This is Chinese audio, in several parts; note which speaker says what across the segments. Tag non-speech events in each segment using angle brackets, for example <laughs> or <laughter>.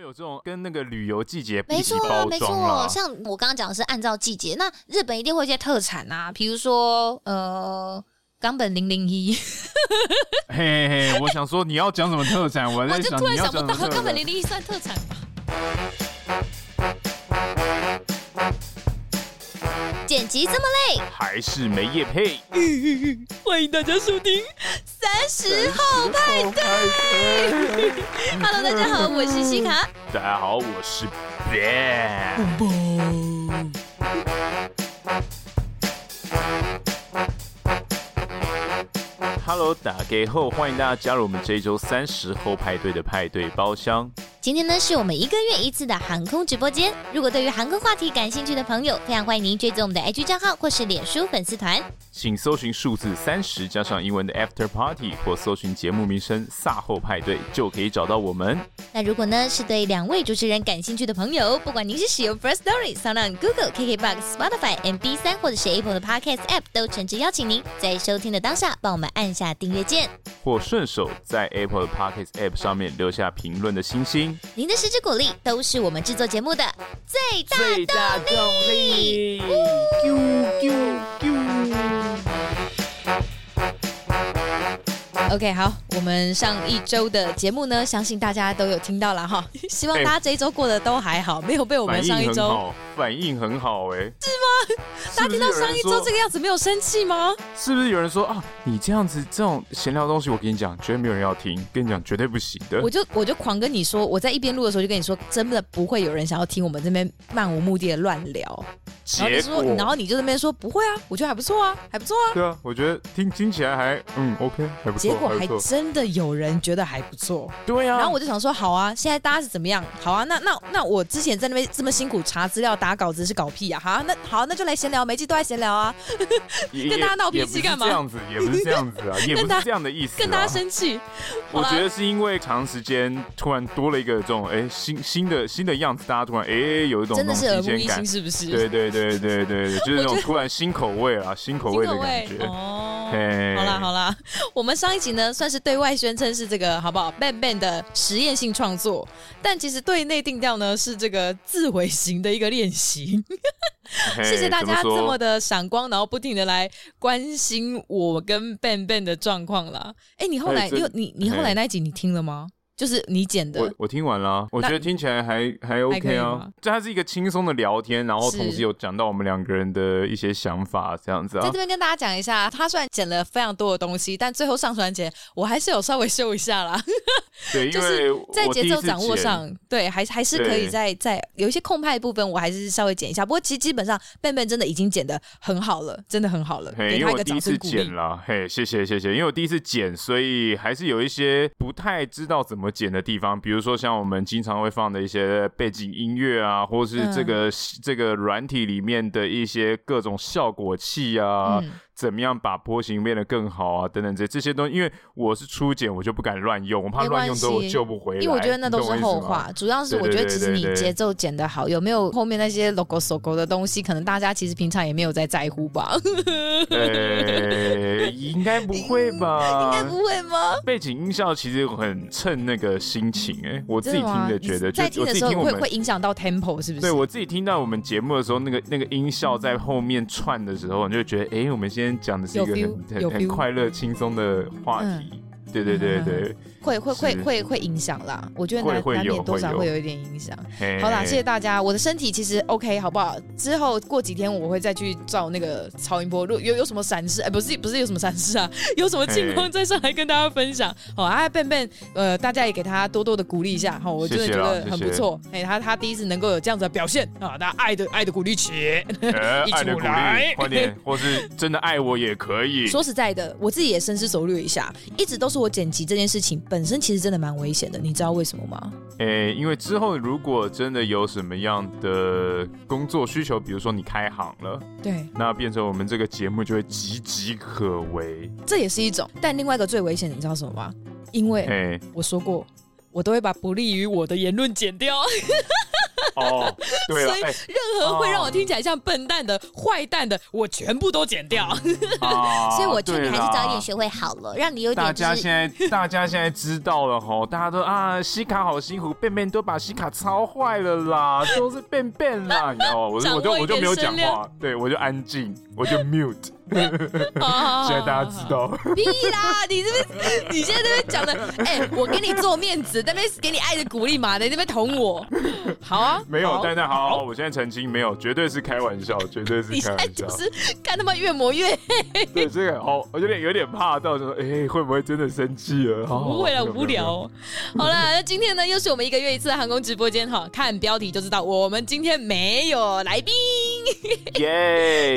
Speaker 1: 有这种跟那个旅游季节
Speaker 2: 没
Speaker 1: 一起
Speaker 2: 错啊，
Speaker 1: 包
Speaker 2: 没
Speaker 1: 装
Speaker 2: 错。
Speaker 1: 啦
Speaker 2: 像我刚刚讲的是按照季节，那日本一定会有一些特产啊，比如说呃冈本零零一，
Speaker 1: 嘿嘿嘿，我想说你要讲什么特产，我
Speaker 2: 我
Speaker 1: 在
Speaker 2: 就
Speaker 1: 想
Speaker 2: 突然
Speaker 1: 你要
Speaker 2: 想不
Speaker 1: 讲什
Speaker 2: 到
Speaker 1: 么特
Speaker 2: 冈本
Speaker 1: 产。
Speaker 2: 零零一算特产吧。剪辑这么累，
Speaker 1: 还是没夜配。
Speaker 2: 欢迎大家收听三十号。
Speaker 1: 派对。
Speaker 2: Hello，大家好，我是西 <laughs> 卡。
Speaker 1: 大家好，我是 Ben。Hello，打给后，欢迎大家加入我们这一周三十后派对的派对包厢。
Speaker 2: 今天呢是我们一个月一次的航空直播间。如果对于航空话题感兴趣的朋友，非常欢迎您追踪我们的 IG 账号或是脸书粉丝团。
Speaker 1: 请搜寻数字三十加上英文的 After Party，或搜寻节目名称“撒后派对”，就可以找到我们。
Speaker 2: 那如果呢是对两位主持人感兴趣的朋友，不管您是使用 First Story、Sound On、Google、KKBox、Spotify、MB 三或者是 Apple 的 Podcast App，都诚挚邀请您在收听的当下帮我们按下订阅键。
Speaker 1: 或顺手在 Apple 的 Podcast App 上面留下评论的星星，
Speaker 2: 您的十支鼓励都是我们制作节目的最大动力。
Speaker 1: 动力。啾啾啾！
Speaker 2: OK，好，我们上一周的节目呢，相信大家都有听到了哈。 <laughs> 希望
Speaker 1: 哎
Speaker 2: 大家这一周过得都还好，没有被我们
Speaker 1: 反应
Speaker 2: 上一
Speaker 1: 很
Speaker 2: 周。
Speaker 1: 好，反应很好哎、是
Speaker 2: 大
Speaker 1: 吗？
Speaker 2: 家听到上一周这个样子没有生气吗？
Speaker 1: 是不是有人说啊，你这样子这种闲聊东西，我跟你讲，绝对没有人要听，跟你讲绝对不行 <laughs> 的
Speaker 2: 我。就我就狂跟你说，我在一边录的时候就跟你说，真的不会有人想要听我们这边漫无目的的乱聊。然后你
Speaker 1: 结
Speaker 2: 说
Speaker 1: 果，，
Speaker 2: 然后你就在那边说不会啊，我觉得还不错啊，还不错啊。
Speaker 1: 对啊，我觉得听听起来还嗯 OK，还不错，
Speaker 2: 结果还
Speaker 1: 还不错。
Speaker 2: 真的有人觉得还不错，
Speaker 1: 对啊，
Speaker 2: 然后我就想说，好啊，现在大家是怎么样？好啊，那那那我之前在那边这么辛苦查资料、打稿子是搞屁啊！好啊，那好，那就来闲聊，每集都来闲聊啊，
Speaker 1: 也
Speaker 2: 跟大家闹脾气干嘛
Speaker 1: 也不是这样子也不是这样
Speaker 2: <laughs>
Speaker 1: 子啊，也不
Speaker 2: 跟大
Speaker 1: 是这样的意思、啊。
Speaker 2: 跟大家生气。好
Speaker 1: 我
Speaker 2: 啦
Speaker 1: 觉得是因为长时间突然多了一个这种哎、新新的新的样子，大家突然哎、有一种
Speaker 2: 真的是
Speaker 1: 那
Speaker 2: 耳
Speaker 1: 种新
Speaker 2: 目
Speaker 1: 鲜
Speaker 2: 一
Speaker 1: 感
Speaker 2: 新，。是不是？
Speaker 1: 对对对对对
Speaker 2: <laughs>
Speaker 1: 对，就是那
Speaker 2: 我觉
Speaker 1: 种
Speaker 2: 得
Speaker 1: 突然新口味啊，新口味的感
Speaker 2: 新
Speaker 1: 觉
Speaker 2: 口味。哦。
Speaker 1: 嘿
Speaker 2: 好啦好啦，我们上一集呢算是对外宣称是这个好不好？Ban Ban 的实验性创作，但其实对内定调呢是这个自毁型的一个练习。
Speaker 1: 嘿
Speaker 2: 谢谢大家这么
Speaker 1: 哎怎说
Speaker 2: 的闪光，然后不停的来关心我跟 Ben Ben 的状况啦。哎、你后来
Speaker 1: 哎这
Speaker 2: 你有你你后来那一集你听了吗？就是你剪的
Speaker 1: 我，我听完了啊，我觉得听起来还还
Speaker 2: 还可
Speaker 1: OK
Speaker 2: 以
Speaker 1: 啊
Speaker 2: 吗，
Speaker 1: 这它是一个轻松的聊天，然后
Speaker 2: 是
Speaker 1: 同时有讲到我们两个人的一些想法，这样子
Speaker 2: 在
Speaker 1: 啊
Speaker 2: 这。边跟大家讲一下，他虽然剪了非常多的东西，但最后上传前我还是有稍微修一
Speaker 1: <laughs>
Speaker 2: 下啦， <laughs>
Speaker 1: 对，因
Speaker 2: 就
Speaker 1: 为
Speaker 2: 是
Speaker 1: 我
Speaker 2: 在节
Speaker 1: 第一
Speaker 2: 奏
Speaker 1: 次
Speaker 2: 掌握
Speaker 1: 剪
Speaker 2: 上，对，还还是可以
Speaker 1: 对
Speaker 2: 在在有一些空拍的部分，我还是稍微剪一下。不过其实基本上 Ben Ben 真的已经剪的很好了，真的很好了，
Speaker 1: 嘿，
Speaker 2: 给
Speaker 1: 因
Speaker 2: 他
Speaker 1: 为
Speaker 2: 一
Speaker 1: 我
Speaker 2: 个
Speaker 1: 第
Speaker 2: 掌
Speaker 1: 一次
Speaker 2: 声鼓励
Speaker 1: 剪。啦，嘿，谢谢谢谢，因为我第一次剪，所以还是有一些不太知道怎么剪的地方，比如说像我们经常会放的一些背景音乐啊，或是
Speaker 2: 嗯
Speaker 1: 这个、这个软体里面的一些各种效果器啊，
Speaker 2: 嗯
Speaker 1: 怎么样把波形变得更好啊，等等这这些东西，因为我是初剪，我就不敢乱用，我怕
Speaker 2: 没
Speaker 1: 乱
Speaker 2: 关
Speaker 1: 用之后我
Speaker 2: 系
Speaker 1: 救不回来，
Speaker 2: 因为我觉得那
Speaker 1: 你
Speaker 2: 都
Speaker 1: 懂
Speaker 2: 是
Speaker 1: 我意思
Speaker 2: 后
Speaker 1: 吗
Speaker 2: 话，主要是
Speaker 1: 对
Speaker 2: 我觉
Speaker 1: 对
Speaker 2: 得其
Speaker 1: 对
Speaker 2: 实你
Speaker 1: 对
Speaker 2: 节奏剪得好，有没有后面那些 logo 手勾的东西，可能大家其实平常也没有在在乎吧？
Speaker 1: 呃，应该不会
Speaker 2: <laughs>
Speaker 1: 吧？
Speaker 2: 该不会吗？
Speaker 1: 背景音效其实很衬那个心情、哎，我自
Speaker 2: 真
Speaker 1: 己
Speaker 2: 的
Speaker 1: 听
Speaker 2: 吗？
Speaker 1: 着
Speaker 2: 你
Speaker 1: 觉得，就
Speaker 2: 在听
Speaker 1: 我自
Speaker 2: 的
Speaker 1: 己
Speaker 2: 时候
Speaker 1: 听我
Speaker 2: 会
Speaker 1: 们
Speaker 2: 会。影响到 tempo 是不
Speaker 1: 对
Speaker 2: 是？
Speaker 1: 我自己听到我们节目的时候，那个那个音效在后面串的时候，你就觉得，哎、我们今天讲的是一个
Speaker 2: 有 feel，
Speaker 1: 很很
Speaker 2: 有
Speaker 1: 很
Speaker 2: feel 嗯
Speaker 1: 快乐、轻松的话题。对对对对，
Speaker 2: 会会会
Speaker 1: 是
Speaker 2: 会会影响啦，我觉得
Speaker 1: 会
Speaker 2: 难
Speaker 1: 会
Speaker 2: 难免
Speaker 1: 有
Speaker 2: 多
Speaker 1: 会
Speaker 2: 少
Speaker 1: 有
Speaker 2: 会有一点影响。
Speaker 1: 嘿
Speaker 2: 好啦，谢谢大家。我的身体其实 OK，好不好？之后过几天我会再去照那个超音波，如果有有什么闪失，哎、不是不是有什么闪失啊， <laughs> 有什么情况再上来跟大家分享。
Speaker 1: 哎
Speaker 2: 好啊，笨笨，呃，大家也给他多多的鼓励一下，哈，我真的
Speaker 1: 谢
Speaker 2: 觉
Speaker 1: 谢啦
Speaker 2: 得很不错。哎、他他第一次能够有这样子的表现啊，大家爱的爱的鼓励起。
Speaker 1: 呃
Speaker 2: 一起
Speaker 1: 爱的鼓
Speaker 2: 来
Speaker 1: 励，快点，或是真的爱我也可以。
Speaker 2: <laughs> 说实在的，我自己也深思熟虑一下，一直都是我剪辑这件事情本身其实真的蛮危险的，你知道为什么吗？
Speaker 1: 诶、因为之后如果真的有什么样的工作需求，比如说你开行了，
Speaker 2: 对，
Speaker 1: 那变成我们这个节目就会岌岌可危。
Speaker 2: 这也是一种。但另外一个最危险的，你知道什么吗？因为
Speaker 1: 哎、
Speaker 3: <laughs>
Speaker 2: 我说过，我都会把不利于我的言论剪掉。
Speaker 1: 哦，对了，
Speaker 3: 所以
Speaker 1: 哎、
Speaker 3: 任何会让我听起来像笨蛋的、坏蛋的，我全部都剪掉。 <laughs>
Speaker 1: 啊，
Speaker 2: 所以我劝你还是早一点
Speaker 1: 对啦。
Speaker 2: 学会好了，让你有
Speaker 1: 大
Speaker 2: 点就
Speaker 1: 家
Speaker 2: 是
Speaker 1: 现在，大家现在知道了吼，大家都啊，西卡好辛苦，便便都把西卡操坏了啦，都是便便啦，你知道吗？我就我就
Speaker 3: 掌握一点
Speaker 1: 我就没有讲
Speaker 3: 声
Speaker 1: 话
Speaker 3: 量，
Speaker 1: 对我就安静，我
Speaker 3: <laughs>
Speaker 1: 就 mute，现在大家知道，
Speaker 2: 屁啦！你这边
Speaker 3: 哦你现在这边讲的，哎、我给你做面子，那边给你爱的鼓励嘛，你那边捅我，好啊，
Speaker 1: <laughs> 没有
Speaker 3: 好，
Speaker 1: 但但好，我现在澄清，没有，绝对是开玩笑，绝对是
Speaker 3: 你
Speaker 1: 开
Speaker 3: 现
Speaker 1: 玩
Speaker 3: 在
Speaker 1: 笑
Speaker 3: 就。是干他妈越磨越，
Speaker 1: 对这个好，我有点有点怕，到时候哎、会不会真的生气了？好
Speaker 3: 不会了，无。
Speaker 1: 好
Speaker 3: 聊。好啦，那今天呢，又是我们一个月一次的航空直播间哈，看标题就知道我们今天没有来宾。
Speaker 1: 没有没有 耶！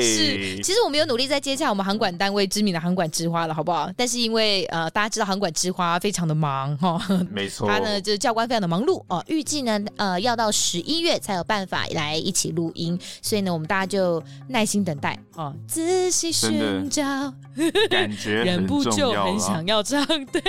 Speaker 3: <laughs> 是，其实我们有努力在接洽我们航管单位知名的航管之花了，好不好？但是因为呃，大家知道航管之花非常的忙哈，
Speaker 1: 没错。
Speaker 3: 他呢就是教官非常的忙碌哦。
Speaker 2: 哦，预计呢，呃，要到十一月才有办法来一起录音，所以呢，我们大家就耐心等待哦，仔细寻找。
Speaker 1: 感觉
Speaker 3: 忍
Speaker 1: 很
Speaker 3: 不
Speaker 1: 重
Speaker 3: 住
Speaker 1: 要
Speaker 3: 很
Speaker 1: 啦
Speaker 3: 想要这样，对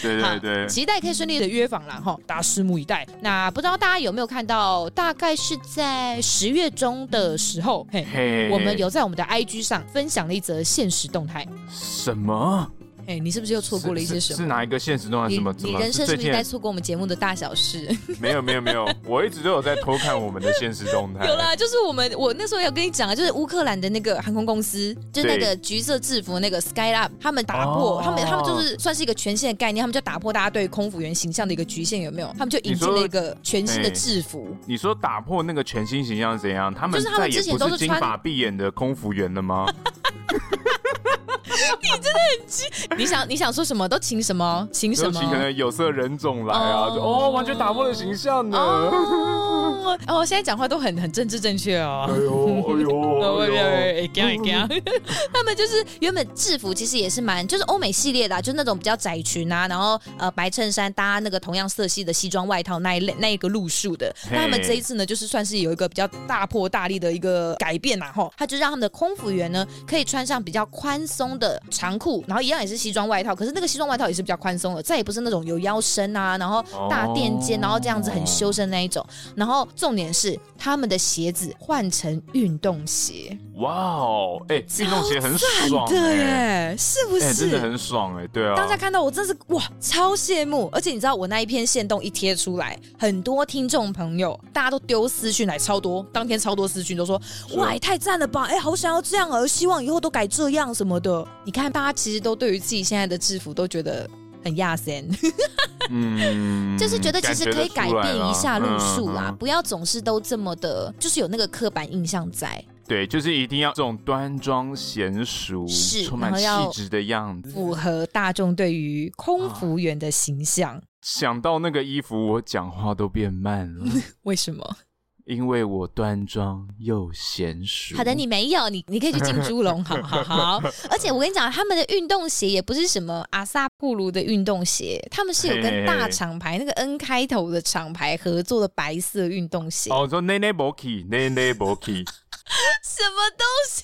Speaker 1: 对
Speaker 3: <laughs> 好
Speaker 1: 对对，
Speaker 3: 期待可以顺利的约访啦，哈，大家拭目以待。
Speaker 2: 那不知道大家有没有看到，大概是在十月中的时候，嘿，
Speaker 1: 嘿，
Speaker 3: 我们有在我们的 IG 上分享了一则现实动态，
Speaker 1: 什么？
Speaker 3: 哎，你是不是又错过了一些
Speaker 1: 是
Speaker 3: 什
Speaker 1: 是
Speaker 3: 么？
Speaker 1: 哪一个现实动态？
Speaker 3: 你
Speaker 1: 什么？怎
Speaker 3: 你
Speaker 1: 么？
Speaker 3: 人生是
Speaker 1: 最
Speaker 3: 不是应
Speaker 1: 近
Speaker 3: 该错过我们节目的大小
Speaker 1: <laughs>
Speaker 3: 事？
Speaker 1: 没有没有没有，我一直都有在偷看我们的现实动态。
Speaker 3: 有啦，就是我们我那时候有跟你讲啊，就是乌克兰的那个航空公司，就是那个橘色制服那个 Skylab，他们打破、
Speaker 1: 哦
Speaker 3: 他们他们就是算是一个全新的概念，他们就打破大家对空服员形象的一个局限，有没有？他们就引进
Speaker 1: 你
Speaker 3: 了
Speaker 1: 说
Speaker 3: 一个全新的
Speaker 1: 哎
Speaker 3: 制服，
Speaker 1: 你说打破那个全新形象是怎样？他们
Speaker 3: 就是他
Speaker 1: 再
Speaker 3: 们
Speaker 1: 也
Speaker 3: 之前
Speaker 1: 不
Speaker 3: 都
Speaker 1: 是
Speaker 3: 是
Speaker 1: 金
Speaker 3: 穿
Speaker 1: 发碧眼的空服员了吗？
Speaker 3: 你想你想说什么都请什么请什
Speaker 1: 尤 <laughs> 其可
Speaker 3: 么。
Speaker 1: 能有色人种来啊，
Speaker 3: 哦
Speaker 1: 就哦，完全打破了形象呢。
Speaker 3: 哦哦，现在讲话都很很政治正确哦
Speaker 1: 哎。呦哎呦哎呦！
Speaker 3: <laughs> 喂，这样这样，
Speaker 2: <laughs> 他们就是原本制服其实也是蛮，就是欧美系列的、啊，就那种比较窄裙啊，然后呃白衬衫搭那个同样色系的西装外套那一类那一个路数的。
Speaker 1: 嘿
Speaker 2: 那他们这一
Speaker 3: 这一次呢，就是算是有一个比较大破大立的一个改变啦，吼。
Speaker 2: 啊他就让他们的空服员呢，可以穿上比较宽松的长裤，然后一样也是西装外套，可是那个西装外套也是比较宽松的，再也不是那种有腰身啊，然后大垫肩，
Speaker 1: 哦
Speaker 2: 然后这样子很修身那一种。然后重点是他们的鞋子换成运动鞋，
Speaker 1: 哇哦，哎，运动鞋很爽
Speaker 3: 对
Speaker 1: 哎，
Speaker 3: 耶，是不
Speaker 1: 哎，真
Speaker 3: 是？
Speaker 1: 的很爽哎，对啊。
Speaker 2: 当下看到我真是哇，超羡慕！而且你知道我那一篇线动一贴出来，很多听众朋友大家都丢私讯来，超多，当天超多私讯都说
Speaker 1: 是
Speaker 2: 哇，也太赞了吧！哎、好想要这样哦，希望以后都改这样什么的。
Speaker 3: 你看，大家其实都对于自己现在的制服都觉得很亚森，
Speaker 1: 嗯，
Speaker 2: 就是觉得其实可以改
Speaker 1: 感觉得出来
Speaker 2: 变
Speaker 1: 啦
Speaker 2: 一下路数啦，
Speaker 1: 嗯嗯
Speaker 2: 不要总是都这么的，就是有那个刻板印象在。
Speaker 1: 对，就是一定要这种端庄娴熟、
Speaker 2: 是
Speaker 1: 充满
Speaker 2: 然后
Speaker 1: 气
Speaker 2: 要
Speaker 1: 质的样子。
Speaker 3: 符合大众对于空服员的形象。
Speaker 1: 想到那个衣服，我讲话都变慢
Speaker 2: <laughs>
Speaker 1: 了，
Speaker 3: 为什么？
Speaker 1: 因为我端庄又娴熟。
Speaker 2: 好的，你没有，你你可以去进猪笼，好
Speaker 1: <laughs>
Speaker 2: 好好。而且我跟你讲，他们的运动鞋也不是什么阿萨布鲁的运动鞋，他们是有
Speaker 1: 嘿嘿嘿
Speaker 2: 跟大厂牌那个 N 开头的厂牌合作的白色运动鞋，
Speaker 1: 哦，说 Nene Boki，Nene Boki，N
Speaker 2: 什么东西？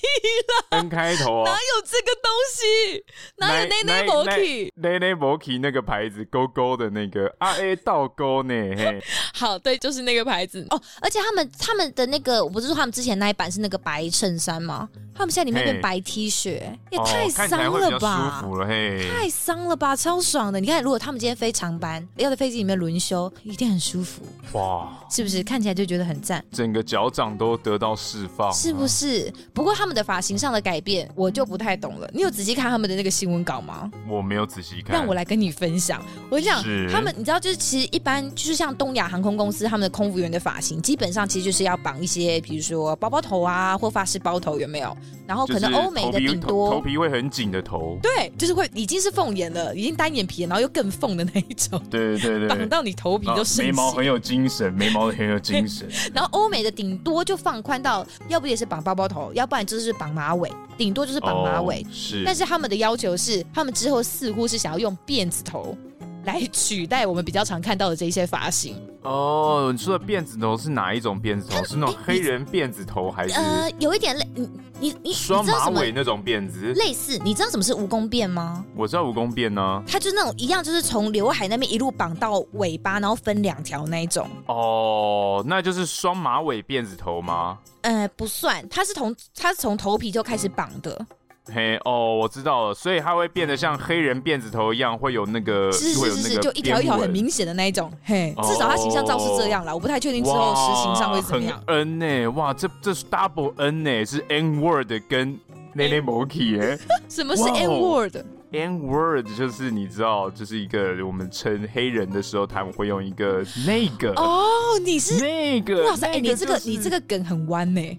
Speaker 1: 开头啊
Speaker 3: 哪有这个东西？哪有内内
Speaker 1: Nine-
Speaker 3: 摩体？
Speaker 1: ，Nene Boki 那个牌子勾勾的那个 R A 倒勾呢，嘿，
Speaker 3: 好，对，就是那个牌子。
Speaker 2: 哦，而且他们他们的那个，我不是说他们之前那一版是那个白衬衫吗？他们现在里面变
Speaker 1: 嘿
Speaker 2: 白 T 恤， <laughs> 也
Speaker 1: 哦
Speaker 2: 太
Speaker 1: 看起来
Speaker 2: 伤
Speaker 1: 会比
Speaker 2: 了
Speaker 1: 较
Speaker 2: 吧！
Speaker 1: 舒服了，嘿，
Speaker 2: 太伤了吧，超爽的！你看，如果他们今天飞长班，要在飞机里面轮休，一定很舒服，
Speaker 1: 哇，
Speaker 2: 是不是？看起来就觉得很赞，
Speaker 1: 整个脚掌都得到释放，
Speaker 2: 是不是？不过他们的发型上的改变，
Speaker 3: 我就不太懂了，你有仔细看他们的那个新闻稿吗？
Speaker 1: 我没有仔细看，
Speaker 3: 让我来跟你分享。
Speaker 2: 我跟你讲
Speaker 1: 是
Speaker 2: 他们，你知道，就是其实一般就是像东亚航空公司他们的空服员的发型，基本上其实就是要绑一些，比如说包包头啊，或发饰包头，有没有？然后
Speaker 1: 就
Speaker 2: 可
Speaker 1: 是
Speaker 2: 能欧美
Speaker 1: 头
Speaker 2: 的
Speaker 1: 皮
Speaker 2: 顶
Speaker 1: 头
Speaker 2: 多
Speaker 1: 头皮会很紧的头，
Speaker 3: 对，就是会已经是凤眼了，已经单眼皮了，然后又更凤的那一种，
Speaker 1: 对对对
Speaker 3: 绑
Speaker 1: 对。
Speaker 3: 到你头皮都
Speaker 1: 啊
Speaker 3: 生
Speaker 1: 眉毛
Speaker 3: 形。
Speaker 1: 很有精神，眉毛很有精神。
Speaker 2: 然后欧美的顶多就放宽到，要不也是绑包包头，要不然就是绑马尾，顶多就是绑马尾
Speaker 1: 哦。是，
Speaker 2: 但是他们的要求是，他们之后似乎是想要用辫子头
Speaker 3: 来取代我们比较常看到的这一些发型。
Speaker 1: 哦，你说的辫子头是哪一种辫子头？是那种黑人辫子头还是
Speaker 2: 呃，有一点类，你你你你知道
Speaker 1: 双马
Speaker 2: 什么
Speaker 1: 尾那种辫子？
Speaker 2: 类似？你知道什么是蜈蚣辫吗？
Speaker 1: 我知道蜈蚣辫呢。
Speaker 2: 它就是那种一样，就是从刘海那边一路绑到尾巴，然后分两条那一种。
Speaker 1: 哦，那就是双马尾辫子头吗？
Speaker 2: 呃，不算，它是从它是从头皮就开始绑的，
Speaker 1: 嘿，哦，我知道了，所以它会变得像黑人辫子头一样，会有那个，
Speaker 2: 是
Speaker 1: 呃会有
Speaker 2: 是是
Speaker 1: 那
Speaker 2: 是，
Speaker 1: 个
Speaker 2: 就一条一条很明显的那一种。嘿，至少它形象照是这样啦，我不太确定之后实行上会怎么样。
Speaker 1: 哦哇很 N 呢、哇，这这是 double N 呢、是 N word 跟 n e n e m o k i 耶、
Speaker 3: 什么是
Speaker 1: 哇哦
Speaker 3: N word？
Speaker 1: N word 就是你知道，就是一个我们称黑人的时候，他们会用一个那个、
Speaker 3: 哦，你是
Speaker 1: 那个，
Speaker 3: 哇塞，哎
Speaker 1: 那
Speaker 3: 你这个
Speaker 1: 就是
Speaker 3: 你这个梗很弯
Speaker 2: 欸
Speaker 3: 呢，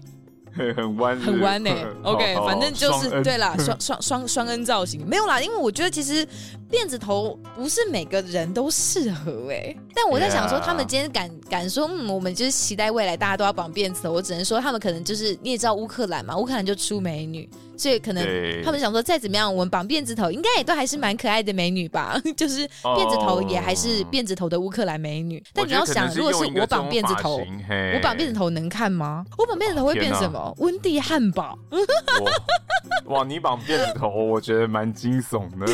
Speaker 1: 很很弯是不是，
Speaker 3: 很弯呢。OK，
Speaker 1: <laughs> 好好
Speaker 3: 反正就
Speaker 1: 双 N
Speaker 3: 是对啦，
Speaker 1: <laughs>
Speaker 3: 双双双双 N 造型没有啦，因为我觉得其实辫子头不是每个人都适合哎。
Speaker 2: 欸但我在想说，
Speaker 1: Yeah
Speaker 2: 他们今天敢敢说，嗯，我们就是期待未来大家都要绑辫子头。我只能说，他们可能就是你也知道乌克兰嘛，乌克兰就出美女，所以可能
Speaker 1: 对，
Speaker 2: 他们想说，再怎么样，我们绑辫子头应该也都还是蛮可爱的美女吧， <laughs> 就是辫子头也还是
Speaker 1: 哦
Speaker 2: 辫子头的乌克兰美女。
Speaker 1: 我
Speaker 2: 但你
Speaker 1: 觉得
Speaker 2: 要
Speaker 1: 可能
Speaker 2: 想，如果
Speaker 1: 用
Speaker 2: 是
Speaker 1: 一个
Speaker 2: 我绑
Speaker 1: 这
Speaker 2: 辫
Speaker 1: 种
Speaker 2: 子
Speaker 1: 发
Speaker 2: 头，
Speaker 1: 型，嘿
Speaker 3: 我绑辫子头能看吗？我绑辫子头会变
Speaker 1: 哎天哪
Speaker 3: 什么？温蒂汉堡？
Speaker 1: <laughs> 哇，哇，你绑辫子头，我觉得蛮惊悚
Speaker 3: <laughs>
Speaker 1: 的。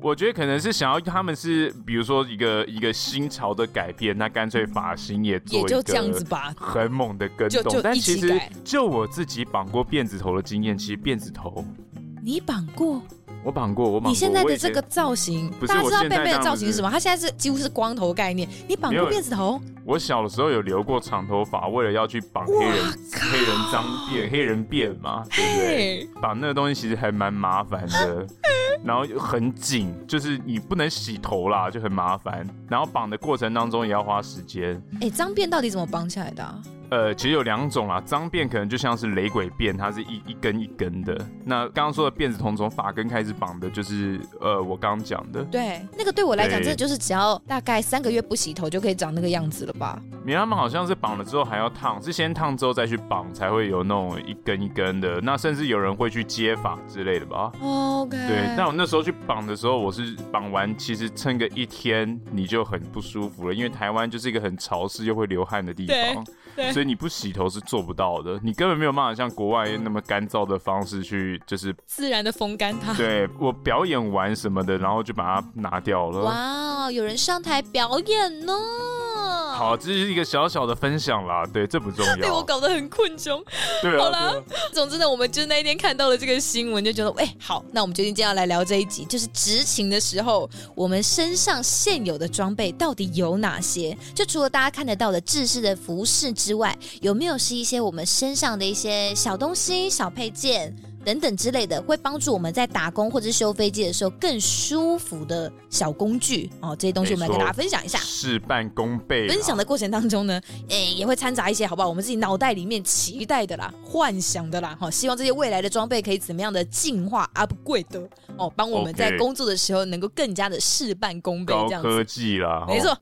Speaker 1: 我觉得可能是想要他们是，比如说一个一个新潮的改变，那干脆发型也做
Speaker 3: 也
Speaker 1: 一
Speaker 3: 就
Speaker 1: 个
Speaker 3: 这样子吧。
Speaker 1: 很猛的跟
Speaker 3: 就
Speaker 1: 动
Speaker 3: 就。
Speaker 1: 但
Speaker 3: 一起
Speaker 1: 其实
Speaker 3: 改
Speaker 1: 就我自己绑过辫子头的经验，其实辫子头
Speaker 3: 你绑过？
Speaker 1: 我绑过，我绑过。
Speaker 3: 你现在
Speaker 1: 我
Speaker 3: 的
Speaker 1: 以
Speaker 3: 这
Speaker 1: 前
Speaker 3: 个造型
Speaker 1: 不，是
Speaker 3: 大家
Speaker 1: 我
Speaker 3: 知道
Speaker 1: 现在
Speaker 3: 贝贝
Speaker 1: 当
Speaker 3: 的
Speaker 1: 然
Speaker 3: 造
Speaker 1: 不
Speaker 3: 型是
Speaker 1: 是
Speaker 3: 什么？她现在是几乎是光头概念。你绑过
Speaker 1: 没有
Speaker 3: 辫子头？
Speaker 1: 我小的时候有留过长头发，为了要去绑黑人黑人脏辫、黑人辫嘛，对不对？
Speaker 3: 嘿，
Speaker 1: 绑那个东西其实还蛮麻烦的，然后又很紧，就是你不能洗头啦，就很麻烦。然后绑的过程当中也要花时间。
Speaker 2: 哎，脏辫到底怎么绑起来的啊？
Speaker 1: 呃，其实有两种啦，脏辫可能就像是雷鬼辫，它是一一根一根的。那刚刚说的辫子头从发根开始绑的，就是呃我刚刚讲的，
Speaker 2: 对，
Speaker 3: 哎
Speaker 2: 那个对我来讲，
Speaker 1: 对
Speaker 2: 真的就是只要大概三个月不洗头就可以长那个样子了吧？
Speaker 1: 你他们好像是绑了之后还要烫，是先烫之后再去绑才会有那种一根一根的。那甚至有人会去接发之类的吧。
Speaker 2: OK，
Speaker 1: 对，但我那时候去绑的时候，我是绑完，其实撑个一天你就很不舒服了，因为台湾就是一个很潮湿又会流汗的地
Speaker 3: 对
Speaker 1: 方，
Speaker 3: 对
Speaker 1: 所以你不洗头是做不到的，你根本没有办法像国外那么干燥的方式去，
Speaker 2: <laughs>
Speaker 1: 就是
Speaker 3: 自然的风干它。
Speaker 1: 对我表演完什么的，然后就把它拿掉了。
Speaker 2: 哇哦，有人上台表演呢。
Speaker 1: 好，这是一个小小的分享啦，对，这不重
Speaker 2: <laughs>
Speaker 3: 被我
Speaker 1: 要。
Speaker 3: 搞得很困窘。
Speaker 1: 对啊
Speaker 3: 好，啦
Speaker 1: 对啊
Speaker 3: 总之呢，我们就是那一天看到了这个新闻，就觉得，哎、好，
Speaker 2: 那我们决定今天要来聊这一集，就是执勤的时候，我们身上现有的装备到底有哪些？就除了大家看得到的制式的服饰之外，有没有是一些我们身上的一些小东西、小配件等等之类的，会帮助我们在打工或者是修飞机的时候更舒服的小工具哦？这些东西我们来跟大家分享一下。
Speaker 1: 事半功倍啦。
Speaker 2: 分享的过程当中呢，诶、也会掺杂一些好不好？我们自己脑袋里面期待的啦、幻想的啦，哈、希望这些未来的装备可以怎么样的进化 upgrade 哦，帮我们
Speaker 1: OK
Speaker 2: 在工作的时候能够更加的事半功倍
Speaker 1: 高
Speaker 2: 这样子。
Speaker 1: 科技啦，哦
Speaker 2: 没错。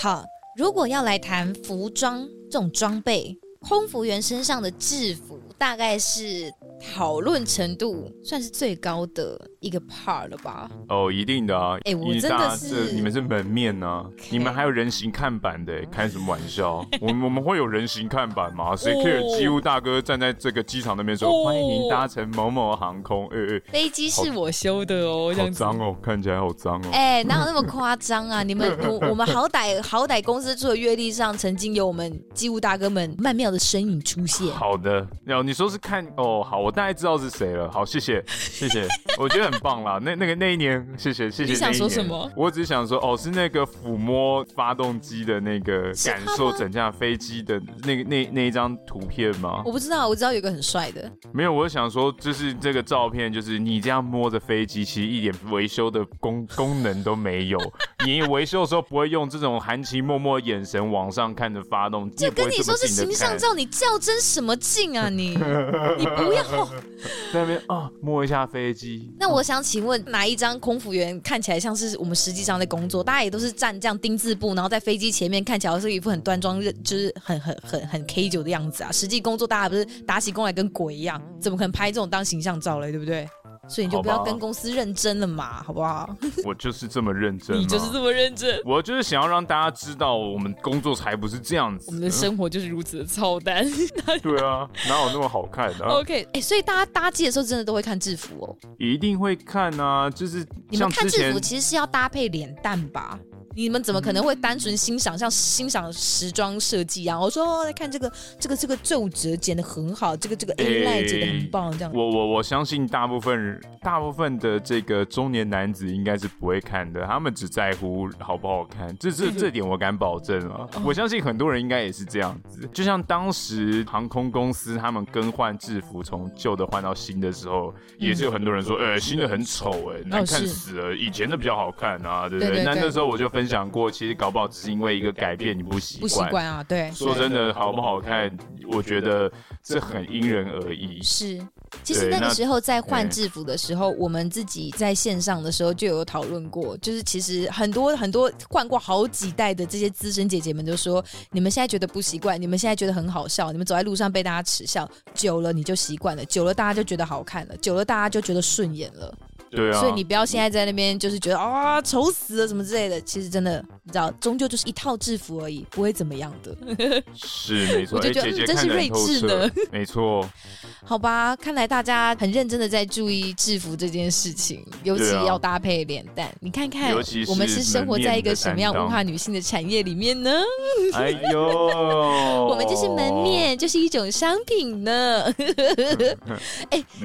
Speaker 2: 好，如果要来谈服装这种装备，空服员身上的制服大概是讨论程度算是最高的一个 part 了吧？
Speaker 1: 哦，一定的啊！
Speaker 2: 哎我
Speaker 1: 因为
Speaker 2: 真的
Speaker 1: 大家
Speaker 2: 是
Speaker 1: 这你们是门面呢、你们还有人形看板的、开什么玩笑？我们我们会有人形看板吗？谁
Speaker 2: 哦
Speaker 1: care 机务大哥站在这个机场那边说、
Speaker 3: 哦
Speaker 1: 欢迎您搭乘某某航空？哎、
Speaker 2: 飞机是
Speaker 3: 是我修的哦，
Speaker 1: 哎、
Speaker 3: 这
Speaker 1: 好
Speaker 3: 样子。
Speaker 1: 脏哦，看起来好脏哦。
Speaker 2: 哎、哪有那么夸张啊？
Speaker 1: <laughs>
Speaker 2: 你们我我们好歹好歹公司除了阅历上，曾经有我们机务大哥们曼妙的身影出现。
Speaker 1: 好的，然后你说是看哦，好，我大概知道是谁了。好，谢谢，谢谢，我觉得很棒啦。那那个那一年，谢谢，谢谢。
Speaker 3: 你想
Speaker 1: 那一
Speaker 3: 说
Speaker 1: 年
Speaker 3: 什么？
Speaker 1: 我只想说，哦，是那个抚摸发动机的那个
Speaker 2: 是
Speaker 1: 感
Speaker 2: 他
Speaker 1: 受
Speaker 2: 吗
Speaker 1: 整架飞机的那个那那一张图片吗？
Speaker 2: 我不知道，我知道有个很帅的，
Speaker 1: 没有，我想说，就是这个照片，就是你这样摸着飞机，其实一点维修的功功能都没有，你维修的时候不会用这种含情脉脉的眼神往上看着发动，
Speaker 2: 就跟你说是形象
Speaker 1: 照，
Speaker 2: 照，你较真什么劲
Speaker 1: <laughs>
Speaker 2: 啊你？你不要。
Speaker 1: 在那边啊摸一下飞机，
Speaker 2: 那我想请问，哪一张空服员看起来像是我们实际上在工作？大家也都是站这样丁字步，然后在飞机前面看起来是一副很端庄、认就是很很很很 K 九的样子啊。实际工作大家不是打起工来跟鬼一样，怎么可能拍这种当形象照嘞？对不对？所以你就不要
Speaker 1: 好吧
Speaker 2: 跟公司认真了嘛，好不好？
Speaker 1: 我就是这么认真嘛，
Speaker 3: 你就是这么认
Speaker 1: <laughs>
Speaker 3: 真，
Speaker 1: 我就是想要让大家知道，我们工作才不是这样
Speaker 3: 我 <laughs>
Speaker 1: 子
Speaker 3: 们的
Speaker 1: 的。
Speaker 3: 生活就是如此的操蛋。
Speaker 1: 对啊，哪有那么好看的、啊？
Speaker 3: OK，
Speaker 2: 哎、所以大家搭机的时候真的都会看制服哦。
Speaker 1: 一定会看啊，就是
Speaker 2: 你们
Speaker 1: 像
Speaker 2: 看
Speaker 1: 之
Speaker 2: 制
Speaker 1: 前嗯
Speaker 2: 服其实是要搭配脸蛋吧？你们怎么可能会单纯欣赏像欣赏时装设计啊？我说哦来看这个这个这个皱褶剪的很好，这个这个 A
Speaker 1: 哎
Speaker 2: line 剪的很棒，这样。
Speaker 1: 我我我相信大部分人大部分的这个中年男子应该是不会看的，他们只在乎好不好看，这这这点我敢保证啊！我相信很多人应该也是这样子。就像当时航空公司他们更换制服，从旧的换到新的时候，也是有很多人说，呃，新的很丑，哎，难看
Speaker 3: 是
Speaker 1: 死了，以前的比较好看啊，对不
Speaker 3: 对
Speaker 1: 对？
Speaker 3: 对
Speaker 1: 那
Speaker 3: 对
Speaker 1: 那时候我就分享过，其实搞不好只是因为一个改变，你不习
Speaker 3: 不习
Speaker 1: 惯。
Speaker 3: 惯啊，对，
Speaker 1: 说真的，好不好看，我觉得这很因人而异。
Speaker 2: 是，其实
Speaker 1: 对
Speaker 2: 那个
Speaker 1: 那
Speaker 2: 时候在换
Speaker 1: 嗯
Speaker 2: 制服的时候，我们自己在线上的时候就有讨论过，就是其实很多很多换过好几代的这些资深姐姐们就说，你们现在觉得不习惯，你们现在觉得很好笑，你们走在路上被大家耻笑，久了你就习惯了，久了大家就觉得好看了，久了大家就觉得顺眼了，
Speaker 1: 对啊，
Speaker 2: 所以你不要现在在那边就是觉得啊丑死了什么之类的，其实真的你知道，终究就是一套制服而已，不会怎么样的。
Speaker 1: 是没错，
Speaker 2: 我就
Speaker 1: 哎
Speaker 2: 觉得
Speaker 1: 姐姐
Speaker 2: 嗯真
Speaker 1: 看
Speaker 2: 是
Speaker 1: 得很
Speaker 2: 睿
Speaker 1: 透
Speaker 2: 智
Speaker 1: 彻
Speaker 2: 呢，
Speaker 1: <laughs> 没
Speaker 2: <laughs>
Speaker 1: 错，
Speaker 2: 好吧，看来大家很认真的在注意制服这件事情，尤其
Speaker 1: 对啊
Speaker 2: 要搭配脸蛋。你看看
Speaker 1: 尤其，是
Speaker 2: 我们是生活在一个什么样
Speaker 1: 门面的担当
Speaker 2: 物化女性的产业里面呢？
Speaker 1: 哎呦，我
Speaker 2: <laughs> 我们就是门，面，就是一种商品呢。
Speaker 1: 嗯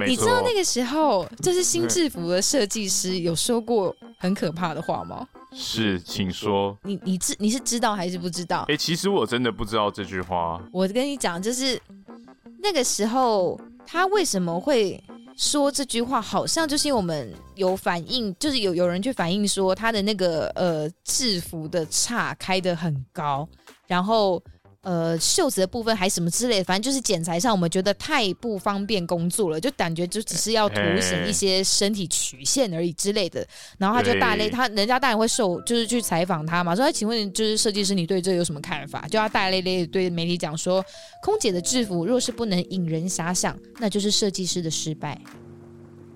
Speaker 2: 你知道那
Speaker 1: 个
Speaker 2: 个时候，就是新制服的设计师有说过很可怕的话吗？
Speaker 1: 是，请说。
Speaker 2: 你你知你是知道还是不知道？
Speaker 1: 哎，其实我真的不知道这句话，
Speaker 2: 我跟你讲，就是那个时候他为什么会说这句话，好像就是因为我们有反映，就是有有人去反映说他的那个呃制服的叉开得很高，然后。呃，袖子的部分还什么之类的，反正就是剪裁上，我们觉得太不方便工作了，就感觉就只是要凸显一些身体曲线而已之类的。然后他就大类，
Speaker 1: 对
Speaker 2: 他人家当然会受，就是去采访他嘛，说：“哎，请问就是设计师，你对这有什么看法？”就他大咧咧地对媒体讲说，空姐的制服若是不能引人遐想，那就是设计师的失败。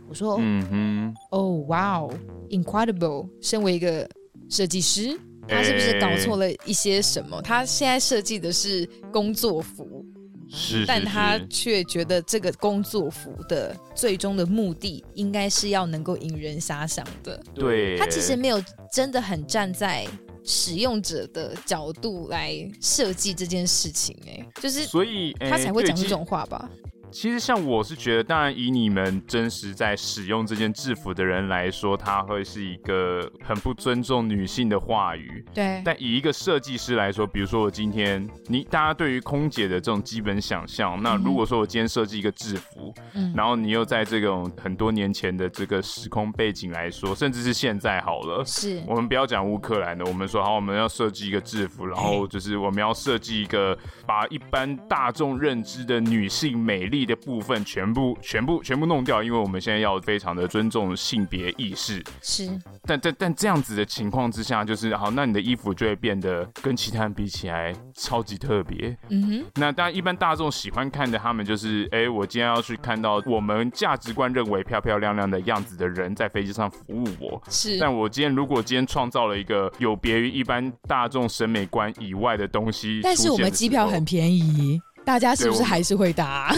Speaker 2: 我说，
Speaker 1: 嗯
Speaker 2: 哦，哇哦，incredible！身为一个设计师，
Speaker 1: 哼，
Speaker 2: 他是不是搞错
Speaker 1: 了？
Speaker 2: 了一些什么？他现在设计的是工作服，
Speaker 1: 是，
Speaker 2: 但
Speaker 1: 是
Speaker 2: 他
Speaker 1: 是
Speaker 2: 却觉得这个工作服的最终的目的应该是要能够引人遐想的。
Speaker 1: 对，
Speaker 2: 他其实没有真的很站在使用者的角度来设计这件事情、哎，就是
Speaker 1: 所以哎
Speaker 2: 他才会
Speaker 1: 对
Speaker 2: 讲这
Speaker 1: 其
Speaker 2: 种话吧？
Speaker 1: 其实像我是觉得，当然以你们真实在使用这件制服的人来说，它会是一个很不尊重女性的话语。
Speaker 2: 对，
Speaker 1: 但以一个设计师来说，比如说我今天，你大家对于空姐的这种基本想象，那如果说我今天设计一个制服，
Speaker 2: 嗯
Speaker 1: 然后你又在这种很多年前的这个时空背景来说，甚至是现在好了，
Speaker 2: 是
Speaker 1: 我们不要讲乌克兰的，我们说好，我们要设计一个制服，然
Speaker 2: <laughs>
Speaker 1: 后就是我们要设计一个把一般大众认知的女性美丽的部分全部、全部、全部弄掉，因为我们现在要非常的尊重性别意识。
Speaker 2: 是，
Speaker 1: 但但但这样子的情况之下，就是好，那你的衣服就会变得跟其他人比起来超级特别。
Speaker 2: 嗯哼，
Speaker 1: 那当然，一般大众喜欢看的，他们就是，哎、我今天要去看到我们价值观认为漂漂亮亮的样子的人在飞机上服务我。
Speaker 2: 是。
Speaker 1: 但我今天如果今天创造了一个有别于一般大众审美观以外的东西，
Speaker 3: 但是我们机票很，便宜，大家是不
Speaker 1: 对
Speaker 3: 是
Speaker 1: 我
Speaker 3: 还是会搭？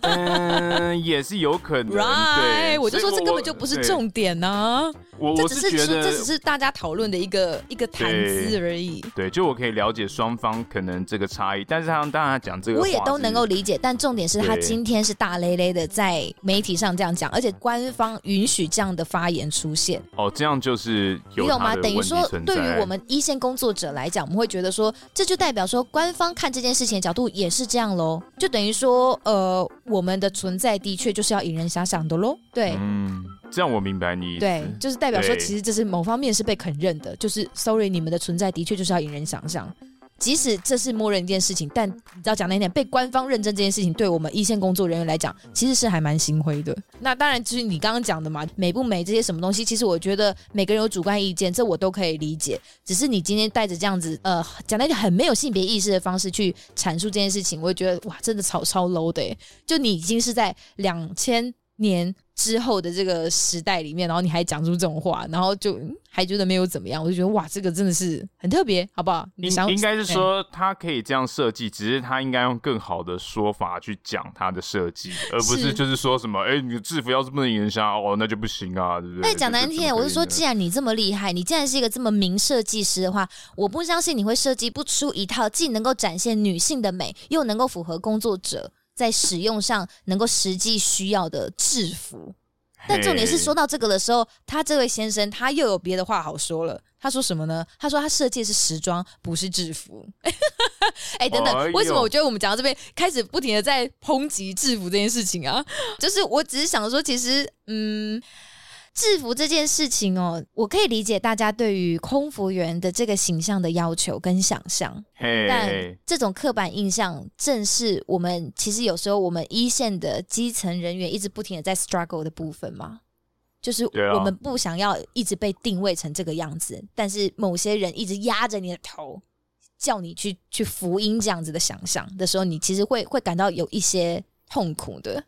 Speaker 1: 嗯，也是有可能。对，
Speaker 2: <laughs> Right，我就说
Speaker 1: 所以
Speaker 2: 这根本就不是
Speaker 1: 对
Speaker 2: 重点呢、
Speaker 1: 我
Speaker 2: 这
Speaker 1: 我
Speaker 2: 只
Speaker 1: 是
Speaker 2: 是
Speaker 1: 觉
Speaker 2: 说
Speaker 1: 得
Speaker 2: 这只是大家讨论的一个一个谈资而已。
Speaker 1: 对，就我可以了解双方可能这个差异，但是他当然他讲这个
Speaker 2: 我也
Speaker 1: 话
Speaker 2: 都
Speaker 1: 是
Speaker 2: 能够理解，但重点是他
Speaker 1: 对
Speaker 2: 今天是大咧咧的在媒体上这样讲，而且官方允许这样的发言出现，
Speaker 1: 哦，这样就是有
Speaker 2: 你懂
Speaker 1: 他
Speaker 2: 吗？
Speaker 1: 的
Speaker 2: 等于
Speaker 1: 问题
Speaker 2: 说，
Speaker 1: 存
Speaker 2: 对于
Speaker 1: 在
Speaker 2: 我们一线工作者来讲，我们会觉得说，这就代表说官方看这件事情的角度也是这样喽，就等于说，呃，我们的存在的确就是要引人遐想的喽。对，
Speaker 1: 嗯，这样我明白你意思。
Speaker 3: 对，就是代表说，
Speaker 1: 对
Speaker 3: 其实这是某方面是被肯认的，就是 sorry，你们的存在的确就是要引人想象。即使这是默认一件事情，但你知道讲那一点，被官方认证这件事情，对我们一线工作人员来讲，其实是还蛮心灰的。那当然就是你刚刚讲的嘛，美不美这些什么东西，其实我觉得每个人有主观意见，这我都可以理解。只是你今天带着这样子，呃，讲那个很没有性别意识的方式去阐述这件事情，我也觉得哇，真的超超 low 的耶。就你已经是在两千年之后的这个时代里面，然后你还讲出这种话，然后就嗯还觉得没有怎么样，我就觉得哇，这个真的是很特别，好不好？你
Speaker 1: 应
Speaker 3: 想哎
Speaker 1: 应该是说他可以这样设计，只是他应该用更好的说法去讲他的设计，而不是
Speaker 3: 是
Speaker 1: 就是说什么，哎、你的制服要是不能影响哦，那就不行啊，对不对？
Speaker 2: 但哎讲难听点，我是说，既
Speaker 1: 然
Speaker 2: 然你这么厉害，你既然是一个这么名设计师的话，我不相信你会设计不出一套既能够展现女性的美，又能够符合工作者在使用上能够实际需要的制服。但重点是，说到这个的时候，他这位先生他又有别的话好说了。他说什么呢？他说他设计的是时装，不是制服。 <laughs> 哎、等等，
Speaker 1: 哎呦
Speaker 3: 为什么我觉得我们讲到这边开始不停的在抨击制服这件事情啊？
Speaker 2: <laughs> 就是我只是想说，其实嗯，制服这件事情哦，我可以理解大家对于空服员的这个形象的要求跟想象。
Speaker 1: 嘿，
Speaker 2: 但
Speaker 1: 嘿
Speaker 2: 这种刻板印象，正是我们其实有时候我们一线的基层人员一直不停的在 struggle 的部分嘛。就是
Speaker 1: 对啊
Speaker 2: 我们不想要一直被定位成这个样子，但是某些人一直压着你的头，叫你去去福音这样子的想象的时候，你其实会会感到有一些痛苦的。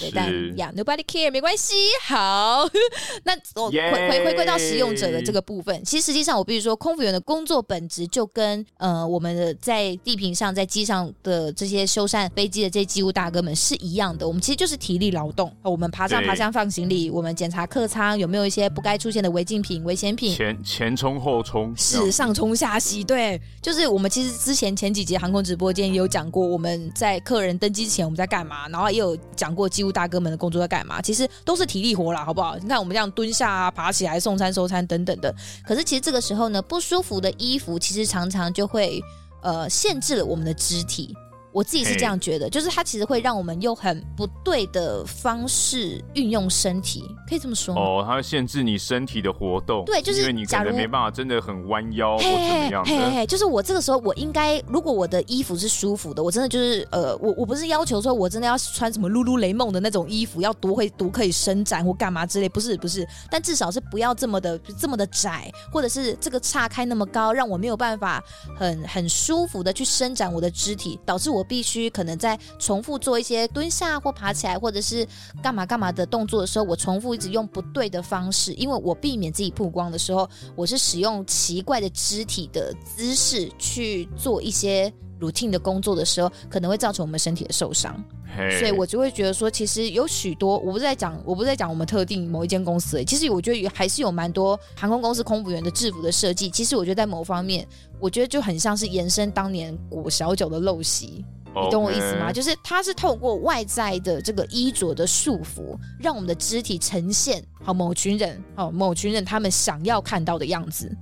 Speaker 2: 对，但
Speaker 1: 是
Speaker 2: 呀、yeah,，nobody care，没关系。好， <laughs> 那我回
Speaker 1: Yay
Speaker 2: 回回归到使用者的这个部分，其实实际上我必须说，空服员的工作本质就跟呃我们的在地平上、在机上的这些修缮飞机的这些机务大哥们是一样的，我们其实就是体力劳动。呃我们爬上
Speaker 1: 对
Speaker 2: 爬下放行李，我们检查客舱有没有一些不该出现的违禁品、危险品。
Speaker 1: 前前冲后冲，
Speaker 2: 是上冲下洗，对，就是我们其实之前前几节航空直播间也有讲过，我们在客人登机前我们在干嘛，然后也有讲过机务大哥们的工作在干嘛，其实都是体力活啦，好不好？你看我们这样蹲下啊、爬起来、送餐、收餐等等的，可是其实这个时候呢，不舒服的衣服其实常常就会呃限制了我们的肢体。我自己是这样觉得，就是它其实会让我们用很不对的方式运用身体，可以这么说吗？
Speaker 1: 哦，它会限制你身体的活动，
Speaker 2: 嗯对就是
Speaker 1: 因为你可
Speaker 2: 假
Speaker 1: 能
Speaker 2: 如
Speaker 1: 没办法真的很弯腰或怎么
Speaker 2: 嘿
Speaker 1: 样
Speaker 2: 嘿
Speaker 1: 的，
Speaker 2: 嘿，就是我这个时候，我应该如果我的衣服是舒服的，我真的就是呃，我我不是要求说我真的要穿什么露露雷梦的那种衣服，要多会多可以伸展或干嘛之类，不是不是，但至少是不要这么的这么的窄，或者是这个岔开那么高，让我没有办法很很舒服的去伸展我的肢体，导致我必须可能在重复做一些蹲下或爬起来，或者是干嘛干嘛的动作的时候，我重复一直用不对的方式，因为我避免自己曝光的时候，我是使用奇怪的肢体的姿势去做一些 routine 的工作的时候，可能会造成我们身体的受伤。
Speaker 1: 嘿
Speaker 2: 所以我就会觉得说，其实有许多，我不是在讲，我不是在讲我们特定某一间公司而已，其实我觉得也还是有蛮多航空公司空服员的制服的设计，其实我觉得在某方面，我觉得就很像是延伸当年裹小九的陋习，
Speaker 1: 哦
Speaker 2: 你懂我意思吗？
Speaker 1: OK
Speaker 2: 就是它是透过外在的这个衣着的束缚，让我们的肢体呈现好某群人，好某群人他们想要看到的样子。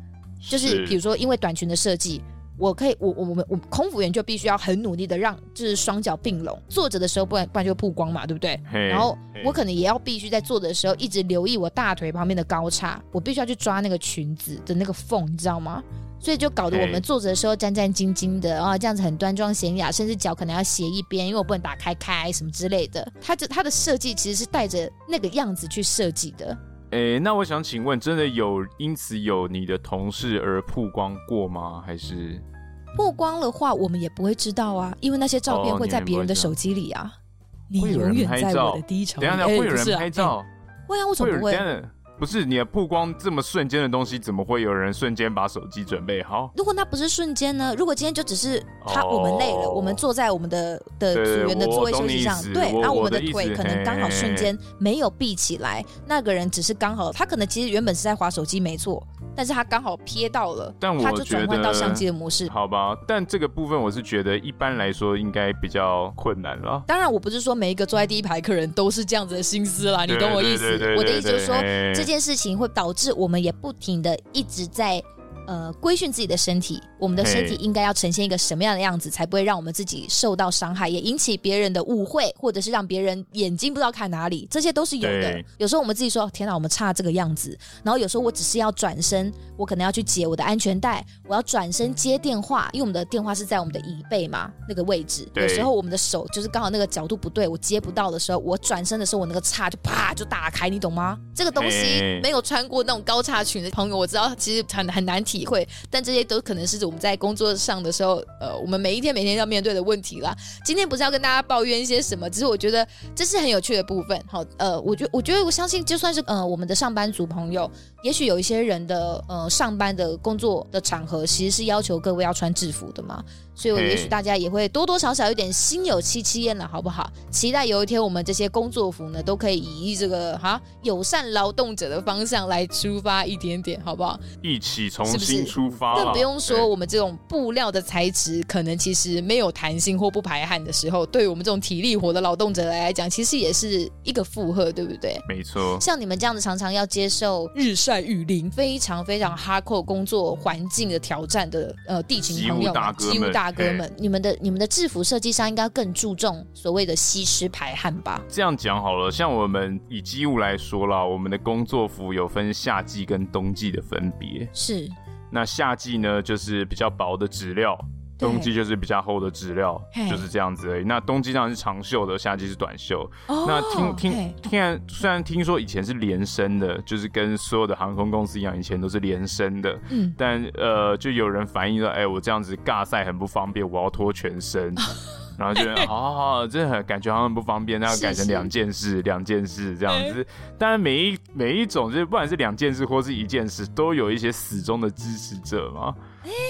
Speaker 2: 就是比如说，因为短裙的设计，我可以，我我我们我们空服员就必须要很努力的让就是双脚并拢，坐着的时候不然不然就曝光嘛，对不对？
Speaker 1: 嘿
Speaker 2: 然后
Speaker 1: 嘿
Speaker 2: 我可能也要必须在坐的时候一直留意我大腿旁边的高叉，我必须要去抓那个裙子的那个缝，你知道吗？所以就搞得我
Speaker 1: 嘿
Speaker 2: 们坐着的时候战战兢兢的啊、这样子很端庄娴雅，甚至脚可能要斜一边，因为我不能打开开什么之类的。它这它的设计其实是带着那个样子去设计的，
Speaker 1: 诶、那我想请问，真的有因此有你的同事而曝光过吗？还是
Speaker 2: 曝光的话，我们也不会知道啊，因为那些照片
Speaker 1: 哦
Speaker 2: 会在
Speaker 1: 你们不会
Speaker 2: 别人的
Speaker 1: 知道
Speaker 2: 手机里啊。
Speaker 3: 你
Speaker 1: 会有
Speaker 3: 永
Speaker 1: 人
Speaker 3: 远
Speaker 1: 拍
Speaker 3: 在我
Speaker 1: 照
Speaker 3: 的低潮
Speaker 1: 等一
Speaker 3: 里，
Speaker 1: 下，等一下
Speaker 3: 哎
Speaker 1: 会有
Speaker 3: 不是
Speaker 1: 人
Speaker 3: 啊
Speaker 1: 拍
Speaker 3: 哎
Speaker 1: 照？
Speaker 2: 会啊，为什
Speaker 1: 会
Speaker 2: 么
Speaker 1: 有
Speaker 2: 不
Speaker 1: 人？
Speaker 2: 会？
Speaker 1: 等一下不是你的曝光这么瞬间的东西，怎么会有人瞬间把手机准备好？
Speaker 2: 如果那不是瞬间呢？如果今天就只是他，我们累了，
Speaker 1: 哦
Speaker 2: 我们坐在我们的的
Speaker 1: 对
Speaker 2: 组员的
Speaker 1: 我
Speaker 2: 座位
Speaker 1: 懂
Speaker 2: 休
Speaker 1: 你
Speaker 2: 息
Speaker 1: 意
Speaker 2: 上，
Speaker 1: 思
Speaker 2: 对，
Speaker 1: 我
Speaker 2: 然后
Speaker 1: 我
Speaker 2: 们的
Speaker 1: 的意
Speaker 2: 腿
Speaker 1: 思
Speaker 2: 可能刚好瞬间没有闭起来，那个人只是刚好，他可能其实原本是在划手机没错，但是他刚好瞥到了，
Speaker 1: 但我
Speaker 2: 他就转
Speaker 1: 觉
Speaker 2: 换
Speaker 1: 得
Speaker 2: 到相机的模式。
Speaker 1: 好吧，但这个部分我是觉得一般来说应该比较困难了。
Speaker 2: 当然，我不是说每一个坐在第一排客人都是这样子的心思啦，你懂我意思？我的意思就是说，这
Speaker 1: 这
Speaker 2: 件事情会导致我们也不停的一直在呃规训自己的身体，我们的身体
Speaker 1: 嘿
Speaker 2: 应该要呈现一个什么样的样子，才不会让我们自己受到伤害，也引起别人的误会，或者是让别人眼睛不知道看哪里，这些都是有的
Speaker 1: 对。
Speaker 2: 有时候我们自己说天哪，我们差这个样子，然后有时候我只是要转身，我可能要去解我的安全带，我要转身接电话，因为我们的电话是在我们的椅背嘛那个位置，
Speaker 1: 对
Speaker 2: 有时候我们的手就是刚好那个角度不对，我接不到的时候，我转身的时候，我那个叉就啪就打开，你懂吗？这个东西
Speaker 1: 嘿
Speaker 2: 没有穿过那种高叉裙的朋友，我知道其实很很难体会，但这些都可能是我们在工作上的时候，呃，我们每一天每天要面对的问题啦。今天不是要跟大家抱怨一些什么，只是我觉得这是很有趣的部分。好，呃，我觉我觉得我相信，就算是呃我们的上班族朋友，也许有一些人的呃上班的工作的场合，其实是要求各位要穿制服的嘛，所以我
Speaker 1: 嘿
Speaker 2: 也许大家也会多多少少有点心有戚戚焉了，好不好？期待有一天我们这些工作服呢，都可以以这个哈友善劳动者的方向来出发一点点，好不好？
Speaker 1: 一起重
Speaker 2: 是不是
Speaker 1: 新出发啦，
Speaker 2: 更不用说
Speaker 1: 对
Speaker 2: 我们这种布料的材质，可能其实没有弹性或不排汗的时候，对于我们这种体力活的劳动者来讲，其实也是一个负荷，对不对？
Speaker 1: 没错，
Speaker 2: 像你们这样子，常常要接受日晒雨淋、非常非常哈扣工作环境的挑战的呃地勤朋
Speaker 1: 机务
Speaker 2: 友
Speaker 1: 大
Speaker 2: 们、
Speaker 1: 哥们哎
Speaker 2: 机务大哥们，你们的你们的制服设计上应该更注重所谓的吸湿排汗吧？
Speaker 1: 这样讲好了，像我们以机务来说啦，我们的工作服有分夏季跟冬季的分别。
Speaker 2: 是，
Speaker 1: 那夏季呢，就是比较薄的质料。
Speaker 2: 对
Speaker 1: 冬季就是比较厚的质料
Speaker 2: 嘿，
Speaker 1: 就是这样子而已。那冬季当然是长袖的，夏季是短袖。
Speaker 2: 哦
Speaker 1: 那听听
Speaker 2: 嘿，
Speaker 1: 听然虽然听说以前是连身的，就是跟所有的航空公司一样，以前都是连身的，
Speaker 2: 嗯，
Speaker 1: 但呃，就有人反映说，哎、我这样子尬赛很不方便，我要脱全
Speaker 2: <laughs>
Speaker 1: 身。然后就觉得哦，这很感觉好像很不方便，那要
Speaker 2: 是哎
Speaker 1: 改成
Speaker 2: 是
Speaker 1: 两件事，两件事这样子。当然，每一每一种就是不管是两件事或是一件事，都有一些死忠的支持者嘛。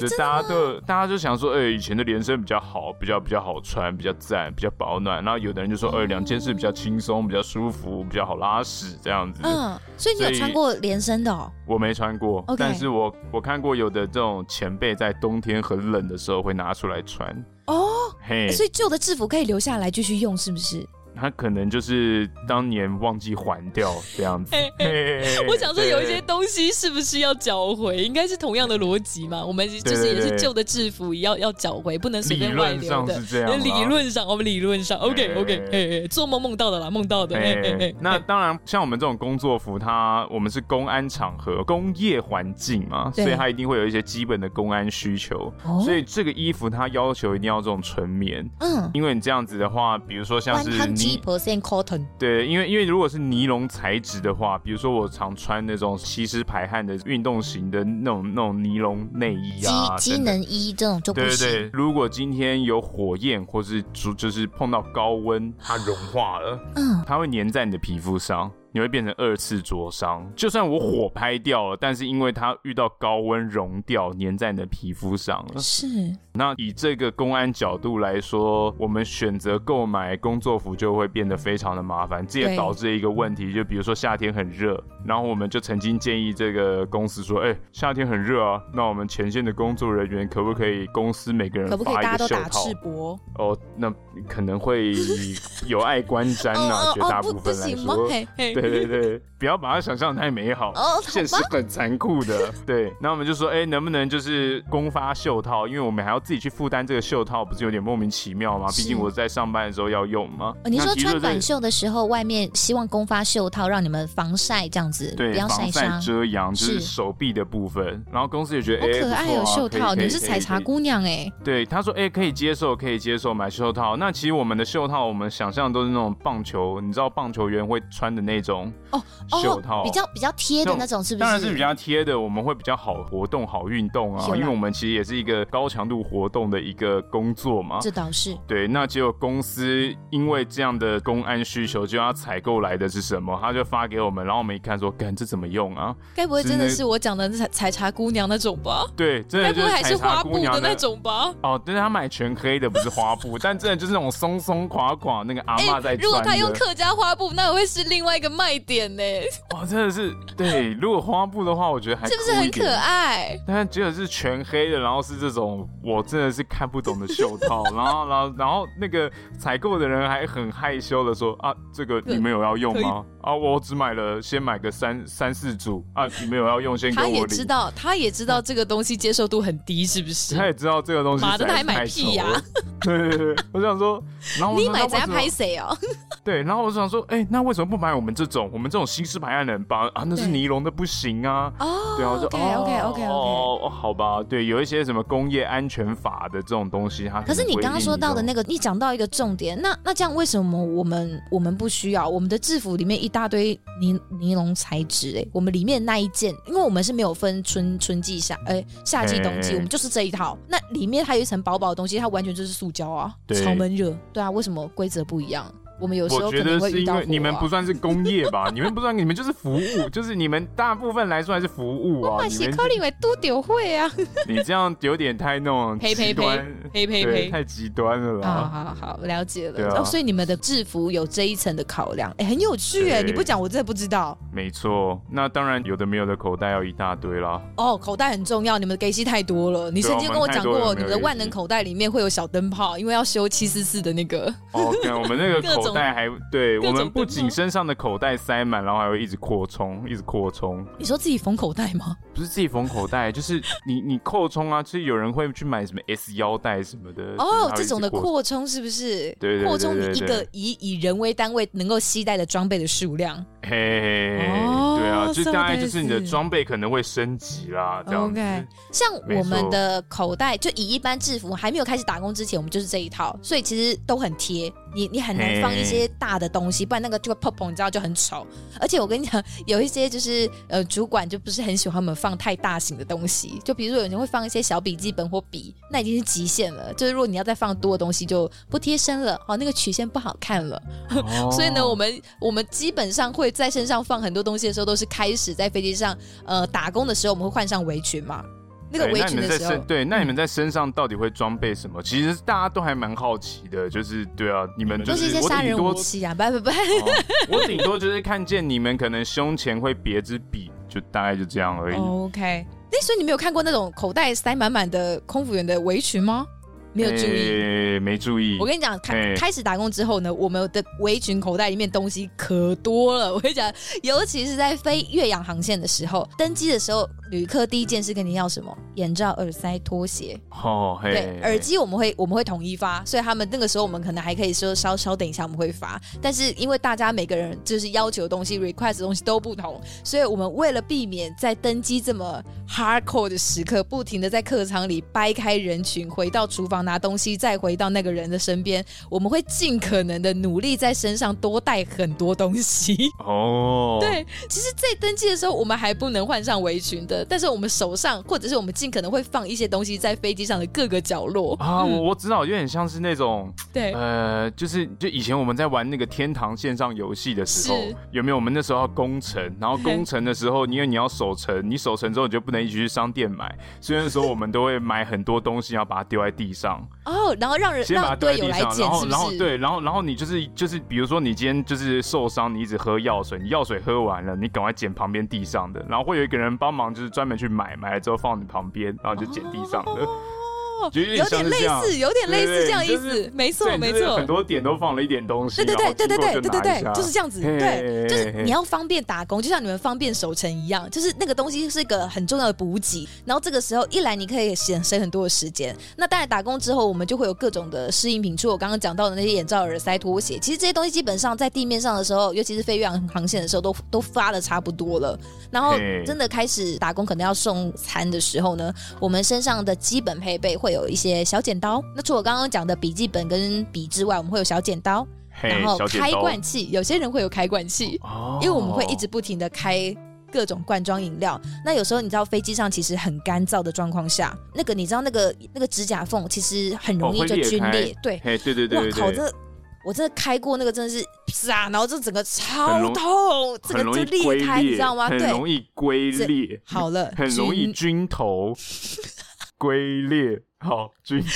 Speaker 1: 就大家都有大家就想说，哎、以前的连身比较好，比较比较好穿，比较赞，比较保暖。然后有的人就说，哎、两件事比较轻松，比较舒服，比较好拉屎这样子。
Speaker 2: 嗯，所以你
Speaker 1: 所
Speaker 2: 有
Speaker 1: 以
Speaker 2: 穿过连身的哦？
Speaker 1: 我没穿过
Speaker 2: OK
Speaker 1: 但是我我看过有的这种前辈在冬天很冷的时候会拿出来穿
Speaker 2: 哦，
Speaker 1: 嘿
Speaker 2: 所以旧的制服可以留下来继续用，是不是？
Speaker 1: 他可能就是当年忘记还掉这样子。
Speaker 3: 嘿
Speaker 1: 嘿嘿嘿
Speaker 3: 我想说，有一些
Speaker 1: 对
Speaker 3: 东西是不是要缴回？应该是同样的逻辑嘛。我们就
Speaker 1: 对
Speaker 3: 是
Speaker 1: 对
Speaker 3: 也是
Speaker 1: 对
Speaker 3: 旧的制服，也要要缴回，不能随
Speaker 1: 理
Speaker 3: 便外
Speaker 1: 论
Speaker 3: 流
Speaker 1: 上
Speaker 3: 的
Speaker 1: 是。这样啊啦，
Speaker 3: 理论上，我们理论上，OK OK，哎
Speaker 1: 哎
Speaker 3: 哎，做梦梦到的啦，梦到的，哎哎哎
Speaker 1: 哎，，那当然，像我们这种工作服，它我们是公安场合、工业环境嘛，
Speaker 2: 对
Speaker 1: 所以它一定会有一些基本的公安需求。
Speaker 2: 哦
Speaker 1: 所以这个衣服它要求一定要这种纯棉，
Speaker 2: 嗯
Speaker 1: 因为你这样子的话，比如说像
Speaker 2: ，one
Speaker 1: 是
Speaker 2: hundred
Speaker 1: 你
Speaker 2: percent cotton，
Speaker 1: 对，因为因为如果是尼龙材质的话，比如说我常穿那种吸湿排汗的运动型的那种那种尼龙内衣
Speaker 2: 机
Speaker 1: 啊，
Speaker 2: 机
Speaker 1: 等等
Speaker 2: 能衣这种就不
Speaker 1: 对对
Speaker 2: 行。
Speaker 1: 对，如果今天有火焰或是就就是碰到高温，它融化了，
Speaker 2: 嗯，
Speaker 1: 它会粘在你的皮肤上，你会变成二次灼伤。就算我火拍掉了，但是因为它遇到高温融掉，粘在你的皮肤上了。
Speaker 2: 是
Speaker 1: 那以这个公安角度来说，我们选择购买工作服就会变得非常的麻烦，这也
Speaker 2: 对
Speaker 1: 导致一个问题，就比如说夏天很热，然后我们就曾经建议这个公司说，哎、夏天很热啊，那我们前线的工作人员可不可以公司每个人
Speaker 2: 可不可以
Speaker 1: 发
Speaker 2: 大家
Speaker 1: 一
Speaker 2: 都
Speaker 1: 个袖
Speaker 2: 打
Speaker 1: 套
Speaker 2: 赤？膊？
Speaker 1: 哦，那可能
Speaker 2: <laughs>
Speaker 1: 会有碍观瞻呐、绝大
Speaker 2: 不
Speaker 1: 部
Speaker 2: 哦不
Speaker 1: 分来
Speaker 2: 行吗？
Speaker 1: 说。
Speaker 2: 嘿
Speaker 3: 嘿
Speaker 1: 对对对，不要把它想象得太美好。
Speaker 2: 哦，好
Speaker 1: 现实
Speaker 2: 吧，
Speaker 1: 很残酷的。对，那我们就说，哎、能不能就是公发袖套？因为我们还要自己去负担这个袖套，不是有点莫名其妙吗？
Speaker 2: 是
Speaker 1: 毕竟我在上班的时候要用嘛。
Speaker 2: 哦你
Speaker 1: 那
Speaker 2: 说
Speaker 1: 的确
Speaker 2: 穿短
Speaker 1: 是
Speaker 2: 袖的时候，外面希望公发袖套，让你们防晒这样子，不
Speaker 1: 对
Speaker 2: 要晒
Speaker 1: 防晒
Speaker 2: 伤。
Speaker 1: 遮阳，就是是手臂的部分。然后公司也觉得，
Speaker 2: 好
Speaker 1: 哎、
Speaker 2: 可爱
Speaker 1: 不错
Speaker 2: 哦，
Speaker 1: 啊
Speaker 2: 袖套，
Speaker 1: 可以
Speaker 2: 你是
Speaker 1: 可以
Speaker 2: 采茶
Speaker 1: 可以
Speaker 2: 姑娘哎，
Speaker 1: 对，他说，哎、可以接受，可以接受买袖套。那其实我们的袖套，我们想象都是那种棒球，你知道棒球员会穿的那种
Speaker 2: 哦
Speaker 1: 袖套，
Speaker 2: 比较比较贴的那种，是不是？
Speaker 1: 当然是比较贴的，我们会比较好活动、好运动啊
Speaker 2: 是，啦
Speaker 1: 因为我们其实也是一个高强度活动的一个工作嘛。
Speaker 2: 这倒是
Speaker 1: 对，那结果公司因为这样的公安需求，就要采购来的是什么？他就发给我们，然后我们一看说，干这怎么用啊？
Speaker 3: 该不会真的
Speaker 1: 真的
Speaker 3: 是我讲的采采茶姑娘那种吧？
Speaker 1: 对，真
Speaker 3: 该
Speaker 1: 的
Speaker 3: 不
Speaker 1: 就
Speaker 3: 会还
Speaker 1: 采
Speaker 3: 是
Speaker 1: 茶
Speaker 3: 花
Speaker 1: 姑
Speaker 3: 布
Speaker 1: 娘
Speaker 3: 的
Speaker 1: 的
Speaker 3: 那种吧？
Speaker 1: 哦，但是他买全黑的，不是
Speaker 3: <laughs>
Speaker 1: 花布，但真的就是那种松松垮垮那个阿嬷在
Speaker 3: 哎如果
Speaker 1: 穿的。
Speaker 3: 他用客家花布，那会是另外一个卖点呢，
Speaker 1: 哇，哦真的是
Speaker 3: <laughs>
Speaker 1: 对。如果花布的话，我觉得还
Speaker 3: 是不是
Speaker 1: 酷
Speaker 3: 很
Speaker 1: 一点
Speaker 3: 可？爱？
Speaker 1: 但只有是全黑的，然后是这种我真的是看不懂的袖
Speaker 3: <laughs>
Speaker 1: 套，然后然后然后那个采购的人还很害羞的说啊，这个你们有要用吗？啊，我只买了，先买个三三四组啊，你们有要用先给
Speaker 3: 他
Speaker 1: 我领。嗯
Speaker 3: 也知道，他也知道这个东西接受度很低，是不是？
Speaker 1: <laughs> 他也知道这个东西
Speaker 3: 妈的
Speaker 1: 实在
Speaker 3: 那还
Speaker 1: 是
Speaker 3: 买
Speaker 1: 太
Speaker 3: 屁
Speaker 1: 丑
Speaker 3: 呀
Speaker 1: 了 <laughs> 对对对，我想说，然后我
Speaker 2: 你
Speaker 1: 说
Speaker 2: 买
Speaker 1: 哦那为
Speaker 2: 咱
Speaker 1: 什么
Speaker 2: 拍谁哦？
Speaker 1: 对，然后我就想说，哎、那为什么不买我们这种？我们这种新式排案人吧，啊，那是
Speaker 2: 对
Speaker 1: 尼龙的不行啊。
Speaker 2: 哦
Speaker 1: 对啊，我就
Speaker 2: OK OK
Speaker 1: 哦
Speaker 2: OK
Speaker 1: 哦
Speaker 2: OK。
Speaker 1: 哦，好吧，对，有一些什么工业安全法的这种东西，它
Speaker 2: 可是你
Speaker 1: 很
Speaker 2: 刚刚
Speaker 1: 规定
Speaker 2: 说到的
Speaker 1: 这种
Speaker 2: 那个，你讲到一个重点，那那这样为什么我们我们不需要？我们的制服里面一大堆尼尼龙材质，哎，我们里面那一件，因为我们是没有分春春季夏，哎，夏季冬季，
Speaker 1: 哎
Speaker 2: 我们就是这一套。那里面还有一层薄薄的东西，它完全就是塑胶啊，
Speaker 1: 对
Speaker 2: 超闷热。对啊，为什么规则不一样？我们有时候
Speaker 1: 我
Speaker 2: 可
Speaker 1: 觉
Speaker 2: 能
Speaker 1: 得
Speaker 2: 会
Speaker 1: 是
Speaker 2: 遇
Speaker 1: 因
Speaker 2: 到、啊
Speaker 1: 为你们不。算是工业吧，你们不算，你们就是服务，就是你们大部分来说还是服务啊。
Speaker 2: 那
Speaker 1: 你
Speaker 2: 些
Speaker 1: 们
Speaker 2: 科里为都丢会啊！
Speaker 1: 你这样有点太那种
Speaker 3: 呸呸呸
Speaker 1: 极端，
Speaker 3: 呸呸
Speaker 1: 对，
Speaker 3: 呸！
Speaker 1: 太极端了啦。
Speaker 2: 啊，哦好好了解
Speaker 1: 对
Speaker 2: 了、
Speaker 1: 啊
Speaker 2: 哦，所以你们的制服有这一层的考量，哎，很有趣哎！
Speaker 1: 对
Speaker 2: 你不讲我真的不知道
Speaker 1: 没错，那当然有的没有的口袋要一大堆啦。
Speaker 2: 哦。口袋很重要，你们的 gay 系太多了。你
Speaker 1: 对啊
Speaker 2: 曾经跟我讲
Speaker 1: 我们
Speaker 2: 过，
Speaker 1: 太多了
Speaker 2: 你们的万能口袋里面会有小灯泡，因为要修七四四的那个。
Speaker 1: 哦，看我们
Speaker 2: <laughs>
Speaker 1: 那
Speaker 3: 各
Speaker 1: 个
Speaker 3: 种
Speaker 1: 口袋还对，
Speaker 3: 各种
Speaker 1: 我们不
Speaker 3: 灯泡
Speaker 1: 仅身上的口袋塞满，然后还会一直扩充，一直扩充，
Speaker 2: 你说自己缝口袋吗？
Speaker 1: 不是自己缝口袋，
Speaker 2: <laughs>
Speaker 1: 就是你你扩充啊，就是有人会去买什么 S 腰带什么的。就是它
Speaker 2: 哦，
Speaker 1: 会
Speaker 2: 这种的
Speaker 1: 一直充
Speaker 2: 扩充是不是？
Speaker 1: 对对对
Speaker 2: 扩充你一
Speaker 1: 对
Speaker 2: 个
Speaker 1: 对
Speaker 2: 以以人为单位能够携带的装备的数量。
Speaker 1: 嘿嘿嘿，
Speaker 2: 哦
Speaker 1: 对啊，就大概
Speaker 2: そうです
Speaker 1: 就是你的装备可能会升级啦，这样子。
Speaker 2: OK 像我
Speaker 1: 没
Speaker 2: 们
Speaker 1: 错
Speaker 2: 的口袋，就以一般制服还没有开始打工之前，我们就是这一套，所以其实都很贴。你你很难
Speaker 1: 嘿
Speaker 2: 放一些大的东西，不然那个就会砰砰，你知道就很丑。而且我跟你讲，有一些就是呃，主管就不是很喜欢我们放太大型的东西，就比如说有人会放一些小笔记本或笔，那已经是极限了。就是如果你要再放多的东西，就不贴身了，哦，那个曲线不好看了。
Speaker 1: 哦
Speaker 2: <laughs> 所以呢，我们我们基本上会在身上放很多东西的时候，都是开始在飞机上呃打工的时候，我们会换上围裙嘛。那个
Speaker 1: 对
Speaker 2: 围
Speaker 1: 那你
Speaker 2: 裙
Speaker 1: 们在
Speaker 2: 的时候嗯
Speaker 1: 身，对，那你们在身上到底会装备什么？其实大家都还蛮好奇的，就是对啊，你们就
Speaker 2: 都是一些
Speaker 1: 我
Speaker 2: 杀
Speaker 1: 顶
Speaker 2: 人
Speaker 1: 多
Speaker 2: 武器啊！不不不，
Speaker 1: 哦我顶多就是看见你们可能胸前会别支笔，就大概就这样而已。
Speaker 2: 哦 OK，那所以你没有看过那种口袋塞满满的空服员的围裙吗？没有注意。
Speaker 1: 诶哎没注意。
Speaker 2: 我跟你讲，开
Speaker 1: 哎
Speaker 2: 开始打工之后呢，我们的围裙口袋里面东西可多了。我 <laughs> 跟你讲，尤其是在飞岳阳航线的时候，登机的时候，旅客第一件事跟你要什么？眼罩、耳塞、拖鞋。
Speaker 1: 哦嘿，
Speaker 2: 对，耳机我们会我们会统一发，所以他们那个时候我们可能还可以说稍稍等一下我们会发，但是因为大家每个人就是要求的东西 request 的东西都不同，所以我们为了避免在登机这么 hardcore 的时刻，不停的在客舱里掰开人群，回到厨房拿东西，再回到那个人的身边，我们会尽可能的努力在身上多带很多东西。
Speaker 1: 哦，
Speaker 2: 对，其实，在登记的时候，我们还不能换上围裙的，但是我们手上或者是我们尽可能会放一些东西在飞机上的各个角落。
Speaker 1: 啊，我我知道，有点像是那种
Speaker 2: 嗯对，
Speaker 1: 呃，就是就以前我们在玩那个天堂线上游戏的时候
Speaker 2: 是，
Speaker 1: 有没有？我们那时候要攻城，然后攻城的时候，因为你要守城， <laughs> 你守城之后你就不能一起去商店买，所以那时候我们都会买很多东西，要把它丢在地上。
Speaker 2: 哦，然后让 <laughs> 人
Speaker 1: 先把它
Speaker 2: 让
Speaker 1: 丢在
Speaker 2: 队
Speaker 1: 地
Speaker 2: 友来
Speaker 1: 上，
Speaker 2: 捡
Speaker 1: 然，后
Speaker 2: 是不
Speaker 1: 然后
Speaker 2: 是？
Speaker 1: 对，然后然后你就是就是，比如说你今天就是受伤，你一直喝药水，你药水喝完了，你赶快捡旁边地上的，然后会有一个人帮忙，就是专门去买，买了之后放你旁边，然后就捡地上的。
Speaker 2: 哦
Speaker 1: <laughs> 就有点
Speaker 2: 有
Speaker 1: 像
Speaker 2: 点
Speaker 1: 是这
Speaker 2: 类
Speaker 1: 样
Speaker 2: 似，有点类
Speaker 1: 对
Speaker 2: 似
Speaker 1: 对
Speaker 2: 这样意
Speaker 1: 就是
Speaker 2: 思，没
Speaker 1: 所
Speaker 2: 错，
Speaker 1: 以
Speaker 2: 没
Speaker 1: 就是
Speaker 2: 错
Speaker 1: 很。多点都放了一点东西，
Speaker 2: 对对对对对
Speaker 1: 然后
Speaker 2: 对
Speaker 1: 经过就
Speaker 2: 对对
Speaker 1: 拿一
Speaker 2: 对
Speaker 1: 下，
Speaker 2: 就是这样子，
Speaker 1: 嘿
Speaker 2: 对，就是
Speaker 1: 嘿嘿
Speaker 2: 你要方便打工，就像你们方便守城一样，就是那个东西是一个很重要的补给。然后这个时候一来，你可以省省很多的时间。那当然，打工之后我们就会有各种的适应品，除了我刚刚讲到的那些眼罩、耳塞、拖鞋，其实这些东西基本上在地面上的时候，尤其是飞越航航线的时候，都都发的差不多了。然后
Speaker 1: 嘿
Speaker 2: 真的开始打工，可能要送餐的时候呢，我们身上的基本配备会有一些小剪刀。那除了我刚刚讲的笔记本跟笔之外，我们会有小剪刀，
Speaker 1: 嘿
Speaker 2: 然后
Speaker 1: 小剪刀
Speaker 2: 开罐器，有些人会有开罐器，
Speaker 1: 哦
Speaker 2: 因为我们会一直不停的开。各种罐装饮料，那有时候你知道飞机上其实很干燥的状况下，那个你知道那个那个指甲缝其实很容易
Speaker 1: 哦会
Speaker 2: 就
Speaker 1: 裂
Speaker 2: 皲
Speaker 1: 开
Speaker 2: 裂，对，
Speaker 1: 嘿，对对对
Speaker 2: 哇靠，
Speaker 1: 对对，
Speaker 2: 这我真的开过那个真的是啪，然后这整个
Speaker 1: 很
Speaker 2: 超
Speaker 1: 容
Speaker 2: 痛，整
Speaker 1: 很
Speaker 2: 个
Speaker 1: 容
Speaker 2: 就
Speaker 1: 易龟
Speaker 2: 裂开，你知道吗？
Speaker 1: 很
Speaker 2: 对，
Speaker 1: 容易龟
Speaker 2: 这
Speaker 1: 裂，
Speaker 2: 好 <laughs> 了，
Speaker 1: 很容易
Speaker 2: 均
Speaker 1: 均 <laughs>
Speaker 2: <laughs>
Speaker 1: 头龟裂，好均裂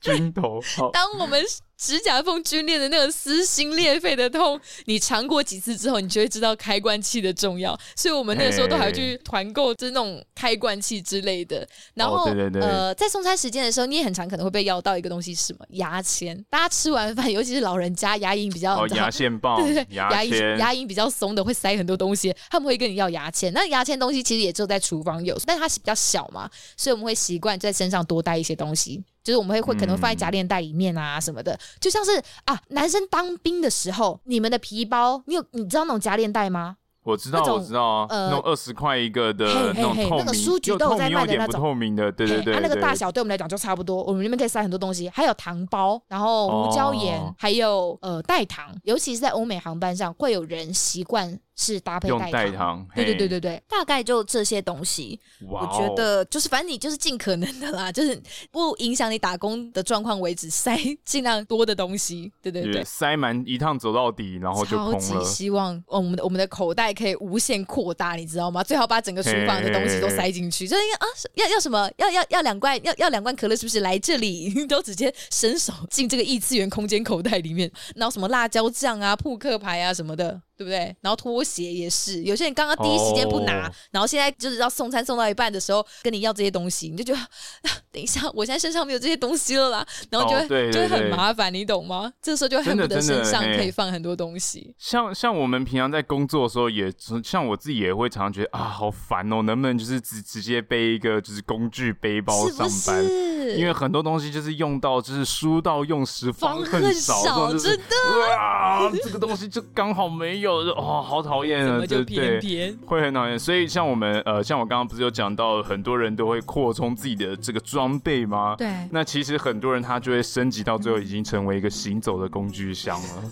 Speaker 1: 均头好。
Speaker 2: 当我们指甲缝皲裂的那个撕心裂肺的痛，你尝过几次之后，你就会知道开关器的重要。所以我们那个时候都还会去团购，就是那种开关器之类的。然
Speaker 1: 哦
Speaker 2: 后、
Speaker 1: 对对对
Speaker 2: 呃，在送餐时间的时候，你也很常可能会被要到一个东西，是什么牙签。大家吃完饭，尤其是老人家牙龈比较
Speaker 1: 哦
Speaker 2: 你，知道
Speaker 1: 牙线棒
Speaker 2: 对对、对，牙
Speaker 1: 牙
Speaker 2: 龈
Speaker 1: 签、
Speaker 2: 牙龈比较松的会塞很多东西，他们会跟你要牙签。那牙签东西其实也只有在厨房有，但它比较小嘛，所以我们会习惯在身上多带一些东西，就是我们会会可能放在
Speaker 1: 嗯
Speaker 2: 夹链袋里面啊什么的。就像是啊，男生当兵的时候，你们的皮包，你有你知道那种夹链袋吗？
Speaker 1: 我知道，
Speaker 2: 那种
Speaker 1: 我知道啊，
Speaker 2: 呃
Speaker 1: 那种二十块一个的
Speaker 2: 嘿嘿
Speaker 1: 那种
Speaker 2: 嘿
Speaker 1: 透
Speaker 2: 那个
Speaker 1: 明，
Speaker 2: 书局
Speaker 1: 又
Speaker 2: 都有
Speaker 1: 透
Speaker 2: 在
Speaker 1: 明
Speaker 2: 卖
Speaker 1: 又
Speaker 2: 的那
Speaker 1: 点不
Speaker 2: 种
Speaker 1: 透明的，对对
Speaker 2: 嘿
Speaker 1: 对，
Speaker 2: 啊，那个
Speaker 1: 对
Speaker 2: 大小对我们来讲就差不多，我们里面可以塞很多东西，还有糖包，然后胡椒盐，
Speaker 1: 哦
Speaker 2: 还有呃代糖，尤其是在欧美航班上，会有人习惯是搭配
Speaker 1: 用
Speaker 2: 代
Speaker 1: 代糖，
Speaker 2: 对对
Speaker 1: 嘿
Speaker 2: 对，对对，
Speaker 4: 大概就这些东西。
Speaker 1: 哇
Speaker 4: 我
Speaker 1: 哦，
Speaker 4: 觉得就是，反正你就是尽可能的啦，就是不影响你打工的状况为止，塞尽量多的东西。对对
Speaker 1: 就是
Speaker 4: 对，
Speaker 1: 塞满一趟走到底，然后就空
Speaker 2: 超级
Speaker 1: 了。
Speaker 2: 希望哦我们的我们的口袋可以无限扩大，你知道吗？最好把整个厨房的东西都塞进去，就是因为啊，
Speaker 4: 要要什么？要要要两罐，要要两罐可乐，是不是？来这
Speaker 2: <laughs>
Speaker 4: 里都直接伸手
Speaker 2: 进这个异次元空间口袋里面，然后什么辣椒酱啊、扑克牌啊什么的，对不对？然后拖鞋也是，有些人刚刚第一时间不拿，
Speaker 1: 哦
Speaker 2: 然后现在就是要送餐送到一半的时候跟你要这些东西，你就觉得、啊、等一下，我现在身上没有这些东西了啦，然后就会、
Speaker 1: 哦对对
Speaker 2: 就会很
Speaker 1: 对
Speaker 2: 麻烦，你懂吗？这时候就 <laughs> 会恨不得
Speaker 1: 真的真
Speaker 2: 身
Speaker 1: 的
Speaker 2: 上可以
Speaker 1: 嘿
Speaker 2: 放很多东西。
Speaker 1: 像像我们平常在工作的时候也，像我自己也会常常觉得啊，好烦哦，能不能就是直直接背一个就是工具背包
Speaker 4: 是
Speaker 1: 上
Speaker 4: 不
Speaker 1: 班？
Speaker 4: 是？
Speaker 1: 因为很多东西就是用到就是书到用时
Speaker 4: 方
Speaker 1: 恨
Speaker 4: 恨
Speaker 1: 少，
Speaker 4: 少
Speaker 1: 这种就是
Speaker 4: 真
Speaker 1: 啊，这个东西就刚好没有，就哦，好讨厌
Speaker 2: 怎
Speaker 1: 啊，
Speaker 2: 么就
Speaker 1: 对
Speaker 2: 偏
Speaker 1: 对。
Speaker 2: 偏？
Speaker 1: 会很讨厌，所以像我们呃，像我刚刚不是有讲到，很多人都会扩充自己的这个装备吗？
Speaker 4: 对
Speaker 1: 那其实很多人他就会升级到最后，已经成为一个行走的工具箱了。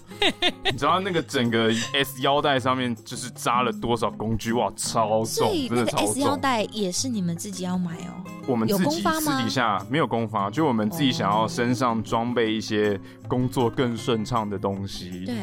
Speaker 1: <laughs> 你知道那个整个 S 腰带上面就是扎了多少工具？哇，超
Speaker 4: 所
Speaker 1: 重，
Speaker 4: 以
Speaker 1: 真
Speaker 4: 那
Speaker 1: 的
Speaker 4: 个
Speaker 1: 超
Speaker 4: S 腰
Speaker 1: 重。
Speaker 4: 带也是你们自己要买哦。
Speaker 1: 我们
Speaker 4: 有
Speaker 1: 自己
Speaker 4: 公发吗
Speaker 1: 私底下没有公发，就我们自己想要身上装备一些工作更顺畅的东西。
Speaker 4: 对，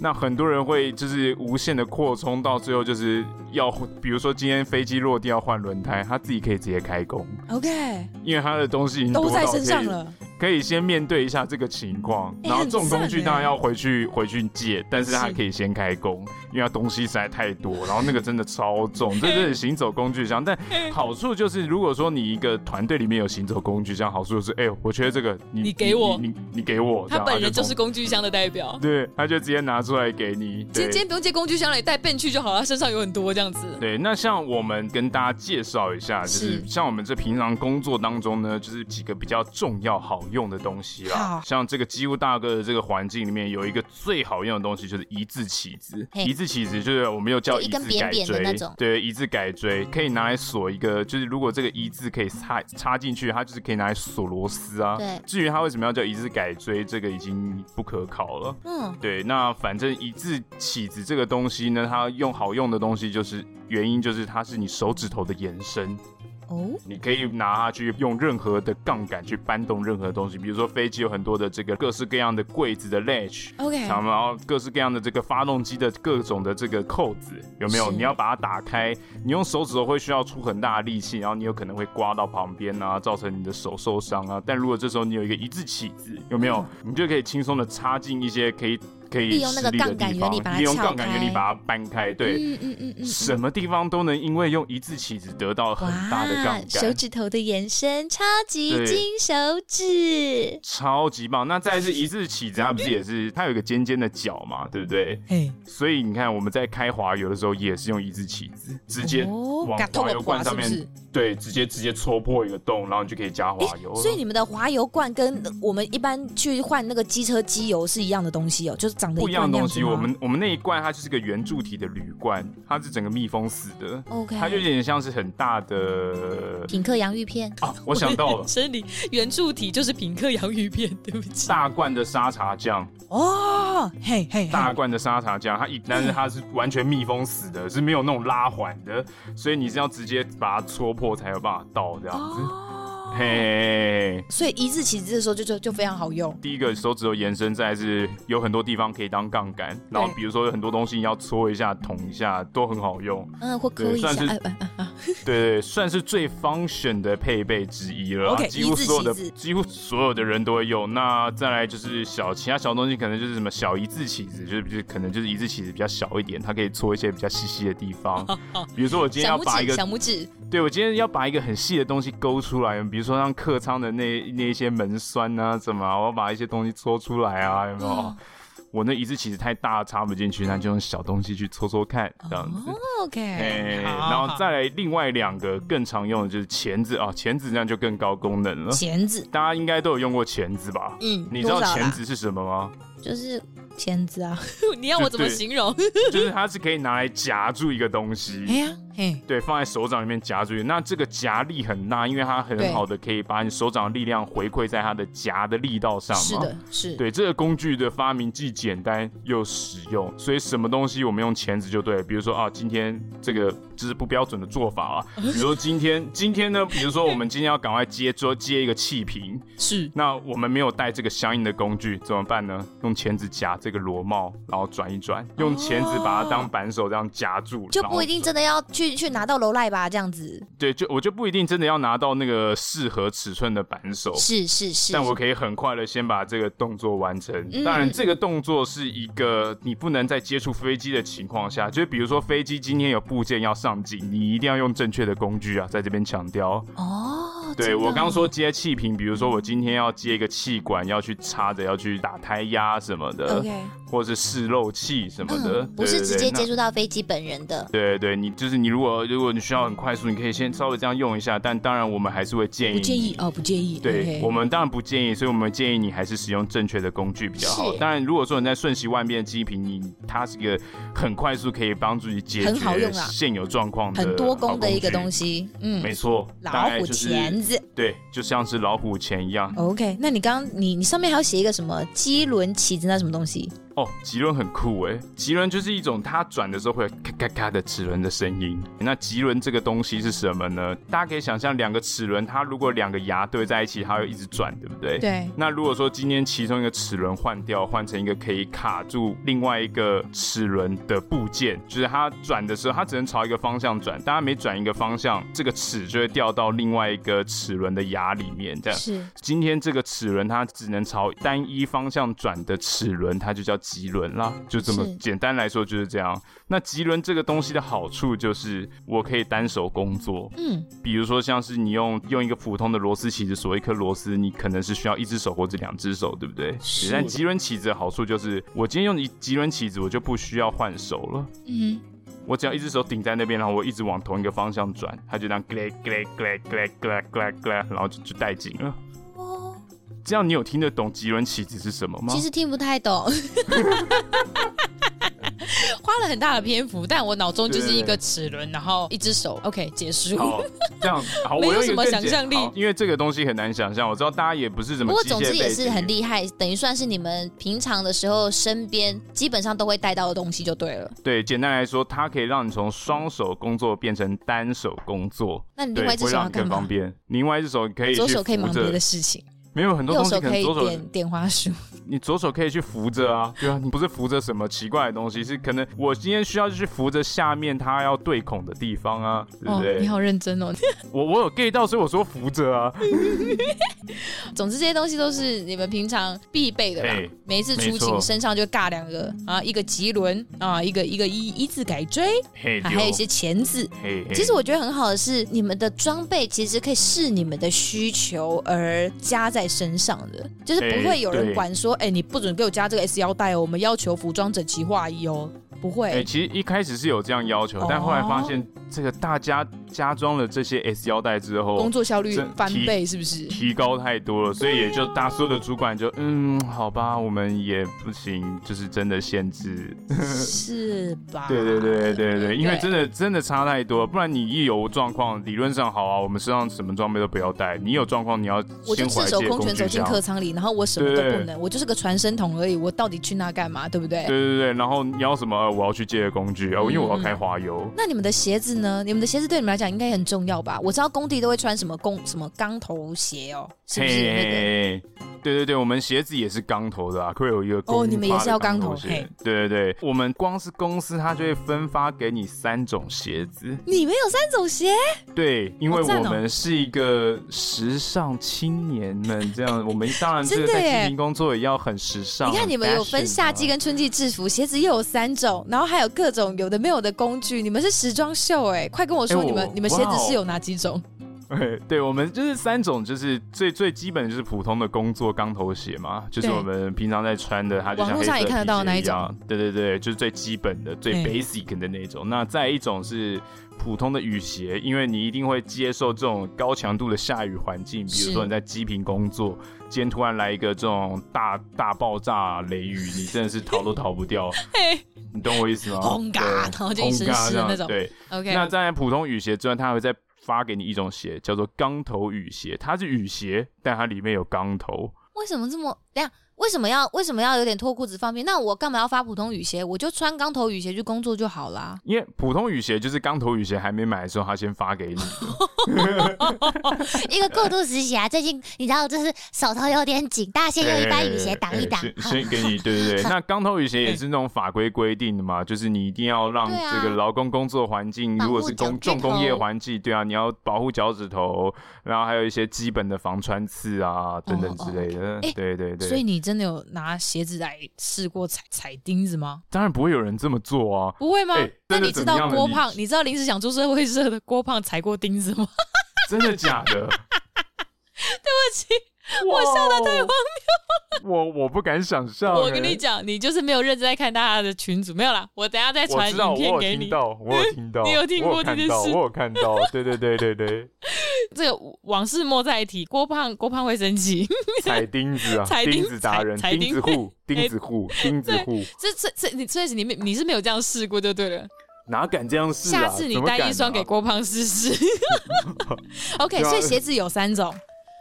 Speaker 1: 那很多人会就是无限的扩充，到最后就是要，比如说今天飞机落地要换轮胎，他自己可以直接开工，
Speaker 4: OK，
Speaker 1: 因为他的东西已经
Speaker 2: 都
Speaker 1: 多
Speaker 2: 在
Speaker 1: 到
Speaker 2: 身
Speaker 1: 可
Speaker 2: 上
Speaker 1: 以
Speaker 2: 了，
Speaker 1: 可以先面对一下这个情况，
Speaker 4: 欸
Speaker 2: 哎
Speaker 1: 然后这种
Speaker 4: 很赞
Speaker 1: 工具
Speaker 4: 欸
Speaker 1: 当然要回去回去借，但是他
Speaker 2: 是
Speaker 1: 可以先开工，因为他东西实在太多，然后那个真的超重，这
Speaker 2: <laughs>
Speaker 1: 就是行走工具箱。但
Speaker 2: 嗯
Speaker 1: 好处就是，如果说你一个团队里面有行走工具箱，好处就是，哎、我缺这个，你
Speaker 2: 你给我
Speaker 1: 你你你给我，这
Speaker 2: 他
Speaker 1: 样
Speaker 2: 本人就是
Speaker 1: 从
Speaker 2: 工具箱的代表。
Speaker 1: 对，他就直接拿出来给你。
Speaker 2: 今
Speaker 1: 对
Speaker 2: 天今。天不用借工具箱了，你带便去就好了，他身上有很多这样子。
Speaker 1: 对，那像我们跟大家介绍一下，就是
Speaker 2: 是
Speaker 1: 像我们这平常工作当中呢，就是几个比较重要好用的东西啦
Speaker 4: 好。
Speaker 1: 像这个机务大哥的这个环境里面，有一个最好用的东西就是一字起子。
Speaker 4: 嘿
Speaker 1: 一字起子就是我们又叫
Speaker 4: 就一
Speaker 1: 一
Speaker 4: 根
Speaker 1: 字
Speaker 4: 扁
Speaker 1: 改
Speaker 4: 扁的
Speaker 1: 锥
Speaker 4: 那种
Speaker 1: 对，一字改锥可以拿来锁一个，就是如果这个一字可以插插进去，它就是可以拿来锁螺丝啊。
Speaker 4: 对
Speaker 1: 至于它为什么要叫一字改锥，这个已经不可考了。
Speaker 4: 嗯，
Speaker 1: 对，那反正一字起子这个东西呢，它用好用的东西就是原因就是它是你手指头的延伸，
Speaker 4: 哦，
Speaker 1: 你可以拿它去用任何的杠杆去搬动任何东西，比如说飞机有很多的这个各式各样的柜子的 latch。
Speaker 4: OK
Speaker 1: 然后各式各样的这个发动机的各种的这个扣子有没有？
Speaker 4: 是
Speaker 1: 你要把它打开，你用手指头会需要出很大的力气，然后你有可能会刮到旁边啊，造成你的手受伤啊。但如果这时候你有一个一字起子，有没有？你就可以轻松的插进一些可以可以
Speaker 4: 嗯利用那个
Speaker 1: 施力的
Speaker 4: 杠杆
Speaker 1: 地
Speaker 4: 原理
Speaker 1: 方
Speaker 4: 把它
Speaker 1: 利用
Speaker 4: 撬
Speaker 1: 杠杆原理
Speaker 4: 开
Speaker 1: 把它搬开，对。
Speaker 4: 嗯嗯嗯嗯嗯，
Speaker 1: 什么地方都能因为用一字起子得到很大的杠
Speaker 4: 哇，手
Speaker 1: 杆，
Speaker 4: 指头的延伸，超级
Speaker 1: 对
Speaker 4: 金手指，
Speaker 1: 超级棒。那再是一字起子，它不是也是它有一个尖尖的角嘛，对不对？
Speaker 2: 嘿，
Speaker 1: 所以你看我们在开滑油的时候也是用一字起子，直接
Speaker 4: 哦
Speaker 1: 往
Speaker 2: 嘎透
Speaker 1: 滑
Speaker 2: 个
Speaker 1: 油罐
Speaker 2: 滑是
Speaker 1: 上
Speaker 2: 不
Speaker 1: 面，
Speaker 2: 是？
Speaker 1: 对，直接直接戳破一个洞，然后你就可以加滑油了。
Speaker 4: 所以你们的滑油罐跟我们一般去换那个机车机油是一样的东西哦，就是长得
Speaker 1: 不一样
Speaker 4: 样
Speaker 1: 的东
Speaker 4: 样子
Speaker 1: 西，
Speaker 4: 吗
Speaker 1: 我们我们那一罐它就是个圆柱体的铝罐，它是整个密封死的，
Speaker 4: OK，
Speaker 1: 它就有点像是很大的
Speaker 4: 品客洋芋片，
Speaker 1: 啊，我想到
Speaker 2: <laughs>
Speaker 1: 了。
Speaker 2: 生理圆柱体就是品客洋芋片，对不起。
Speaker 1: 大罐的沙茶酱，
Speaker 2: 哦，嘿嘿，
Speaker 1: 大罐的沙茶酱，它一但是它是完全密封死的，是没有那种拉环的，所以你是要直接把它戳破才有办法倒这样子。
Speaker 2: 哦
Speaker 1: 嘿嘿嘿嘿
Speaker 3: 所以一字起字的时候就就就非常好用。
Speaker 1: 第一个手指头延伸，再来是有很多地方可以当杠杆，然后比如说有很多东西要搓一下、捅一下，都很好用。
Speaker 2: 嗯，或抠
Speaker 1: 对
Speaker 2: 一下
Speaker 1: 算，是
Speaker 2: 哎哎哎哎
Speaker 1: 对对，算是最 function 的配备之一了。
Speaker 2: OK，
Speaker 1: 几乎所有的
Speaker 2: 一字起字
Speaker 1: 几乎所有的人都会用。那再来就是小其他小东西，可能就是什么小一字起子，就是就是可能就是一字起子比较小一点，它可以搓一些比较细细的地
Speaker 2: <laughs>
Speaker 1: 方。比如说我今天
Speaker 2: 小
Speaker 1: 要
Speaker 2: 拇
Speaker 1: 把一
Speaker 2: 指，
Speaker 1: 个
Speaker 2: 小拇指，
Speaker 1: 对，我今天要把一个很细的东西勾出来，比如说像客舱的那那一些门栓啊，怎么啊，我要把一些东西搓出来啊，有没
Speaker 2: 嗯
Speaker 1: 有？我那一字其实太大，插不进去，那就用小东西去搓搓看，这样子。
Speaker 2: OK，
Speaker 1: 哎，
Speaker 3: 好
Speaker 1: 然后再来另外两个更常用的就是钳子啊，钳子那就更高功能了。
Speaker 2: 钳子，
Speaker 1: 大家应该都有用过钳子吧？
Speaker 2: 嗯，
Speaker 1: 嗯你知道
Speaker 2: 多少
Speaker 1: 钳
Speaker 2: 啦
Speaker 1: 子是什么吗？
Speaker 2: 就是钳子啊，
Speaker 3: 你要我怎么
Speaker 1: 对
Speaker 3: 形容？
Speaker 1: 就是它是可以拿来夹住一个东西。
Speaker 3: <laughs> 哎
Speaker 2: 嗯
Speaker 3: 呀，嘿，
Speaker 1: 对，放在手掌里面夹住。那这个夹力很大，因为它很
Speaker 3: 对
Speaker 1: 好的可以把你手掌的力量回馈在它的夹的力道上嘛。
Speaker 3: 是的，是。
Speaker 1: 对这个工具的发明既简单又实用，所以什么东西我们用钳子就对了。比如说啊，今天这个就是不标准的做法啊。比如说今天，今天呢，比如说我们今天要赶快接桌接一个气瓶，
Speaker 3: 是
Speaker 1: 那我们没有带这个相应的工具怎么办呢？用钳子夹这个螺帽，然后转一转，用钳子把它当扳手这样夹住，
Speaker 2: 哦就
Speaker 1: 然
Speaker 2: 不
Speaker 1: 后
Speaker 2: 一定真的要去去拿到楼赖吧，这样子，
Speaker 1: 对，就我就不一定真的要拿到那个适合尺寸的扳手，
Speaker 2: 是是
Speaker 1: 哦
Speaker 2: 是，
Speaker 1: 但我可以很快的先把这个动作完成。
Speaker 2: 嗯
Speaker 1: 当然，这个动作是一个你不能在接触飞机的情况下，就是比如说飞机今天有部件要上机，你一定要用正确的工具啊，在这边强调。
Speaker 2: 哦，
Speaker 1: 对
Speaker 2: 真的
Speaker 1: 我刚说接气瓶，比如说我今天要接一个气管，要去插着，要去打胎压什么的
Speaker 2: OK，
Speaker 1: 或者是试漏气什么的，
Speaker 2: 嗯，不是
Speaker 1: 对
Speaker 2: 直
Speaker 1: 对对
Speaker 2: 接
Speaker 1: 那呃
Speaker 2: 接触到飞机本人的，
Speaker 1: 对对对，你就是你，如果如果你需要很快速，你可以先稍微这样用一下，但当然我们还是会建议。
Speaker 3: 不建议。哦，不建议。
Speaker 1: 嗯对
Speaker 3: OK
Speaker 1: 我们当然不建议，所以我们建议你还是使用正确的工具比较好。
Speaker 2: 是
Speaker 1: 当然，如果说你在瞬息万变的机坪，你它是一个很快速可以帮助你解
Speaker 2: 很好
Speaker 1: 决
Speaker 2: 用啊
Speaker 1: 现有状况的
Speaker 2: 很多
Speaker 1: 好
Speaker 2: 功
Speaker 1: 工
Speaker 2: 的一个东
Speaker 1: 西。
Speaker 2: 西，嗯，
Speaker 1: 没错，大
Speaker 2: 老
Speaker 1: 概
Speaker 2: 虎
Speaker 1: 就是
Speaker 2: 钳哦子。
Speaker 1: 对，就像是老虎钳一样。
Speaker 2: OK，那你刚刚你你上面还要写一个什么机轮旗子那什么东西？
Speaker 1: 哦，棘轮很酷哎，棘轮就是一种它转的时候会有咔咔咔的齿轮的声音。那棘轮这个东西是什么呢？大家可以想象两个齿轮，它如果两个牙对在一起，它会一直转，对不对？。
Speaker 3: 对，
Speaker 1: 那如果说今天其中一个齿轮换掉，换成一个可以卡住另外一个齿轮的部件，就是它转的时候，它只能朝一个方向转，但它每转一个方向，这个齿就会掉到另外一个齿轮的牙里面，这样。
Speaker 2: 是
Speaker 1: 今天这个齿轮它只能朝单一方向转的齿轮，它就叫棘轮啦，就这么
Speaker 2: 是
Speaker 1: 简单来说就是这样。那棘轮这个东西的好处就是我可以单手工作，
Speaker 2: 嗯，
Speaker 1: 比如说像是你用用一个普通的螺丝起子锁一颗螺丝，你可能是需要一只手或者两只手，对不对？
Speaker 2: 是
Speaker 1: 但棘轮起子的好处就是，我今天用一棘轮起子，我就不需要换手了。
Speaker 2: 嗯，
Speaker 1: 我只要一只手顶在那边，然后我一直往同一个方向转，它就这样 glad glad glad glad glad glad glad，然后就就带紧了。
Speaker 2: 哦，
Speaker 1: 这样你有听得懂棘轮起子是什么吗？
Speaker 2: 其实听不太懂，
Speaker 3: 花了很大的篇幅，但我脑中就是一
Speaker 1: 对对
Speaker 3: 个齿轮，然后一只手。OK，结束。 <laughs>
Speaker 1: 好，这样
Speaker 2: <laughs>
Speaker 1: 好，
Speaker 3: 没有
Speaker 1: 我用一
Speaker 3: 什
Speaker 1: 个
Speaker 3: 么
Speaker 1: 更
Speaker 3: 想
Speaker 1: 简
Speaker 3: 象力
Speaker 1: 好因为这个东西很难想象。我知道大家也不是什么
Speaker 2: 不过
Speaker 1: 机械
Speaker 2: 总之也
Speaker 1: 背
Speaker 2: 是
Speaker 1: 景
Speaker 2: 很厉害，等于算是你们平常的时候身边基本上都会带到的东西就对
Speaker 1: <laughs>
Speaker 2: 了。
Speaker 1: 对，简单来说，它可以让你从双手工作变成单手工作，
Speaker 2: 那你
Speaker 3: 嗯
Speaker 1: 对
Speaker 2: 另外一，只
Speaker 1: 会
Speaker 2: 手
Speaker 1: 让
Speaker 2: 要
Speaker 1: 你
Speaker 2: 干
Speaker 1: 更
Speaker 2: 嘛
Speaker 1: 方？便。另外一只手可以去
Speaker 3: 左手可以忙
Speaker 1: 扶
Speaker 3: 别
Speaker 1: 着
Speaker 3: 的，事情，
Speaker 1: 没有很多
Speaker 3: 右
Speaker 1: 东西
Speaker 3: 手
Speaker 1: 可
Speaker 3: 可
Speaker 1: 能
Speaker 3: 以
Speaker 1: 左手
Speaker 3: 点点花束。
Speaker 1: 你左手可以去扶着啊，对啊，你不是扶着什么奇怪的东西，是可能我今天需要去扶着下面它要对孔的地方啊，对不
Speaker 3: 哦，
Speaker 1: 对？
Speaker 3: 你好认真哦。 <laughs>
Speaker 1: 我我有 get 到，所以我说扶着啊，
Speaker 3: 总之这些东西都是你们平常必备的啦
Speaker 1: 嘿。
Speaker 3: 每一次
Speaker 1: 没
Speaker 3: 出
Speaker 1: 错
Speaker 3: 勤身上就尬两个啊，一个棘轮啊，一个一个一一字改锥，
Speaker 1: 嘿，
Speaker 3: 啊
Speaker 1: 哎丢
Speaker 3: 还有一些钳子。
Speaker 1: 嘿，嘿
Speaker 2: 其实我觉得很好的是，你们的装备其实可以视你们的需求而加在身上的，就是不会有
Speaker 1: 哎
Speaker 2: 人
Speaker 1: 对
Speaker 2: 管
Speaker 3: 管说，哎、你不准给我加这个 S 腰带哦，我们要求服装整齐划一哦，不会。
Speaker 1: 哎、其实一开始是有这样要求，但后来
Speaker 3: 哦
Speaker 1: 发现这个大家加装了这些 S 腰带之后
Speaker 3: 工，作效率
Speaker 1: 这
Speaker 3: 翻
Speaker 1: 提
Speaker 3: 倍，是不是？
Speaker 1: 提高太多了，所以也就大叔的主管就嗯，好吧，我们也不行，就是真的限
Speaker 2: <laughs>
Speaker 1: 制。
Speaker 3: 是吧？
Speaker 1: 对对对对对，因为
Speaker 3: 对
Speaker 1: 真的真的差太多，不然你一有状况，理论上好啊，我们身上什么装备都不要带，你有状况你要
Speaker 3: 我就
Speaker 1: 先
Speaker 3: 赤
Speaker 1: 怀
Speaker 3: 手
Speaker 1: 借
Speaker 3: 空
Speaker 1: 工
Speaker 3: 拳走
Speaker 1: 具
Speaker 3: 进
Speaker 1: 箱。
Speaker 3: 客舱里，然后我什么都不
Speaker 1: 对
Speaker 3: 能，我就是个传声筒而已，我到底去那干嘛？对不对？
Speaker 1: 对对
Speaker 2: 嗯
Speaker 1: 对，然后你要什么？呃我要去借工具啊，因为我要开花油。
Speaker 2: 那你们的鞋子呢？你们的鞋子对你们来讲应该很重要吧？我知道工地都会穿什么工什么钢头鞋哦，是不
Speaker 1: 嘿
Speaker 2: 是
Speaker 1: 嘿
Speaker 2: 那个？
Speaker 1: 嘿对对对，我们鞋子也是钢头的啊，会有一个公
Speaker 2: 哦你们也
Speaker 1: 发的
Speaker 2: 是要
Speaker 1: 钢
Speaker 2: 钢头
Speaker 1: 鞋
Speaker 3: 嘿。
Speaker 1: 对对对，我们光是公司它就会分发给你三种鞋子。
Speaker 2: 你们有三种鞋？
Speaker 1: 对，因为
Speaker 3: 好赞
Speaker 1: 我
Speaker 3: 哦
Speaker 1: 们是一个时尚青年们，这样我们当然这个
Speaker 2: 真的
Speaker 1: 在
Speaker 2: 耶
Speaker 1: 进行工作也要很时尚。啊
Speaker 2: 你看你们有分夏季
Speaker 1: 跟
Speaker 2: 跟春季制服，鞋子又有三种，然后还有各种有的没有的工具。你们是时装秀哎、快跟我说
Speaker 1: 哎
Speaker 2: 你们、
Speaker 1: 我
Speaker 3: 你们鞋
Speaker 1: 哇
Speaker 3: 子
Speaker 1: 哦
Speaker 3: 是有哪几种？
Speaker 1: <laughs> 哎对，我们就是三种，就是最最基本的就是普通的工作钢头鞋嘛，就是
Speaker 3: 对
Speaker 1: 我们平常在穿的，它就像
Speaker 3: 网
Speaker 1: 黑
Speaker 3: 络
Speaker 1: 色
Speaker 3: 上也看得到
Speaker 1: 皮鞋
Speaker 3: 那一
Speaker 1: 样。对对对，就是最基本的、最
Speaker 3: 嗯
Speaker 1: basic 的那种。那再一种是普通的雨鞋，因为你一定会接受这种高强度的下雨环境，比如
Speaker 3: 是
Speaker 1: 说你在基平工作，今天突然来一个这种大大爆炸雷雨，你真的是逃都逃不掉，
Speaker 3: <laughs> 嘿
Speaker 1: 你懂我意思吗？
Speaker 3: 轰嘎
Speaker 1: 对
Speaker 3: 然后就一身
Speaker 1: 轰嘎
Speaker 3: 湿的
Speaker 1: 这样
Speaker 3: 那种
Speaker 1: 对，
Speaker 3: ，OK，
Speaker 1: 那在普通雨鞋之外，它还会再发给你一种鞋，叫做钢头雨鞋。它是雨鞋，但它里面有钢头。
Speaker 2: 为什么这么这样？为什么要为什么要有点脱裤子放屁？那我干嘛要发普通雨鞋？我就穿钢头雨鞋去工作就好啦。
Speaker 1: 因为普通雨鞋就是钢头雨鞋还没买的时候，它先发给你。
Speaker 4: 一个过度时期啊，最近你知道，就是手头有点紧，大家先用一般雨鞋挡一挡
Speaker 1: 哎。哎先先给你，对对对。那钢头雨鞋也是那种法规规定的嘛，就是你一定要让
Speaker 2: 对啊
Speaker 1: 这个劳工工作环境，
Speaker 2: 保护
Speaker 1: 如果是
Speaker 2: 脚
Speaker 1: 工
Speaker 2: 趾
Speaker 1: 重工业
Speaker 2: 头
Speaker 1: 环境，对啊，你要保护脚趾头，然后还有一些基本的防穿刺啊等等
Speaker 2: 哦
Speaker 1: 之类的。
Speaker 3: 哎
Speaker 1: 对对对。
Speaker 3: 所以你真的有拿鞋子来试过踩踩钉子吗？
Speaker 1: 当然不会有人这么做啊。
Speaker 3: 不会吗？
Speaker 1: 哎
Speaker 3: 那
Speaker 1: 真的
Speaker 3: 你知
Speaker 1: 怎
Speaker 3: 道
Speaker 1: 么样
Speaker 3: 郭
Speaker 1: 你
Speaker 3: 胖，你知道临时想出社会社的郭胖踩过钉子吗？ <laughs>
Speaker 1: 真的假的？对不
Speaker 3: 我
Speaker 1: 起
Speaker 3: 笑得太荒
Speaker 1: 谬。哦我我不敢想象、欸
Speaker 3: 我跟你讲，你就是没有认真在看大家的群组，没有啦，我等一下再
Speaker 1: 欸，我
Speaker 3: 传
Speaker 1: 知
Speaker 3: 影
Speaker 1: 道，我
Speaker 3: 片
Speaker 1: 有
Speaker 3: 给
Speaker 1: 听
Speaker 3: 你。嗯
Speaker 1: 到，我有听到，
Speaker 3: 你有听过这件事
Speaker 1: 我有看到我有看到，对对
Speaker 3: <laughs>
Speaker 1: 对对对，
Speaker 3: 这个往事莫再提，郭胖郭胖会生气。 <laughs>
Speaker 1: 踩钉子啊，
Speaker 3: 踩钉哎
Speaker 1: 钉子达人，
Speaker 3: 踩踩
Speaker 1: 钉子户，钉子户，钉子户，
Speaker 3: 这这这，你所以你没你是没有这样试过就对了。
Speaker 1: 哪敢这样试啊？
Speaker 3: 下次你
Speaker 1: 怎么
Speaker 3: 带
Speaker 1: 敢啊
Speaker 3: 一双给郭胖试
Speaker 1: <laughs>
Speaker 3: 试。OK，
Speaker 1: 对啊
Speaker 3: 所以鞋子有三种，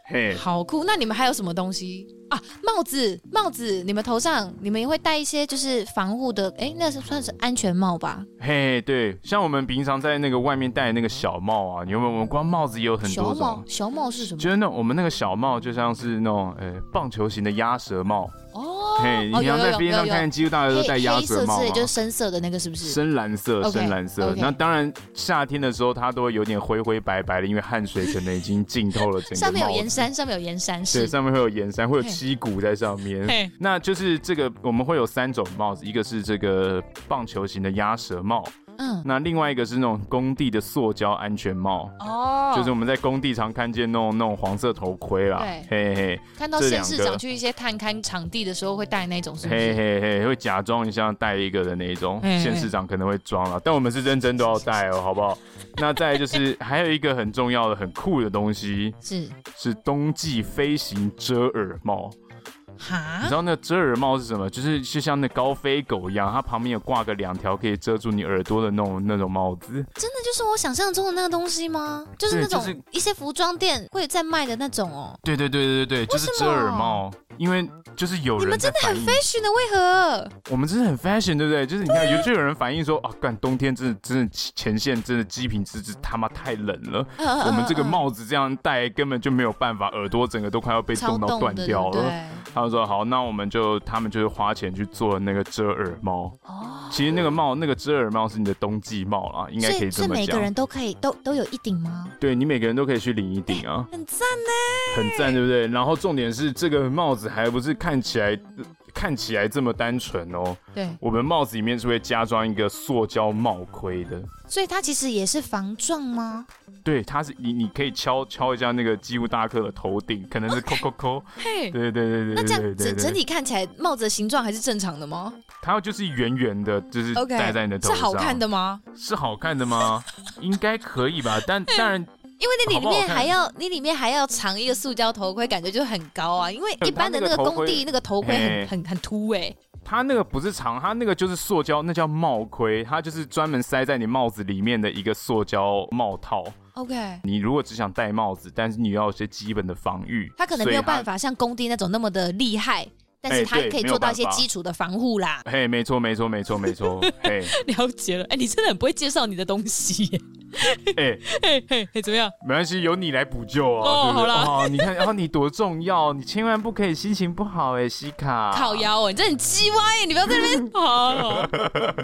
Speaker 1: 嘿，
Speaker 2: 好酷！那你们还有什么东西啊？帽子，帽子，你们头上你们也会戴一些就是防护的，诶，那是算是安全帽吧？
Speaker 1: 嘿，对，像我们平常在那个外面戴那个小帽啊，你有没有？我们光帽子也有很
Speaker 2: 小
Speaker 1: 多
Speaker 2: 帽
Speaker 1: 种，，啊
Speaker 2: 小帽是什么
Speaker 1: 就？是那种我们那个小帽，就像是那种呃棒球型的鸭舌帽，
Speaker 2: 哦，
Speaker 1: 嘿，你
Speaker 2: 有
Speaker 1: 平常
Speaker 2: 有
Speaker 1: 在
Speaker 2: 有
Speaker 1: 边
Speaker 2: 有
Speaker 1: 上
Speaker 2: 有
Speaker 1: 看见几乎大家
Speaker 2: 黑
Speaker 1: 都戴鸭
Speaker 2: 黑
Speaker 1: 舌
Speaker 2: 色
Speaker 1: 帽啊
Speaker 2: 之类，
Speaker 1: 嘛
Speaker 2: 就。是深色的那个是不是？
Speaker 1: 深蓝色
Speaker 2: OK，
Speaker 1: 深蓝色。
Speaker 2: OK
Speaker 1: 那当然，夏天的时候它都会有点灰灰白白的，因为汗水可能已经浸透了整个
Speaker 2: 上面有
Speaker 1: 帽
Speaker 2: 盐
Speaker 1: 子。
Speaker 2: 山，上面有盐山
Speaker 1: 对，
Speaker 2: 是。
Speaker 1: 上面会有盐山，会有
Speaker 2: 嘿
Speaker 1: 七骨在上面。
Speaker 3: 嘿，
Speaker 1: 那就是这个，我们会有三种帽子，一个是这个棒球型的鸭舌帽，
Speaker 2: 嗯，
Speaker 1: 那另外一个是那种工地的塑胶安全帽，
Speaker 2: 哦，
Speaker 1: 就是我们在工地常看见那种那种黄色头盔啦，嘿嘿
Speaker 2: 看到
Speaker 1: 这
Speaker 2: 县
Speaker 1: 两
Speaker 2: 市
Speaker 1: 个
Speaker 2: 长去一些探勘场地的时候会戴那种，是不
Speaker 1: 嘿
Speaker 2: 是？
Speaker 1: 嘿嘿，会假装一下戴一个的那一种，
Speaker 3: 嘿嘿
Speaker 1: 县市长可能会装了，但我们是认真都要戴哦，好不好？那再来就是
Speaker 2: <laughs>
Speaker 1: 还有一个很重要的、很酷的东西
Speaker 2: 是啊
Speaker 1: 是冬季飞行遮耳帽。你
Speaker 3: 哈
Speaker 1: 知，道那遮耳帽是什么？就是就像那高飞狗一样，它旁边有挂个两条可以遮住你耳朵的那种那种帽子。
Speaker 2: 真的就是我想象中的那个东西吗？就是
Speaker 1: 对
Speaker 2: 那种、
Speaker 1: 就是
Speaker 2: 一些服装店会在卖的那种哦。
Speaker 1: 对对对对对，就是遮耳帽。因为就是有人
Speaker 2: 你们真的
Speaker 1: 在
Speaker 2: 很
Speaker 1: 反映
Speaker 2: fashion 的，为何？
Speaker 1: 我们真的很 fashion，对不对？就是你看，有就有人反映说啊，干冬天真的真的前线真的机品质质他妈太冷了，我
Speaker 2: 我
Speaker 1: 们这个帽子这样戴根本就没有办法，耳朵整个都快要被
Speaker 2: 超
Speaker 1: 冻到断
Speaker 2: 的，
Speaker 1: 掉
Speaker 2: 对不
Speaker 1: 了。
Speaker 2: 对？
Speaker 1: 他们说好，那我们就他们就是花钱去做那个遮耳帽。
Speaker 2: 哦，
Speaker 1: 其实那个帽，那个遮耳帽是你的冬季帽啦，应
Speaker 2: 所
Speaker 1: 该可
Speaker 2: 以所
Speaker 1: 这
Speaker 2: 以
Speaker 1: 么
Speaker 2: 每个
Speaker 1: 讲。
Speaker 2: 人都可以都都有一顶吗？
Speaker 1: 对你每个人都可以去领一顶啊，
Speaker 2: 很赞呢。
Speaker 1: 很赞，对不对？然后重点是这个帽子还不是看起来看起来这么单纯哦，
Speaker 2: 对，
Speaker 1: 我们帽子里面是会加装一个塑胶帽盔的。
Speaker 2: 所以它其实也是防撞吗？
Speaker 1: 对，它是你，你可以敲敲一下那个机务大哥的头顶，可能是扣扣扣。
Speaker 3: 嘿，
Speaker 1: 对对对对
Speaker 2: 那
Speaker 1: 对
Speaker 2: 这
Speaker 1: 对对
Speaker 2: 样
Speaker 1: 对
Speaker 2: 整整体看起来帽子的形状还是正常的吗？
Speaker 1: 它就是圆圆的，就是戴
Speaker 2: OK，
Speaker 1: 在你的头
Speaker 2: 是
Speaker 1: 上。
Speaker 2: 好看，的吗？
Speaker 1: 是好看的
Speaker 2: <laughs>
Speaker 1: 吗？应该可以吧，但当然
Speaker 2: 因为你
Speaker 1: 好
Speaker 2: 里
Speaker 1: 不好
Speaker 2: 面
Speaker 1: 看
Speaker 2: 还要你里面还要藏一个塑胶头盔，感觉就很高啊。因为一般的那个工地那个头盔
Speaker 1: 嘿
Speaker 2: 很很很凸
Speaker 3: <laughs>
Speaker 2: 哎、
Speaker 1: 它那个不是长，它那个就是塑胶，那叫帽盔，它就是专门塞在你帽子里面的一个塑胶帽套。
Speaker 2: OK，
Speaker 1: 你如果只想戴帽子，但是你要有些基本的防御，
Speaker 2: 它可能没有办
Speaker 1: 法。
Speaker 2: 法像工地那种那么的厉害，但是
Speaker 1: 哎
Speaker 2: 它
Speaker 1: 对
Speaker 2: 可以
Speaker 1: 没有
Speaker 2: 做到一些
Speaker 1: 办法
Speaker 2: 基础的防护啦。
Speaker 1: 嘿，没错，没错，没错，没错，嘿。
Speaker 3: 了解了。哎、你真的很不会介绍你的东西耶。
Speaker 1: <laughs> 哎，
Speaker 3: 嘿嘿嘿，怎么样？
Speaker 1: 没关系，由你来补救啊。
Speaker 3: 哦
Speaker 1: 对不对
Speaker 3: 好
Speaker 1: 哦，你看，然后你多重要，你千万不可以心情不好哎，西卡。
Speaker 3: 靠腰哦，你这很鸡歪耶，你不要在那边。好好，
Speaker 2: 哦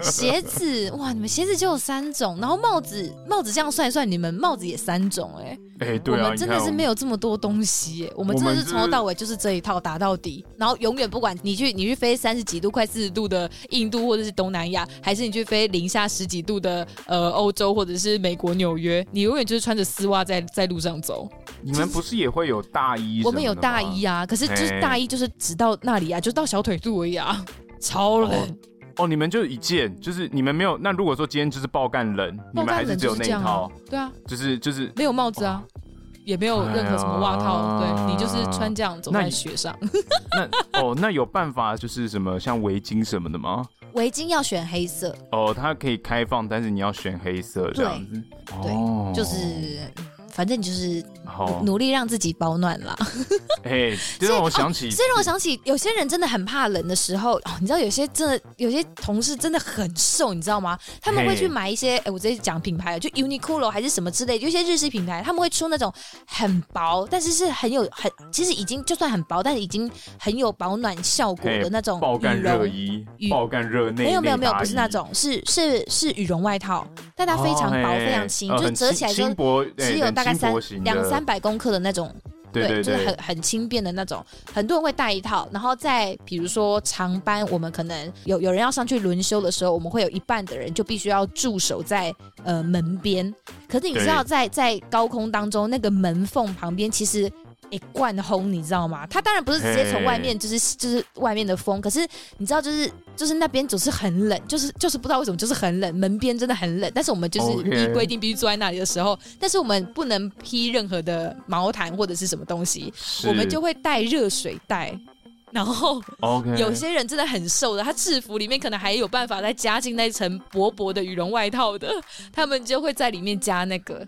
Speaker 1: <laughs>
Speaker 2: 鞋子哇，你们鞋子就有三种，然后帽子帽子这样算一算，你们帽子也三种哎、
Speaker 1: 哎，对
Speaker 2: 我
Speaker 1: 啊，
Speaker 2: 们
Speaker 1: 你
Speaker 2: 真
Speaker 1: 看
Speaker 2: 的是没有这么多东西耶，我们真的
Speaker 1: 我
Speaker 2: 是
Speaker 1: 们是
Speaker 2: 从头到尾就是这一套打到底，然后永远不管你去你去飞三十几度、快四十度的印度或者是东南亚，还是你去飞零下十几度的呃欧洲或者是美国纽约，你永远就是穿着丝袜在在路上走。
Speaker 1: 你们不是也会有大衣？
Speaker 3: 我们有大衣
Speaker 1: 啊。
Speaker 3: 啊，可是就是
Speaker 1: 嘿
Speaker 3: 大衣就是只到那里啊，就到小腿肚而已啊，超冷。
Speaker 1: 哦，你们就一件，就是你们没有。那如果说今天就是爆干冷，你
Speaker 3: 爆
Speaker 1: 们
Speaker 3: 干
Speaker 1: 还是
Speaker 3: 冷
Speaker 1: 只
Speaker 3: 就
Speaker 1: 有
Speaker 3: 是
Speaker 1: 那
Speaker 3: 这
Speaker 1: 一
Speaker 3: 样啊
Speaker 1: 套，，
Speaker 3: 对啊，
Speaker 1: 就是就是。
Speaker 3: 没有帽子啊，也没有任何什么袜套，
Speaker 1: 哎呀
Speaker 3: 对你就是穿这样走
Speaker 1: 那
Speaker 3: 在
Speaker 1: 你
Speaker 3: 雪上。
Speaker 1: 那哦，那有办法就是什么像围巾什么的吗？
Speaker 2: 围巾要选黑色，
Speaker 1: 哦，它可以开放，但是你要选黑色这样子。
Speaker 2: 对
Speaker 1: 哦，
Speaker 2: 就是。嗯反正你就是
Speaker 1: 好，
Speaker 2: 努力让自己保暖啦。
Speaker 1: 哎，这让我想起，
Speaker 2: 这让我想起，有些人真的很怕冷的时候，哦、你知道有些真的有些同事真的很瘦，你知道吗？他们会
Speaker 1: 嘿
Speaker 2: 去买一些，哎，我直接讲品牌了，就 Uniqlo 还是什么之类，就一些日系品牌，他们会出那种很薄，但是是很有很，其实已经就算很薄，但是已经很有保暖效果的
Speaker 1: 嘿
Speaker 2: 那种
Speaker 1: 爆干
Speaker 2: 羽
Speaker 1: 热
Speaker 2: 绒。
Speaker 1: 衣
Speaker 2: 羽、
Speaker 1: 爆干热内，
Speaker 2: 没有没有
Speaker 1: 内
Speaker 2: 没有，
Speaker 1: 搭
Speaker 2: 不是那
Speaker 1: 衣，
Speaker 2: 种，是是是羽绒外套，但它非常薄，
Speaker 1: 哦
Speaker 2: 非常
Speaker 1: 嘿
Speaker 2: 轻，
Speaker 1: 呃
Speaker 2: 就是
Speaker 1: 很
Speaker 2: 折起来
Speaker 1: 轻
Speaker 2: 之后
Speaker 1: 轻薄，哎
Speaker 2: 只有
Speaker 1: 很轻
Speaker 2: 大概三
Speaker 1: 薄型的
Speaker 2: 两三百公克的那种
Speaker 1: 对对
Speaker 2: 就是
Speaker 1: 对
Speaker 2: 很，很轻便的那种，很多人会带一套，然后在比如说长班，我们可能有有人要上去轮休的时候，我们会有一半的人就必须要驻守在呃门边。可是你知道在，在高空当中，那个门缝旁边其实。诶，灌轰，你知道吗？它当然不是直接从外面，就是就是外面的风，可是你知道，就是就是那边总是很冷，就是就是不知道为什么就是很冷，门边真的很冷。但是我们就是依
Speaker 1: OK
Speaker 2: 规定必须坐在那里的时候，但是我们不能披任何的毛毯或者是什么东西，我们就会带热水袋。然后
Speaker 1: OK
Speaker 2: 有些人真的很瘦的，他制服里面可能还有办法再加进那层薄薄的羽绒外套的，他们就会在里面加那个，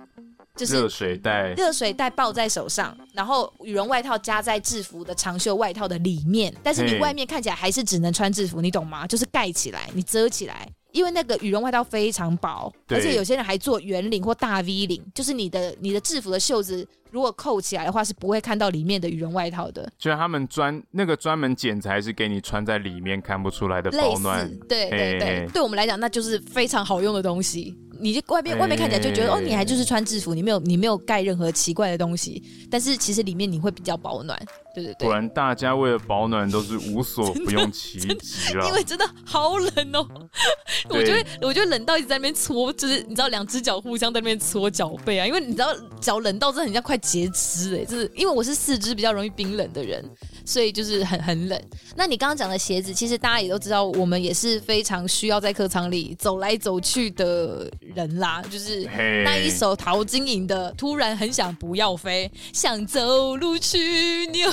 Speaker 2: 就是
Speaker 1: 热水袋，
Speaker 2: 热水袋抱在手上，然后羽绒外套夹在制服的长袖外套的里面，但是你
Speaker 1: 嘿
Speaker 2: 外面看起来还是只能穿制服，你懂吗？就是盖起来，你遮起来。因为那个羽绒外套非常薄，
Speaker 1: 对
Speaker 2: 而且有些人还做圆领或大 V 领，就是你的你的制服的袖子如果扣起来的话，是不会看到里面的羽绒外套的。
Speaker 1: 就是他们专那个专门剪裁是给你穿在里面看不出来的
Speaker 2: 类
Speaker 1: 保
Speaker 2: 似
Speaker 1: 暖，，哎
Speaker 2: 对对
Speaker 1: 哎
Speaker 2: 对
Speaker 1: 哎，
Speaker 2: 对我们来讲，那就是非常好用的东西。你就外面外面看起来就觉得哦，
Speaker 1: 哎
Speaker 2: 你还就是穿制服，你没有你没有盖任何奇怪的东西，但是其实里面你会比较保暖。对对对
Speaker 1: 果，然大家为了保暖都是无所不用其极了
Speaker 2: 因。为真的好冷
Speaker 1: <laughs>
Speaker 2: 哦，我
Speaker 1: 对
Speaker 2: 就会我就会冷到一直在那边搓，就是你知道两只脚互相在那边搓脚背啊，因为你知道脚冷到真的很像快截肢哎、就是因为我是四肢比较容易冰冷的人，所以就是很很冷。那你刚刚讲的鞋子，其实大家也都知道，我们也是非常需要在客舱里走来走去的人啦，就是。
Speaker 1: 嘿
Speaker 2: 那一首陶晶莹的《突然很想不要飞》，想走路去纽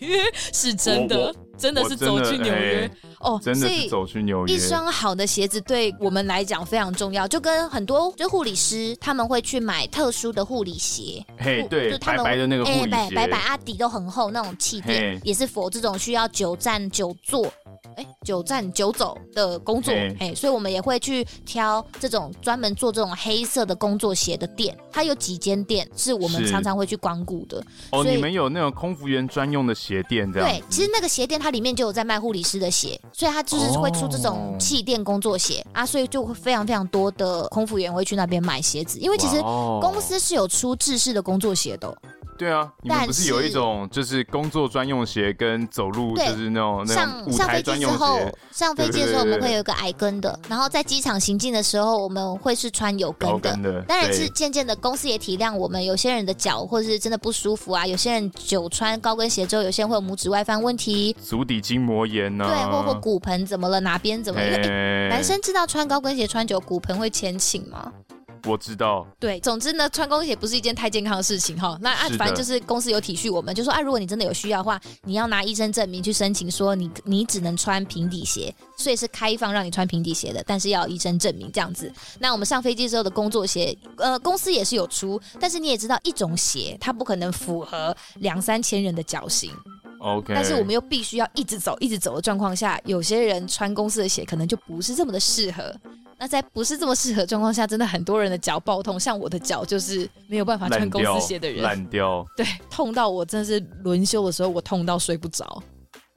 Speaker 2: 约，是真
Speaker 1: 我
Speaker 2: 的
Speaker 1: 我，
Speaker 2: <laughs> 真的
Speaker 1: 我
Speaker 2: 是
Speaker 1: 真
Speaker 2: 走
Speaker 1: 的
Speaker 2: 去纽约
Speaker 1: 哎
Speaker 2: 哦。
Speaker 1: 真
Speaker 2: 所
Speaker 1: 的
Speaker 2: 以
Speaker 1: 是走去纽约，
Speaker 2: 一双好的鞋子对我们来讲非常重要，
Speaker 4: 就跟很多就护理师他们会去买特殊的护理鞋，
Speaker 1: 嘿，
Speaker 4: 就
Speaker 1: 对，
Speaker 4: 就他
Speaker 1: 白
Speaker 4: 们
Speaker 1: 白的那个护理
Speaker 4: 白
Speaker 1: 鞋，
Speaker 4: 白白啊底都很厚那种气垫
Speaker 1: 嘿，
Speaker 4: 也是否这种需要久站久坐。哎，久站久走的工作
Speaker 1: 嘿，
Speaker 4: 哎，所以我们也会去挑这种专门做这种黑色的工作鞋的店，它有几间店是我们
Speaker 1: 是
Speaker 4: 常常会去光顾的。
Speaker 1: 哦，
Speaker 4: 所以
Speaker 1: 你们有那种空服员专用的鞋垫这样
Speaker 4: 对
Speaker 1: 子？，
Speaker 4: 其实那个鞋店它里面就有在卖护理师的鞋，所以它就是会出这
Speaker 1: 哦
Speaker 4: 种气垫工作鞋、啊，所以就会非常非常多的空服员会去那边买鞋子，因为其实
Speaker 1: 哇哦
Speaker 4: 公司是有出制式的工作鞋的哦、
Speaker 1: 对啊，你们
Speaker 4: 但
Speaker 1: 不是有一
Speaker 4: 是
Speaker 1: 种就是工作专用鞋跟走路就
Speaker 4: 对
Speaker 1: 是那种哦那种
Speaker 4: 上
Speaker 1: 舞
Speaker 4: 上
Speaker 1: 台
Speaker 4: 飞
Speaker 1: 专
Speaker 4: 机之
Speaker 1: 用
Speaker 4: 后
Speaker 1: 鞋，
Speaker 4: 上飞机
Speaker 1: 对
Speaker 4: 的
Speaker 1: 对
Speaker 4: 时候我
Speaker 1: 对
Speaker 4: 们
Speaker 1: 对
Speaker 4: 会有一个矮跟的，然后在机场行进的时候我们会是穿有跟
Speaker 1: 高
Speaker 4: 的
Speaker 1: 跟。的，
Speaker 4: 当然
Speaker 1: 对
Speaker 4: 是渐渐的，公司也体谅我们，有些人的脚或者是真的不舒服啊，有些人久穿高跟鞋之后，有些人会有拇指外翻问题，
Speaker 1: 足底筋膜炎呢，
Speaker 4: 对，或或骨盆怎么了，哪边怎么了？因为诶
Speaker 1: 哦嘿
Speaker 4: 男生知道穿高跟鞋穿久骨盆会前倾吗？
Speaker 1: 我知道，
Speaker 2: 对，总之呢，穿高跟鞋不是一件太健康的事情哈。那啊
Speaker 1: 是，的
Speaker 2: 反正就是公司有体恤我们，就说啊，如果你真的有需要的话，
Speaker 4: 你要拿医生证明去申请，说你你只能穿平底鞋，所以是开放让你穿平底鞋的，但是要有医生证明这样子。那我们上飞机之后的工作鞋，呃，公司也是有出，但是你也知道，一种鞋它不可能符合两三千人的脚型，
Speaker 1: OK，
Speaker 2: 但是我们又必须要一直走、一直走的状况下，有些人穿公司的鞋可能就不是这么的适合。那在不是这么适合的状况下，真的很多人的脚爆痛，像我的脚就是没有办法穿
Speaker 1: 烂
Speaker 2: 公
Speaker 1: 掉
Speaker 2: 司鞋的，人，
Speaker 1: 烂掉，
Speaker 2: 对，痛到我真的是轮休的时候，我痛到睡不着，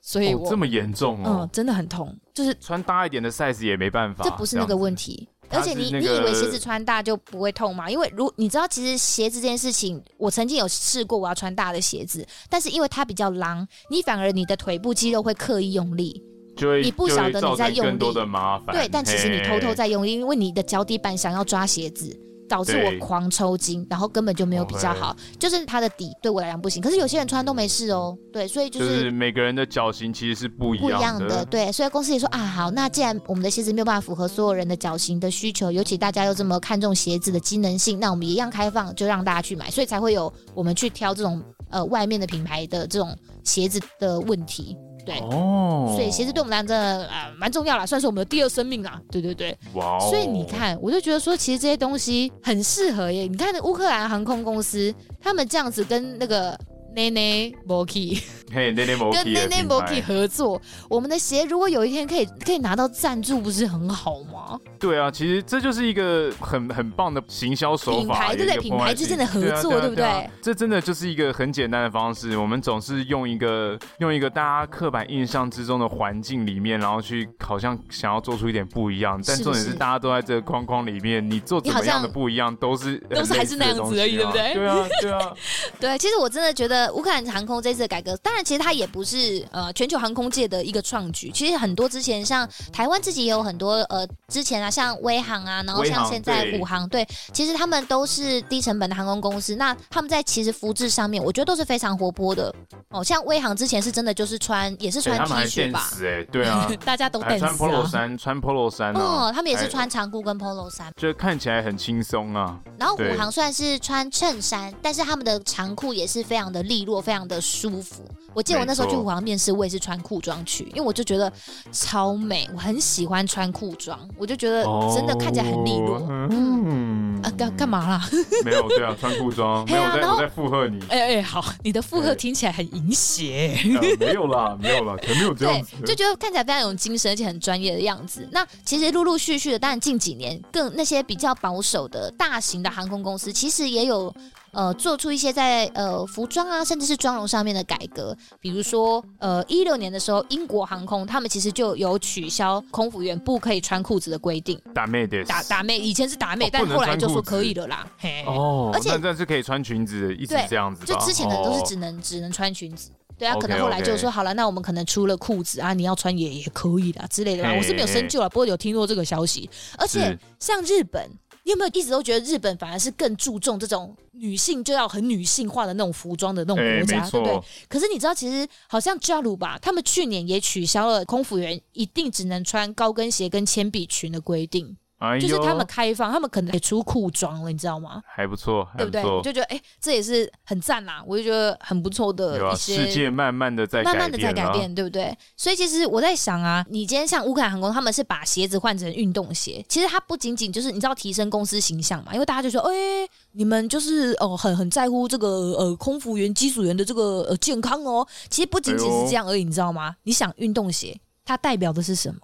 Speaker 2: 所以
Speaker 1: 哦，
Speaker 2: 我、
Speaker 1: 这么严重哦
Speaker 2: 嗯，真的很痛，就是
Speaker 1: 穿大一点的 size 也没办法，
Speaker 2: 这不是那个
Speaker 1: 样
Speaker 2: 问题。
Speaker 1: 它
Speaker 2: 而
Speaker 1: 是
Speaker 2: 且你、
Speaker 1: 那
Speaker 2: 你以
Speaker 1: 个
Speaker 2: 为鞋子穿大就不会痛吗？因为如你知道，其实鞋子这件事情，我曾经有试过我要穿大的鞋子，但是因为它比较狼，你反而你的腿部肌肉会刻意用
Speaker 1: <laughs>
Speaker 2: 力，
Speaker 1: 就会
Speaker 2: 你不晓
Speaker 1: 就
Speaker 2: 得
Speaker 1: 会
Speaker 2: 你在
Speaker 1: 造成
Speaker 2: 用
Speaker 1: 更多
Speaker 2: 力
Speaker 1: 的麻烦，
Speaker 2: 对，但其实你
Speaker 1: 嘿
Speaker 2: 偷偷在用力，因为你的脚底板想要抓鞋子，导致
Speaker 1: 对哦
Speaker 2: 我狂抽筋，然后根本就没有比较好，就是它的底对我来讲不行。可是有些人穿都没事哦，对，所以就
Speaker 1: 就是是每个人的脚型其实是不一
Speaker 2: 不一样
Speaker 1: 样
Speaker 2: 的，对，所以公司也说啊，好，那既然我们的鞋子没有办法符合所有人的脚型的需求，尤其大家又这么看重鞋子的机能性，那我们一样开放，就让大家去买，所以才会有我们去挑这种呃外面的品牌的这种鞋子的问题。对
Speaker 1: 哦
Speaker 2: 所以鞋子对我们来讲真的啊蛮、重要啦，算是我们的第二生命啦。啊对对对，
Speaker 1: 哇哦，
Speaker 2: 所以你看，我就觉得说，其实这些东西很适合耶。你看乌克兰航空公司，他们这样子跟那个 Nene Boki
Speaker 1: 嘿，那那某
Speaker 2: 跟 Nene Boki 合作，我们的鞋如果有一天可以可以拿到赞助，不是很好吗？
Speaker 1: 对啊，其实这就是一个很很棒的行销手法，
Speaker 2: 品牌对不对
Speaker 1: 一个
Speaker 2: 品牌之间的合
Speaker 1: promotion
Speaker 2: 作
Speaker 1: 啊啊
Speaker 2: 对不
Speaker 1: 对啊
Speaker 2: 对？
Speaker 1: 这真的就是一个很简单的方式，我们总是用一个用一个大家刻板印象之中的环境里面，然后去好像想要做出一点不一样，但
Speaker 2: 是不
Speaker 1: 重点是
Speaker 2: 是
Speaker 1: 大家都在这个框框里面，你做怎么样的不一样都是
Speaker 3: 都是还是那样子而已
Speaker 1: 很类似
Speaker 3: 对
Speaker 1: 的
Speaker 3: 不对
Speaker 1: 东西啊对啊，对啊，
Speaker 2: 对，其实我真的觉得乌克兰航空这次的改革，当然其实它也不是呃全球航空界的一个创举，其实很多之前像台湾自己也有很多呃之前啊像威航啊，然后
Speaker 1: 威航
Speaker 2: 像现在
Speaker 1: 对
Speaker 2: 虎航，对，其实他们都是低成本的航空公司，那他们在其实服制上面，我觉得都是非常活泼的哦，像威航之前是真的就是穿也是
Speaker 1: 对
Speaker 2: <laughs>
Speaker 1: 哎
Speaker 2: 穿
Speaker 1: 他
Speaker 2: T
Speaker 1: 们还
Speaker 2: 恤
Speaker 1: 现
Speaker 2: 吧，
Speaker 1: 实哎，对
Speaker 2: <laughs>
Speaker 1: 啊，
Speaker 3: 大家都
Speaker 1: 还
Speaker 3: 等
Speaker 1: 穿
Speaker 3: 死
Speaker 1: polo
Speaker 3: 啊。
Speaker 1: 衫，穿 polo 衫啊，
Speaker 2: 哦，他们也
Speaker 1: 还
Speaker 2: 是穿长裤跟 polo 衫。
Speaker 1: 就看起来很轻松啊，
Speaker 2: 然后
Speaker 1: 对
Speaker 2: 虎航虽然是穿衬衫，但是他们的长裤也是非常的利落，非常的舒服。我记得我那时候去
Speaker 1: 没错
Speaker 2: 虎航面试，我也是穿裤装去，因为我就觉得超美，我很喜欢穿裤装，我就觉得呃
Speaker 4: 哦
Speaker 2: 真的看起来很利落。
Speaker 1: 哦
Speaker 2: 嗯啊，干干嘛啦？
Speaker 1: 没有，对啊，穿裤装，没
Speaker 2: 嘿
Speaker 1: 有，
Speaker 2: 啊
Speaker 1: 我在
Speaker 2: 然后
Speaker 1: 我在附和你，
Speaker 3: 哎哎，好，你的附和
Speaker 1: 对
Speaker 3: 听起来很淫邪。
Speaker 1: <laughs>
Speaker 2: <laughs>
Speaker 1: 啊没有啦，没有啦，可没有这
Speaker 2: 对
Speaker 1: 样子，，
Speaker 2: 就觉得看起来非常有精神，而且很专业的样子。那其实陆陆续续的，当然近几年更那些比较保守的大型的航空公司，其实也有呃做出一些在呃服装啊，甚至是妆容上面的改革。比如说呃一六年的时候，英国航空他们其实就有取消空服员不可以穿裤子的规定，
Speaker 1: 打妹的
Speaker 2: 打打妹以前是打妹，
Speaker 1: 哦不
Speaker 2: 但
Speaker 1: 能
Speaker 2: 后来就
Speaker 1: 穿裤
Speaker 2: 说
Speaker 1: 子
Speaker 2: 可以了啦。
Speaker 3: 嘿，
Speaker 1: 哦，
Speaker 2: 而且
Speaker 1: 那但是可以穿裙子，一直
Speaker 2: 对
Speaker 1: 这样子吧，
Speaker 2: 就之前的都是只
Speaker 1: 哦
Speaker 2: 能、只能穿裙子。对啊，
Speaker 1: OK，
Speaker 2: 可能后来
Speaker 1: OK
Speaker 2: 就说好了，那我们可能出了裤子啊，你要穿也也可以啦之类的吧。
Speaker 1: 嘿
Speaker 2: 我是没有深究了，不过有听过这个消息。而且
Speaker 1: 是
Speaker 2: 像日本，你有没有一直都觉得日本反而是更注重这种女性就要很女性化的那种服装的那种
Speaker 1: 哎
Speaker 2: 国家，
Speaker 1: 没
Speaker 2: 对不对
Speaker 1: 错？，
Speaker 2: 可是你知道，其实好像 j a l 吧，他们去年也取消了空服员一定只能穿高跟鞋跟铅笔裙的规定，
Speaker 1: 哎呦
Speaker 2: 就是他们开放，他们可能也出裤装了，你知道吗？
Speaker 1: 还不错，还
Speaker 2: 对不对？
Speaker 1: 错
Speaker 2: 你就觉得哎、这也是很赞啦，我就觉得很不错的
Speaker 1: 有啊，
Speaker 2: 一
Speaker 1: 世
Speaker 2: 些。
Speaker 1: 界慢慢的在
Speaker 2: 慢慢的在
Speaker 1: 改
Speaker 2: 改
Speaker 1: 啊，
Speaker 2: 变，对不对？所以其实我在想啊，你今天像乌克兰航空，他们是把鞋子换成运动鞋，其实它不仅仅就是你知道提升公司形象嘛，因为大家就说，哎、你们就是哦、呃很很在乎这个呃空服员、机组员的这个呃健康哦。其实不仅仅
Speaker 1: 哎
Speaker 2: 是这样而已，你知道吗？你想运动鞋它代表的是什么？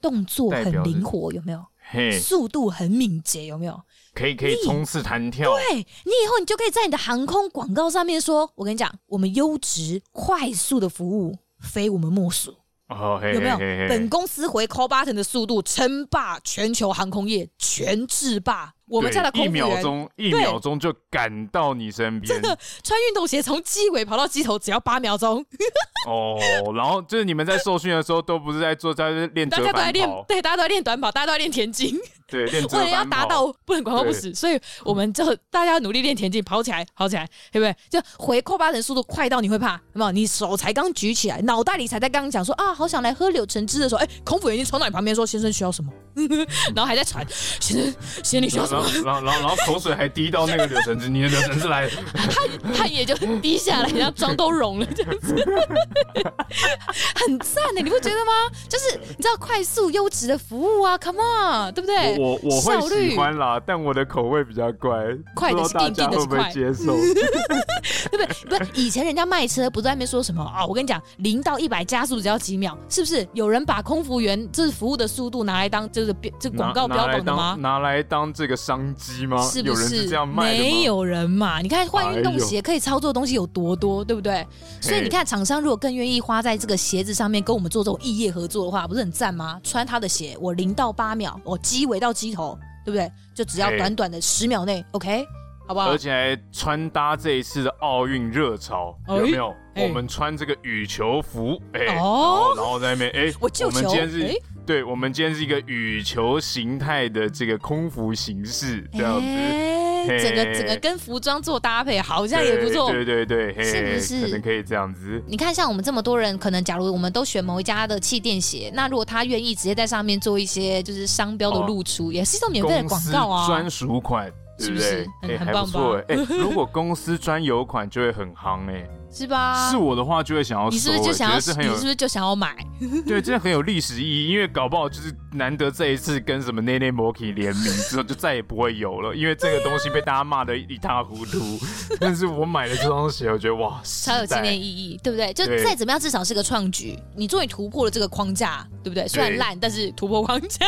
Speaker 2: 动作
Speaker 1: 代表
Speaker 2: 很
Speaker 1: 的是哎
Speaker 2: 灵活，有没有？
Speaker 1: 嘿，
Speaker 2: 速度很敏捷，有没有？
Speaker 1: 可以可以冲刺弹跳，
Speaker 2: 对你以后你就可以在你的航空广告上面说，我跟你讲，我们优质快速的服务非我们莫属，
Speaker 1: 哦嘿
Speaker 2: 有没
Speaker 1: 嘿
Speaker 2: 有？
Speaker 1: 嘿
Speaker 2: 本
Speaker 1: 嘿，
Speaker 2: 公司回 call button 的速度称霸全球航空业，全制霸。我们家的
Speaker 1: 对
Speaker 2: 空
Speaker 1: 一
Speaker 2: 服
Speaker 1: 秒
Speaker 2: 员
Speaker 1: 钟一秒钟就赶到你身边，
Speaker 2: 穿运动鞋从机尾跑到机头只要八秒钟，
Speaker 1: 哦，然后就是你们在受训的时候都不是在做，在练
Speaker 3: 大
Speaker 1: 折
Speaker 3: 家都在
Speaker 1: 返
Speaker 3: 练
Speaker 1: 跑，，
Speaker 3: 对，大家都在练短跑，大家都在练田径，
Speaker 1: 对，练
Speaker 2: <laughs>
Speaker 1: 折
Speaker 3: 为了要
Speaker 1: 返
Speaker 3: 达
Speaker 1: 跑
Speaker 3: 到不能管控不死，所以我们就大家要努力练田径，跑起来，跑起来，对不对？
Speaker 2: 就回扣八成速度快到你会怕，有没有？你手才刚举起来，脑袋里才在刚刚讲说啊，好想来喝柳橙汁的时候，哎、空服员已经冲到你旁边说：“先生需要什么？” <laughs> 然后还在传：“先生，先生你需要
Speaker 1: 然
Speaker 2: 什么
Speaker 1: 后，然后，然后，然后口水还滴到那个柳橙汁，你的柳橙汁
Speaker 2: <laughs>
Speaker 1: 来了，
Speaker 3: 汗也就滴下来，然后妆都融了，这样子。？”
Speaker 2: <laughs> 很赞的，你不觉得吗？就是你知道快速优质的服务啊，Come on，对不对？
Speaker 1: 我我
Speaker 2: 哎效率
Speaker 1: 啦，但我的口味比较怪，
Speaker 2: 快的
Speaker 1: 不知道
Speaker 2: <laughs> 是硬硬的是快
Speaker 1: 接受。
Speaker 2: 对不对？不是以前人家卖车不是在那边说什么啊？我跟你讲，零到一百加速只要几秒，是不是？有人把空服员这服务的速度拿来当这个标这个
Speaker 1: 拿
Speaker 2: 广告标榜的吗？
Speaker 1: 拿来当拿来当这个商机吗？
Speaker 2: 是
Speaker 1: 啊有
Speaker 2: 不
Speaker 1: 人
Speaker 2: 是？
Speaker 1: 是这样卖的吗？
Speaker 2: 没有啊人嘛？你看换运动
Speaker 1: 哎
Speaker 2: 鞋可以操作的东西有多多，对不对？所以你看，厂商如果更愿意花在这个鞋子上面跟我们做这种异业合作的话，不是很赞吗？穿他的鞋，我零到八秒，我鸡尾到鸡头，对不对？就只要
Speaker 1: 哎
Speaker 2: 短短的十秒内，OK，好不好
Speaker 1: 而？且还穿搭这一次的奥运热潮，
Speaker 2: 哎
Speaker 1: 有没有？
Speaker 2: 哎
Speaker 1: 我们穿这个羽球服，哎、
Speaker 2: 哦
Speaker 1: 然后然后在那边，哎、
Speaker 2: 我救
Speaker 1: 们
Speaker 2: 球
Speaker 1: 今天是，
Speaker 2: 哎
Speaker 1: 对，我们今天是一个羽球形态的这个空服形式，这样子，
Speaker 2: 哎
Speaker 1: 嘿
Speaker 2: 整个整个跟服装做搭配，好像也不错。
Speaker 1: 对对对对，嘿
Speaker 2: 是不是
Speaker 1: 可能可以这样子，
Speaker 2: 你看，像我们这么多人，可能假如我们都选某一家的气垫鞋，那如果他愿意直接在上面做一些就是商标的露出，也是一种免费的
Speaker 1: 公
Speaker 2: 广
Speaker 1: 司
Speaker 2: 告啊
Speaker 1: 专。属款。对不对
Speaker 2: 是？不是很
Speaker 1: 哎
Speaker 2: 很
Speaker 1: 还不
Speaker 2: 棒吧
Speaker 1: 错哎、
Speaker 2: <laughs>
Speaker 1: 哎如果公司专有款就会很夯哎、
Speaker 2: 是吧？
Speaker 1: 是我的话就会想要收、哎
Speaker 2: 啊你是不是就想
Speaker 1: 觉得
Speaker 2: 要？你
Speaker 1: 这
Speaker 2: 是
Speaker 1: 很有
Speaker 2: 不是就想要买？
Speaker 1: <laughs> 对，真的很有历史意义，因为搞不好就是难得这一次跟什么 Nene Moki 联名之后，就再也不会有了，因为这个东西被大家骂的一塌糊涂。
Speaker 2: <laughs>
Speaker 1: 但是我买了这双鞋，我觉得哇，
Speaker 2: 超有
Speaker 1: 时代
Speaker 2: 纪念意义，对不对？就
Speaker 1: 对
Speaker 2: 再怎么样，至少是个创举。你终于突破了这个框架，对不对？虽然
Speaker 1: 对
Speaker 2: 烂，但是突破框
Speaker 1: <laughs>
Speaker 2: 架。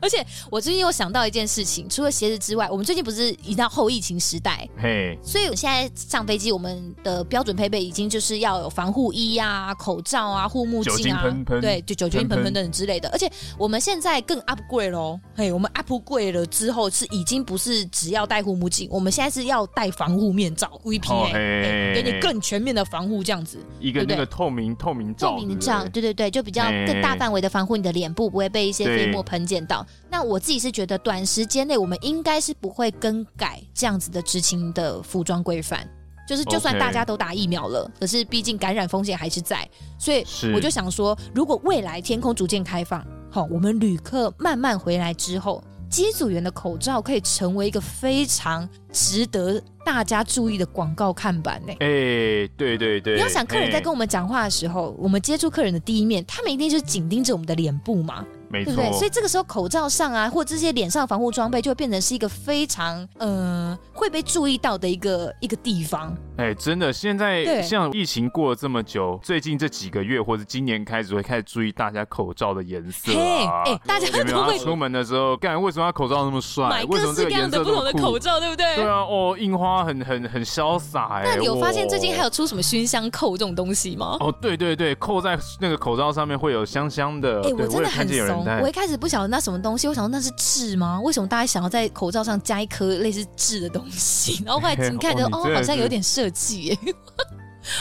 Speaker 2: 而且我最近又想到一件事情，除了鞋子之外，我们最近不是已到后疫情时代，
Speaker 1: 嘿，
Speaker 2: 所以现在上飞机，我们的标准配备已经就是要有防护衣啊、口罩啊、护目
Speaker 1: 酒
Speaker 2: 镜
Speaker 1: 精
Speaker 2: 啊，
Speaker 1: 喷喷
Speaker 2: 对，就酒精
Speaker 1: 喷
Speaker 2: 喷
Speaker 1: 喷
Speaker 2: 喷等等之类的。而且我们现在更 upgrade 喽，嘿，我们 upgrade 了之后是已经不是只要戴护目镜，我们现在是要戴防护面罩 VPN，、
Speaker 1: 哦嘿
Speaker 2: 嘿给
Speaker 1: 嘿
Speaker 2: 你更全面的防护这样子。
Speaker 1: 一个
Speaker 2: 对不
Speaker 1: 那
Speaker 2: 对
Speaker 1: 个透明透明罩，
Speaker 2: 透明的
Speaker 1: 对不
Speaker 2: 罩，
Speaker 1: 对
Speaker 2: 对对对，就比较
Speaker 1: 哎
Speaker 2: 更大范围的防护你的脸部，不会被一些
Speaker 1: 对
Speaker 2: 飞沫喷溅到。那我自己是觉得，短时间内我们应该是不会更改这样子的执勤的服装规范。就是，就算
Speaker 1: OK
Speaker 2: 大家都打疫苗了可是毕竟感染风险还是在，所以
Speaker 1: 是
Speaker 2: 我就想说，如果未来天空逐渐开放，好，我们旅客慢慢回来之后，机组员的口罩可以成为一个非常值得大家注意的广告看板呢、
Speaker 1: 哎、对对哎对，
Speaker 2: 你要想客人在跟
Speaker 1: 我，
Speaker 2: 我们讲话的时候，我们接触客人的第一面，他们一定就是紧盯着我们的脸部嘛，
Speaker 1: 没
Speaker 2: 对
Speaker 1: 错，
Speaker 2: 不对？所以这个时候口罩上啊，或这些脸上防护装备，就会变成是一个非常呃会被注意到的一个一个地方。
Speaker 1: 哎、真的，现
Speaker 2: 对
Speaker 1: 在像疫情过了这么久，最近这几个月或者今年开始会开始注意大家口罩的颜色啊。
Speaker 2: 嘿哎大家
Speaker 1: 有没有
Speaker 2: 都会
Speaker 1: 他出门的时候，干为什么他口罩那么帅
Speaker 3: 买？
Speaker 1: 为什
Speaker 3: 各
Speaker 1: 么这
Speaker 3: 式
Speaker 1: 个
Speaker 3: 各
Speaker 1: 颜
Speaker 3: 样
Speaker 1: 色
Speaker 3: 的不同的
Speaker 1: 这么酷
Speaker 3: 口罩，对不对？
Speaker 1: 对啊，哦，印花很很很潇洒哎、
Speaker 2: 那你有发现
Speaker 1: 哦
Speaker 2: 最近还有出什么熏香扣这种东西吗？
Speaker 1: 哦，对对对，扣在那个口罩上面会有香香的。
Speaker 2: 哎、
Speaker 1: 对
Speaker 2: 我真
Speaker 1: 也
Speaker 2: 的
Speaker 1: 看
Speaker 2: 很
Speaker 1: 见有人
Speaker 2: 怂。
Speaker 1: 戴
Speaker 2: 我一开始不晓得那什么东西，我想说那是痣吗？为什么大家想要在口罩上加一颗类似痣的东西？然后
Speaker 1: <laughs>
Speaker 2: 后来近看着，
Speaker 1: 哦你
Speaker 2: 哦，
Speaker 1: 真的
Speaker 2: 好像
Speaker 1: 是
Speaker 2: 有点设计耶。 <laughs>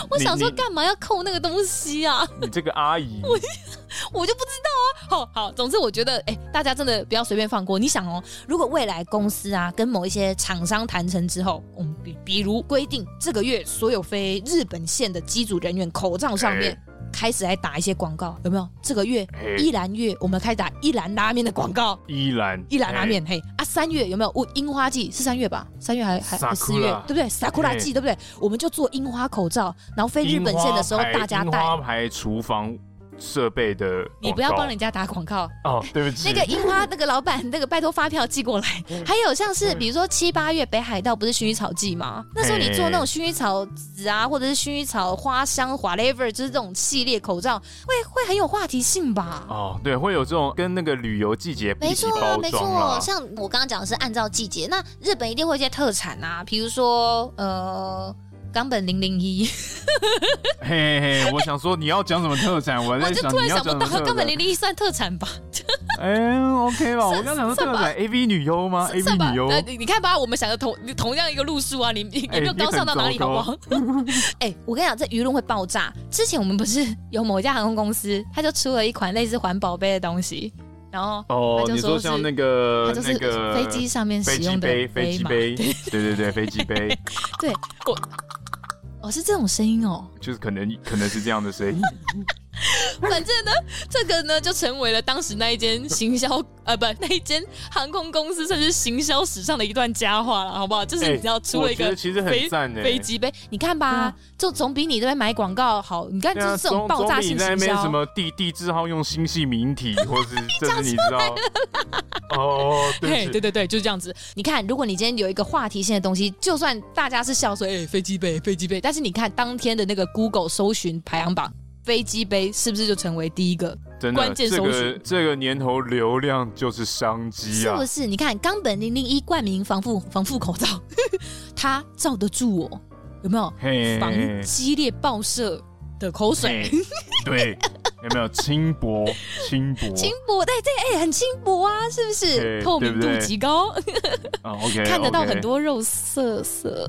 Speaker 2: 我
Speaker 1: 你
Speaker 2: 想说，
Speaker 1: 你
Speaker 2: 干嘛要扣那个东西啊？ <laughs>
Speaker 1: 你这个阿姨，
Speaker 2: 我就不知道啊。好好，总之我觉得，哎、大家真的不要随便放过。你想哦，如果未来公司啊跟某一些厂商谈成之后，我们比比如规定这个月所有飞日本线的机组人员口罩上面。开始来打一些广告，有没有？这个月
Speaker 1: 哎
Speaker 2: 一兰月，我们开始打一兰拉面的广告，
Speaker 1: 依然哎
Speaker 2: 一兰拉面，嘿啊！三月有没有？我樱花季是三月吧？三月还还还四月
Speaker 1: Sakura，
Speaker 2: 对不对？萨库拉季对不对？我们就做樱花口罩，然后飞
Speaker 1: 哎
Speaker 2: 日本线的时候大家
Speaker 1: 樱
Speaker 2: 戴。
Speaker 1: 花牌厨房设备的广告，
Speaker 2: 你不要帮人家打广告，
Speaker 1: 哦， <laughs> 对不起，
Speaker 2: 那个樱花那个老板，那个拜托发票寄过来。
Speaker 1: 嗯
Speaker 2: 还有像是比如说七八月北海道不是薰衣草季吗？那时候
Speaker 1: 嗯
Speaker 2: 你做那种薰衣草籽啊，或者是薰衣草花香 whatever，就是这种系列口罩，会会很有话题性吧？
Speaker 1: 哦，对，会有这种跟那个旅游季节一
Speaker 4: 没
Speaker 1: 起
Speaker 4: 错啊，
Speaker 1: 包
Speaker 4: 没错
Speaker 1: 装啦
Speaker 4: 哦。。像我刚刚讲的是按照季节，那日本一定会有一些特产啊，比如说呃，
Speaker 2: 冈本零零一，
Speaker 1: 嘿嘿
Speaker 2: <laughs>
Speaker 1: 嘿，我想说你要讲什么特产，我
Speaker 2: 我
Speaker 1: 在
Speaker 2: 就
Speaker 1: 想
Speaker 2: 突
Speaker 1: 你
Speaker 2: 然
Speaker 1: 要
Speaker 2: 想
Speaker 1: 讲什
Speaker 2: 不到
Speaker 1: 么特
Speaker 2: 冈
Speaker 1: 产
Speaker 2: 本零。零一算特产吧？
Speaker 1: 哎，OK 吧，我刚想说特
Speaker 2: 算吧
Speaker 1: 产 AV 女优吗
Speaker 2: 算
Speaker 1: ？AV
Speaker 2: 吧呃
Speaker 1: 女优，
Speaker 2: 那你你看吧，我们想的同同样一个路数啊，你你
Speaker 1: 哎
Speaker 2: 你没有高尚到哪里，
Speaker 1: 你很
Speaker 2: 好
Speaker 1: 糟
Speaker 2: 不
Speaker 1: 糕
Speaker 2: 好？ <laughs> 哎、我跟你讲，这舆论会爆炸。之前我们不是有某一家航空公司，它就出了一款类似环保杯的东西，然后
Speaker 1: 哦，
Speaker 2: 他就
Speaker 1: 你
Speaker 2: 说
Speaker 1: 说
Speaker 2: 是
Speaker 1: 像那
Speaker 2: 它
Speaker 1: 个
Speaker 2: 就是
Speaker 1: 呃那个
Speaker 2: 飞机上面
Speaker 1: 飞
Speaker 2: 使
Speaker 1: 机
Speaker 2: 用的
Speaker 1: 杯，飞机
Speaker 2: 嘛。
Speaker 1: 杯，对对对，飞机杯，
Speaker 2: 哦，是这种声音哦。 <laughs>
Speaker 1: 就是可能可能是这样的声音。
Speaker 5: <laughs> 反正呢，这个呢就成为了当时那一间行销呃不那一间航空公司甚至行销史上的一段佳话了，好不好？就是你知道出了一
Speaker 1: 哎我觉
Speaker 5: 个
Speaker 1: 得其实
Speaker 5: 飞
Speaker 1: 很赞欸的、
Speaker 5: 飞机杯，你看吧，就总比你这边买广告好。你看，就
Speaker 1: 对啊，
Speaker 5: 是这种
Speaker 1: 总
Speaker 5: 爆炸
Speaker 1: 总比
Speaker 5: 性
Speaker 1: 你在那
Speaker 5: 行
Speaker 1: 边
Speaker 5: 销
Speaker 1: 什。么地地字号用星系名
Speaker 2: <laughs>
Speaker 1: 体，或是这是你知道？哦，对
Speaker 5: 嘿，
Speaker 1: 不
Speaker 5: 哎对
Speaker 1: 起，
Speaker 5: 对对，就是这样子。
Speaker 2: 你看，如果你今天有一个话题性的东西，就算大家是笑说“哎、飞机杯，飞机杯”，但是你看当天的那个 Google 搜寻排行榜，飞机杯是不是就成为第一个？
Speaker 1: 真的，
Speaker 5: 关键
Speaker 1: 这
Speaker 5: 搜
Speaker 1: 个
Speaker 5: 寻
Speaker 1: 这个年头流量就是商机
Speaker 2: 是
Speaker 1: 啊
Speaker 2: 不！是？你看冈本零零一冠名防护防护口罩， <laughs> 它罩得住我，有没有？
Speaker 1: 嘿，
Speaker 2: 防激烈爆射的口水，
Speaker 1: 嘿对，有没有轻薄轻薄？
Speaker 2: 轻薄，对对，哎、很轻薄啊，是不是？
Speaker 1: 嘿
Speaker 5: 透
Speaker 1: 对
Speaker 5: 明
Speaker 1: 不
Speaker 5: 度
Speaker 1: 对
Speaker 5: 极高，
Speaker 1: 啊，OK，
Speaker 2: <laughs> 看得到很
Speaker 1: OK
Speaker 2: 多肉色色，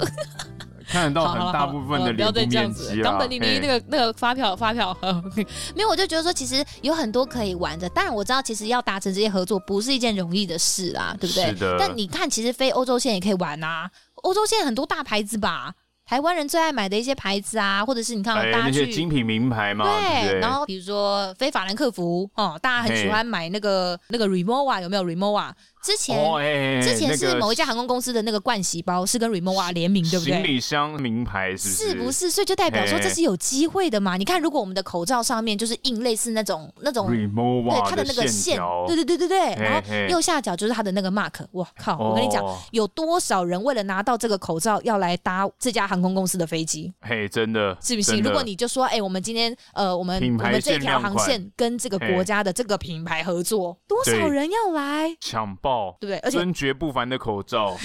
Speaker 1: 看得到很大部分
Speaker 2: 呃
Speaker 1: 的
Speaker 5: 不要
Speaker 1: 脸部
Speaker 5: 再这样
Speaker 1: 面
Speaker 5: 子
Speaker 1: 积。啦。
Speaker 5: 冈本零零一那
Speaker 1: 嘿
Speaker 5: 个那个发票发票，
Speaker 2: <laughs> 没有，我就觉得说，其实有很多可以玩的。当然，我知道其实要达成这些合作不是一件容易的事啦，对不对？
Speaker 1: 是的
Speaker 2: 但你看，其实飞欧洲线也可以玩啊，欧洲线很多大牌子吧，台湾人最爱买的一些牌子啊，或者是你看、
Speaker 1: 哎，
Speaker 2: 大
Speaker 1: 那
Speaker 2: 家
Speaker 1: 些
Speaker 2: 去。
Speaker 1: 精品名牌嘛，对不
Speaker 2: 对，
Speaker 1: 对？
Speaker 2: 然后比如说飞法兰克福哦，大家很喜欢买那个那个 Remova 有没有 Remova？之前、
Speaker 1: 哦，哎，哎
Speaker 2: 之前是某一家
Speaker 1: 那
Speaker 2: 航空公司的那个冠喜包是跟 Remova 联名，
Speaker 1: 个
Speaker 2: 对不对
Speaker 1: 行？李箱名牌是
Speaker 2: 是
Speaker 1: 不
Speaker 2: 不？是？所以就代表说
Speaker 1: 嘿
Speaker 2: 这是有机会的嘛？你看，如果我们的口罩上面就是印类似那种那种
Speaker 1: Remova
Speaker 2: 对它的那个线
Speaker 1: 条，，
Speaker 2: 对对对对对，
Speaker 1: 嘿
Speaker 2: 然后
Speaker 1: 嘿
Speaker 2: 右下角就是它的那个 mark。我靠，我跟你讲，
Speaker 1: 哦
Speaker 2: 有多少人为了拿到这个口罩要来搭这家航空公司的飞机？
Speaker 1: 嘿，真的，
Speaker 2: 是不是？
Speaker 1: 真的
Speaker 2: 如果你就说，哎、我们今天呃，我们
Speaker 1: 品
Speaker 2: 我
Speaker 1: 牌
Speaker 2: 们这
Speaker 1: 限
Speaker 2: 条
Speaker 1: 量
Speaker 2: 航
Speaker 1: 款
Speaker 2: 线跟这个国家的这个品牌合作，多少
Speaker 1: 对
Speaker 2: 人要来？
Speaker 1: 抢爆
Speaker 2: 对不对？而且
Speaker 1: 尊爵不凡的口罩，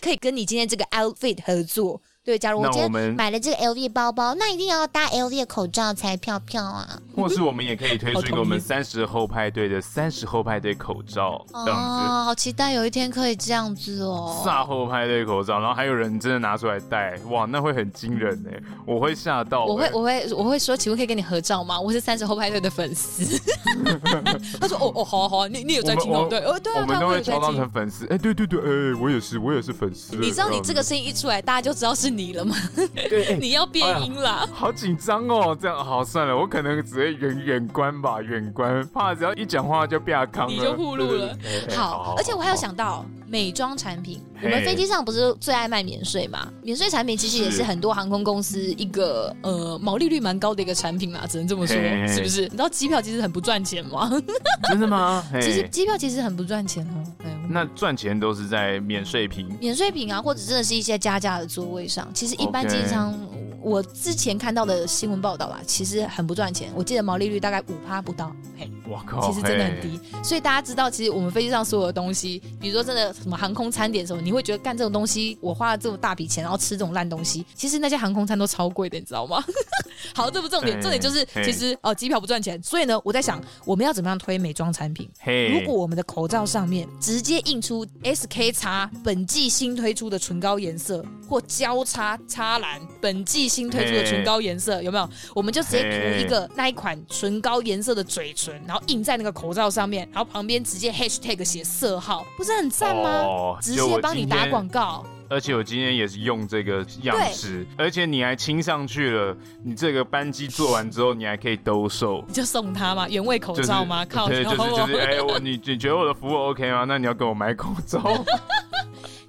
Speaker 2: 可以跟你今天这个 outfit 合作。对，假如我
Speaker 1: 那
Speaker 2: 今
Speaker 1: 我
Speaker 2: 天
Speaker 1: 们
Speaker 4: 买了这个 LV 包包，那一定要搭 LV 的口罩才漂漂啊！
Speaker 1: 或是我们也可以推出一个我们三十后派对的三十后派对口罩这样子。
Speaker 4: 哦，好期待有一天可以这样子哦。
Speaker 1: 萨后派对口罩，然后还有人真的拿出来戴，哇，那会很惊人哎、我会吓到、
Speaker 5: 我会
Speaker 1: 哎
Speaker 5: 我会我会说，请问可以跟你合照吗？我是三十后派对的粉丝。 <laughs> 他说哦哦好啊好啊，你你有在听
Speaker 1: 我
Speaker 5: 哦？
Speaker 1: 们
Speaker 5: 对哦对
Speaker 1: 我
Speaker 5: 啊，
Speaker 1: 们
Speaker 5: 他
Speaker 1: 都
Speaker 5: 我
Speaker 1: 会
Speaker 5: 有在
Speaker 1: 乔装
Speaker 5: 听。
Speaker 1: 成粉丝，哎、对对对，哎、我也是，我也是粉丝。
Speaker 5: 你知道你这个
Speaker 1: 样
Speaker 5: 声音一出来，大家就知道是你了吗？ <laughs>
Speaker 1: 对哎
Speaker 5: 你要变音啦。
Speaker 1: 好紧张哦，这样好算了，我可能只会远远观吧，远观，怕只要一讲话就被他扛了，
Speaker 5: 你就暴露了
Speaker 1: 对。对对哎哎
Speaker 2: 好，而且我还有想到美妆产品，我们
Speaker 1: 嘿
Speaker 2: 飞机上不是最爱卖免税嘛？免税产品其实也
Speaker 1: 是
Speaker 2: 是很多航空公司一个呃毛利率蛮高的一个产品啦，只能这么说，
Speaker 1: 嘿
Speaker 2: 是不是？
Speaker 5: 是你知道机票其实很不赚钱吗？
Speaker 1: 真的吗？嘿
Speaker 2: 其实机票其实很不赚钱哦。哎
Speaker 1: 那赚钱都是在免税品，
Speaker 2: 免税品啊，或者真的是一些加价的座位上，其实一般
Speaker 1: OK
Speaker 2: 经商我之前看到的新闻报道啦，其实很不赚钱。我记得毛利率大概五趴不到，嘿，
Speaker 1: 我靠，
Speaker 2: 嗯其实真的很
Speaker 1: 哦嘿
Speaker 2: 低。所以大家知道，其实我们飞机上所有的东西，比如说真的什么航空餐点什么，你会觉得干这种东西，我花了这么大笔钱，然后吃这种烂东西，其实那些航空餐都超贵的，你知道
Speaker 1: <laughs>
Speaker 2: 吗？好，这不重点，
Speaker 1: 对
Speaker 2: 重点就是
Speaker 1: 嘿
Speaker 2: 其实哦，机票不赚钱。所以呢，我在想，我们要怎么样推美妆产品？
Speaker 1: 嘿，
Speaker 2: 如果我们的口罩上面
Speaker 1: 嗯
Speaker 2: 直接印出 SK 叉本季新推出的唇膏颜色，或交叉叉蓝本季新推出的唇膏颜色，有没有？我们就直接涂一个那一款唇膏颜色的嘴唇，然后印在那个口罩上面，然后旁边直接 hashtag 写色号，不是很赞吗？
Speaker 1: 哦
Speaker 2: 直
Speaker 1: 就
Speaker 2: 接
Speaker 1: 我
Speaker 2: 帮你
Speaker 1: 今
Speaker 2: 打
Speaker 1: 天
Speaker 2: 广告，
Speaker 1: 而且我今天也是用这个样式，而且你还亲上去了，你这个班机做完之后，你还可以兜
Speaker 2: <laughs>
Speaker 1: 售。
Speaker 5: 你就送他嘛，原味口
Speaker 1: 就是
Speaker 5: 罩吗？靠，
Speaker 1: 对，就是
Speaker 2: 哦
Speaker 5: 然后
Speaker 1: 就是，哎、我你你觉得我的服务 OK 吗？那你要给我买口罩， <laughs>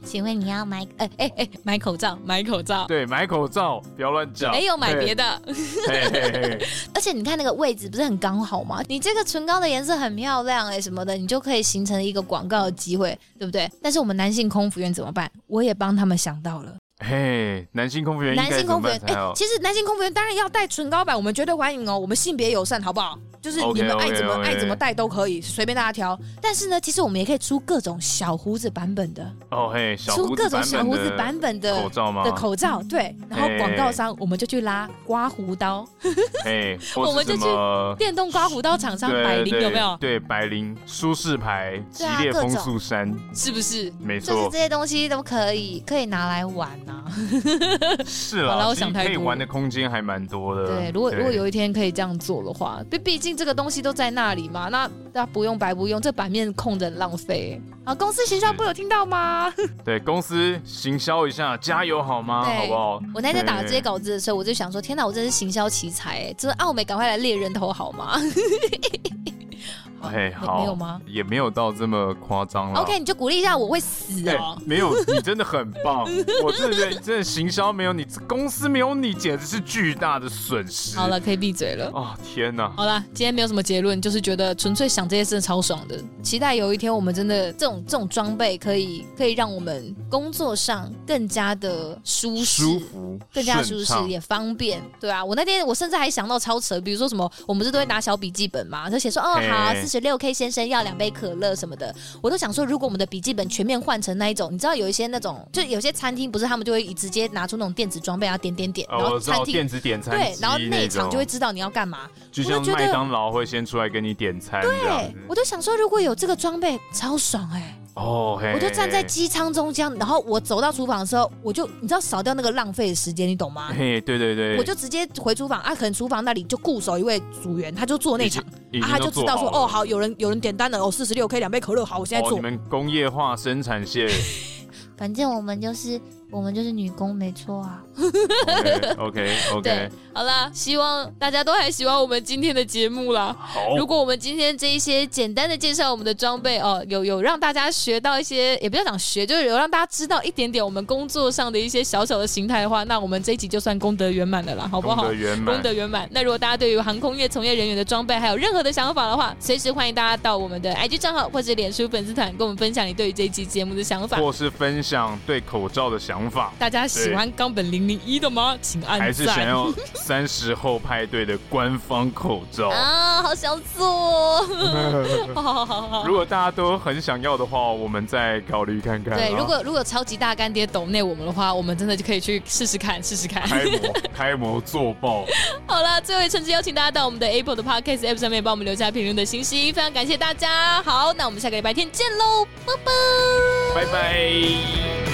Speaker 4: 请问你要买？呃，
Speaker 2: 哎哎哎，买口罩。
Speaker 5: 买口罩，
Speaker 1: 对，买口罩，不要乱讲。
Speaker 5: 没有买别的，
Speaker 1: 嘿嘿嘿
Speaker 2: <laughs>
Speaker 1: 嘿
Speaker 4: 而且你看那个位置不是很刚好吗？你这个唇膏的颜色很漂亮
Speaker 2: 欸
Speaker 4: 哎、什么的，你就可以形成一个广告的机会，对不对？
Speaker 2: 但是我们男性空服员怎么办？我也帮他们想到了。
Speaker 1: 嘿，男性空服员应
Speaker 2: 男
Speaker 1: 该
Speaker 2: 性
Speaker 1: 怎么
Speaker 2: 空服员哎
Speaker 1: 办，才好？
Speaker 2: 其实男性空服员当然要带唇膏版，我们绝对欢迎哦，我们性别友善，好不好？就是你
Speaker 1: OK，
Speaker 2: 们爱
Speaker 1: OK，
Speaker 2: 怎么
Speaker 1: OK
Speaker 2: 爱怎么带都可以，随便大家挑。但是呢，其实我们也可以出各种小胡子版本的，
Speaker 1: 哦嘿，小
Speaker 2: 出
Speaker 1: 胡
Speaker 2: 各
Speaker 1: 子
Speaker 2: 种
Speaker 1: 版
Speaker 2: 小胡子版
Speaker 1: 本
Speaker 2: 本
Speaker 1: 的
Speaker 2: 的
Speaker 1: 口罩吗？
Speaker 2: 的口罩，对。然后
Speaker 1: 哎
Speaker 2: 广告商我们就去拉刮胡刀，
Speaker 1: 嘿，
Speaker 2: 我
Speaker 1: 我
Speaker 2: 们就去电动刮胡刀厂商
Speaker 1: 对
Speaker 2: 百灵
Speaker 1: 对
Speaker 2: 有没有？
Speaker 1: 对，百灵舒适牌，吉
Speaker 4: 对啊
Speaker 1: 列
Speaker 4: 各
Speaker 1: 风
Speaker 4: 种
Speaker 1: 速山，
Speaker 5: 是不是？
Speaker 1: 没
Speaker 4: 就是
Speaker 1: 错
Speaker 4: 这，些东西都可以，可以拿来玩啊。
Speaker 1: 是
Speaker 5: 好啦
Speaker 1: 啦，
Speaker 5: 我
Speaker 1: 其实
Speaker 5: 想太
Speaker 1: 可以
Speaker 5: 多
Speaker 1: 玩
Speaker 5: 了
Speaker 1: 的空间还蛮多的。
Speaker 2: 对，如果如果有一天可以这样做的话，毕毕
Speaker 3: 信这个东西都在那里嘛，那那不用白不用，这版面空着很浪费啊！公司行销部有听到吗？
Speaker 5: 嗯
Speaker 1: 对公司行销一下，加油好吗？
Speaker 2: 对
Speaker 1: 好不好？
Speaker 2: 我那天在打
Speaker 1: 对
Speaker 2: 这些稿子的时候，我就想说：天哪，我真是行销奇才哎！真的奥美，赶快来猎人头好
Speaker 1: <laughs>
Speaker 2: 吗？
Speaker 1: 哎，
Speaker 2: <laughs> 没
Speaker 1: 好，
Speaker 2: 没有吗
Speaker 1: 也没有到这么夸张了。
Speaker 2: ？OK，你就鼓励一下我，我会死
Speaker 1: 哎、
Speaker 2: 哦。
Speaker 1: 没有，你真的很棒！我真的觉得，真的行销没有你，公司没有你，简直是巨大的损失。
Speaker 3: 好了，可以闭嘴了。
Speaker 1: 哦，天哪！
Speaker 3: 好啦，今天没有什么结论，就是觉得纯粹想这些真的超爽的。期待有一天我们真的
Speaker 2: 这种这种装备可以可以让我们工作上更加的舒适，
Speaker 1: 舒服，
Speaker 2: 更加舒
Speaker 1: 顺
Speaker 2: 适
Speaker 1: 畅
Speaker 2: 也方便，对啊。我那天我甚至还想到超扯，比如说什么，我们不是都会拿小笔记本嘛，就写说哦
Speaker 1: 嘿
Speaker 2: 好，四十六 K 先生要两杯可乐什么的，我都想说，如果我们的笔记本全面换成那一种，你知道有一些那种，就有些餐厅不是他们就会直接拿出那种电子装备啊，点点点，然
Speaker 1: 哦，
Speaker 2: 后
Speaker 1: 我知
Speaker 2: 餐
Speaker 1: 道
Speaker 2: 厅。
Speaker 1: 电子点餐
Speaker 2: 对，然后
Speaker 1: 机
Speaker 2: 内
Speaker 1: 种
Speaker 2: 场就会知道你要干嘛。
Speaker 1: 就
Speaker 2: 我
Speaker 1: 像
Speaker 2: 就觉得
Speaker 1: 麦当劳会先出来给你点餐这样
Speaker 2: 对
Speaker 1: 子，
Speaker 2: 我就想说，如果有这个装备，超爽哎、
Speaker 1: 哦，嘿
Speaker 2: 我就站在机舱中间，然后我走到厨房的时候，我就你知道少掉那个浪费的时间，你懂吗？
Speaker 1: 嘿，对对对，
Speaker 2: 我就直接回厨房啊，可能厨房那里就固守一位组员，他就做内场，
Speaker 1: 已
Speaker 2: 啊，
Speaker 1: 经
Speaker 2: 他
Speaker 1: 都
Speaker 2: 就知
Speaker 1: 做
Speaker 2: 道说
Speaker 1: 好了
Speaker 2: 哦，好，有人有人点单了，哦，四十六 K 两杯可乐，好，我现在
Speaker 1: 哦，
Speaker 2: 做
Speaker 1: 你。们工业化生产
Speaker 2: <laughs>
Speaker 1: 线
Speaker 4: 反正我们就是我们就是女工，没错啊。
Speaker 1: ，OK
Speaker 3: 对
Speaker 1: OK，
Speaker 3: 好啦，希望大家都还喜欢我们今天的节目啦。
Speaker 1: 好
Speaker 3: 如果我们今天这一些简单的介绍我们的装备哦，有有让大家学到一些，也不要讲学，就是有让大家知道一点点我们工作上的一些小小的形态的话，那我们这一集就算功德圆满了啦，好不
Speaker 1: 功
Speaker 3: 好
Speaker 1: 德？圆
Speaker 3: 功
Speaker 1: 满
Speaker 3: 德，圆满。那如果大家对于航空业从业人员的装备还有任何的想法的话，随时欢迎大家到我们的 IG 账号或者脸书粉丝团，跟我们分享你对于这一期节目的想法。
Speaker 1: 或是分享对口罩的想法，
Speaker 3: 大家喜欢冈本零零一的吗？请按
Speaker 1: 还是想
Speaker 3: 赞。
Speaker 1: 要三十后派对的官方口罩。
Speaker 2: 啊，好想做、哦！
Speaker 3: 好好好好
Speaker 1: <laughs> 如。果大家都很想要的话，我们再考虑看看啊。
Speaker 3: 对，如果如果超级大干爹懂内我们的话，我们真的就可以去试试看，试试看。
Speaker 1: 开模开模做
Speaker 2: <laughs>
Speaker 1: 爆，
Speaker 3: 好了，最后也诚挚邀请大家到我们的 Apple 的 Podcast app 上面帮我们留下评论的星星，非常感谢大家。好，那我们下个礼拜天见喽，拜拜。
Speaker 1: 拜拜。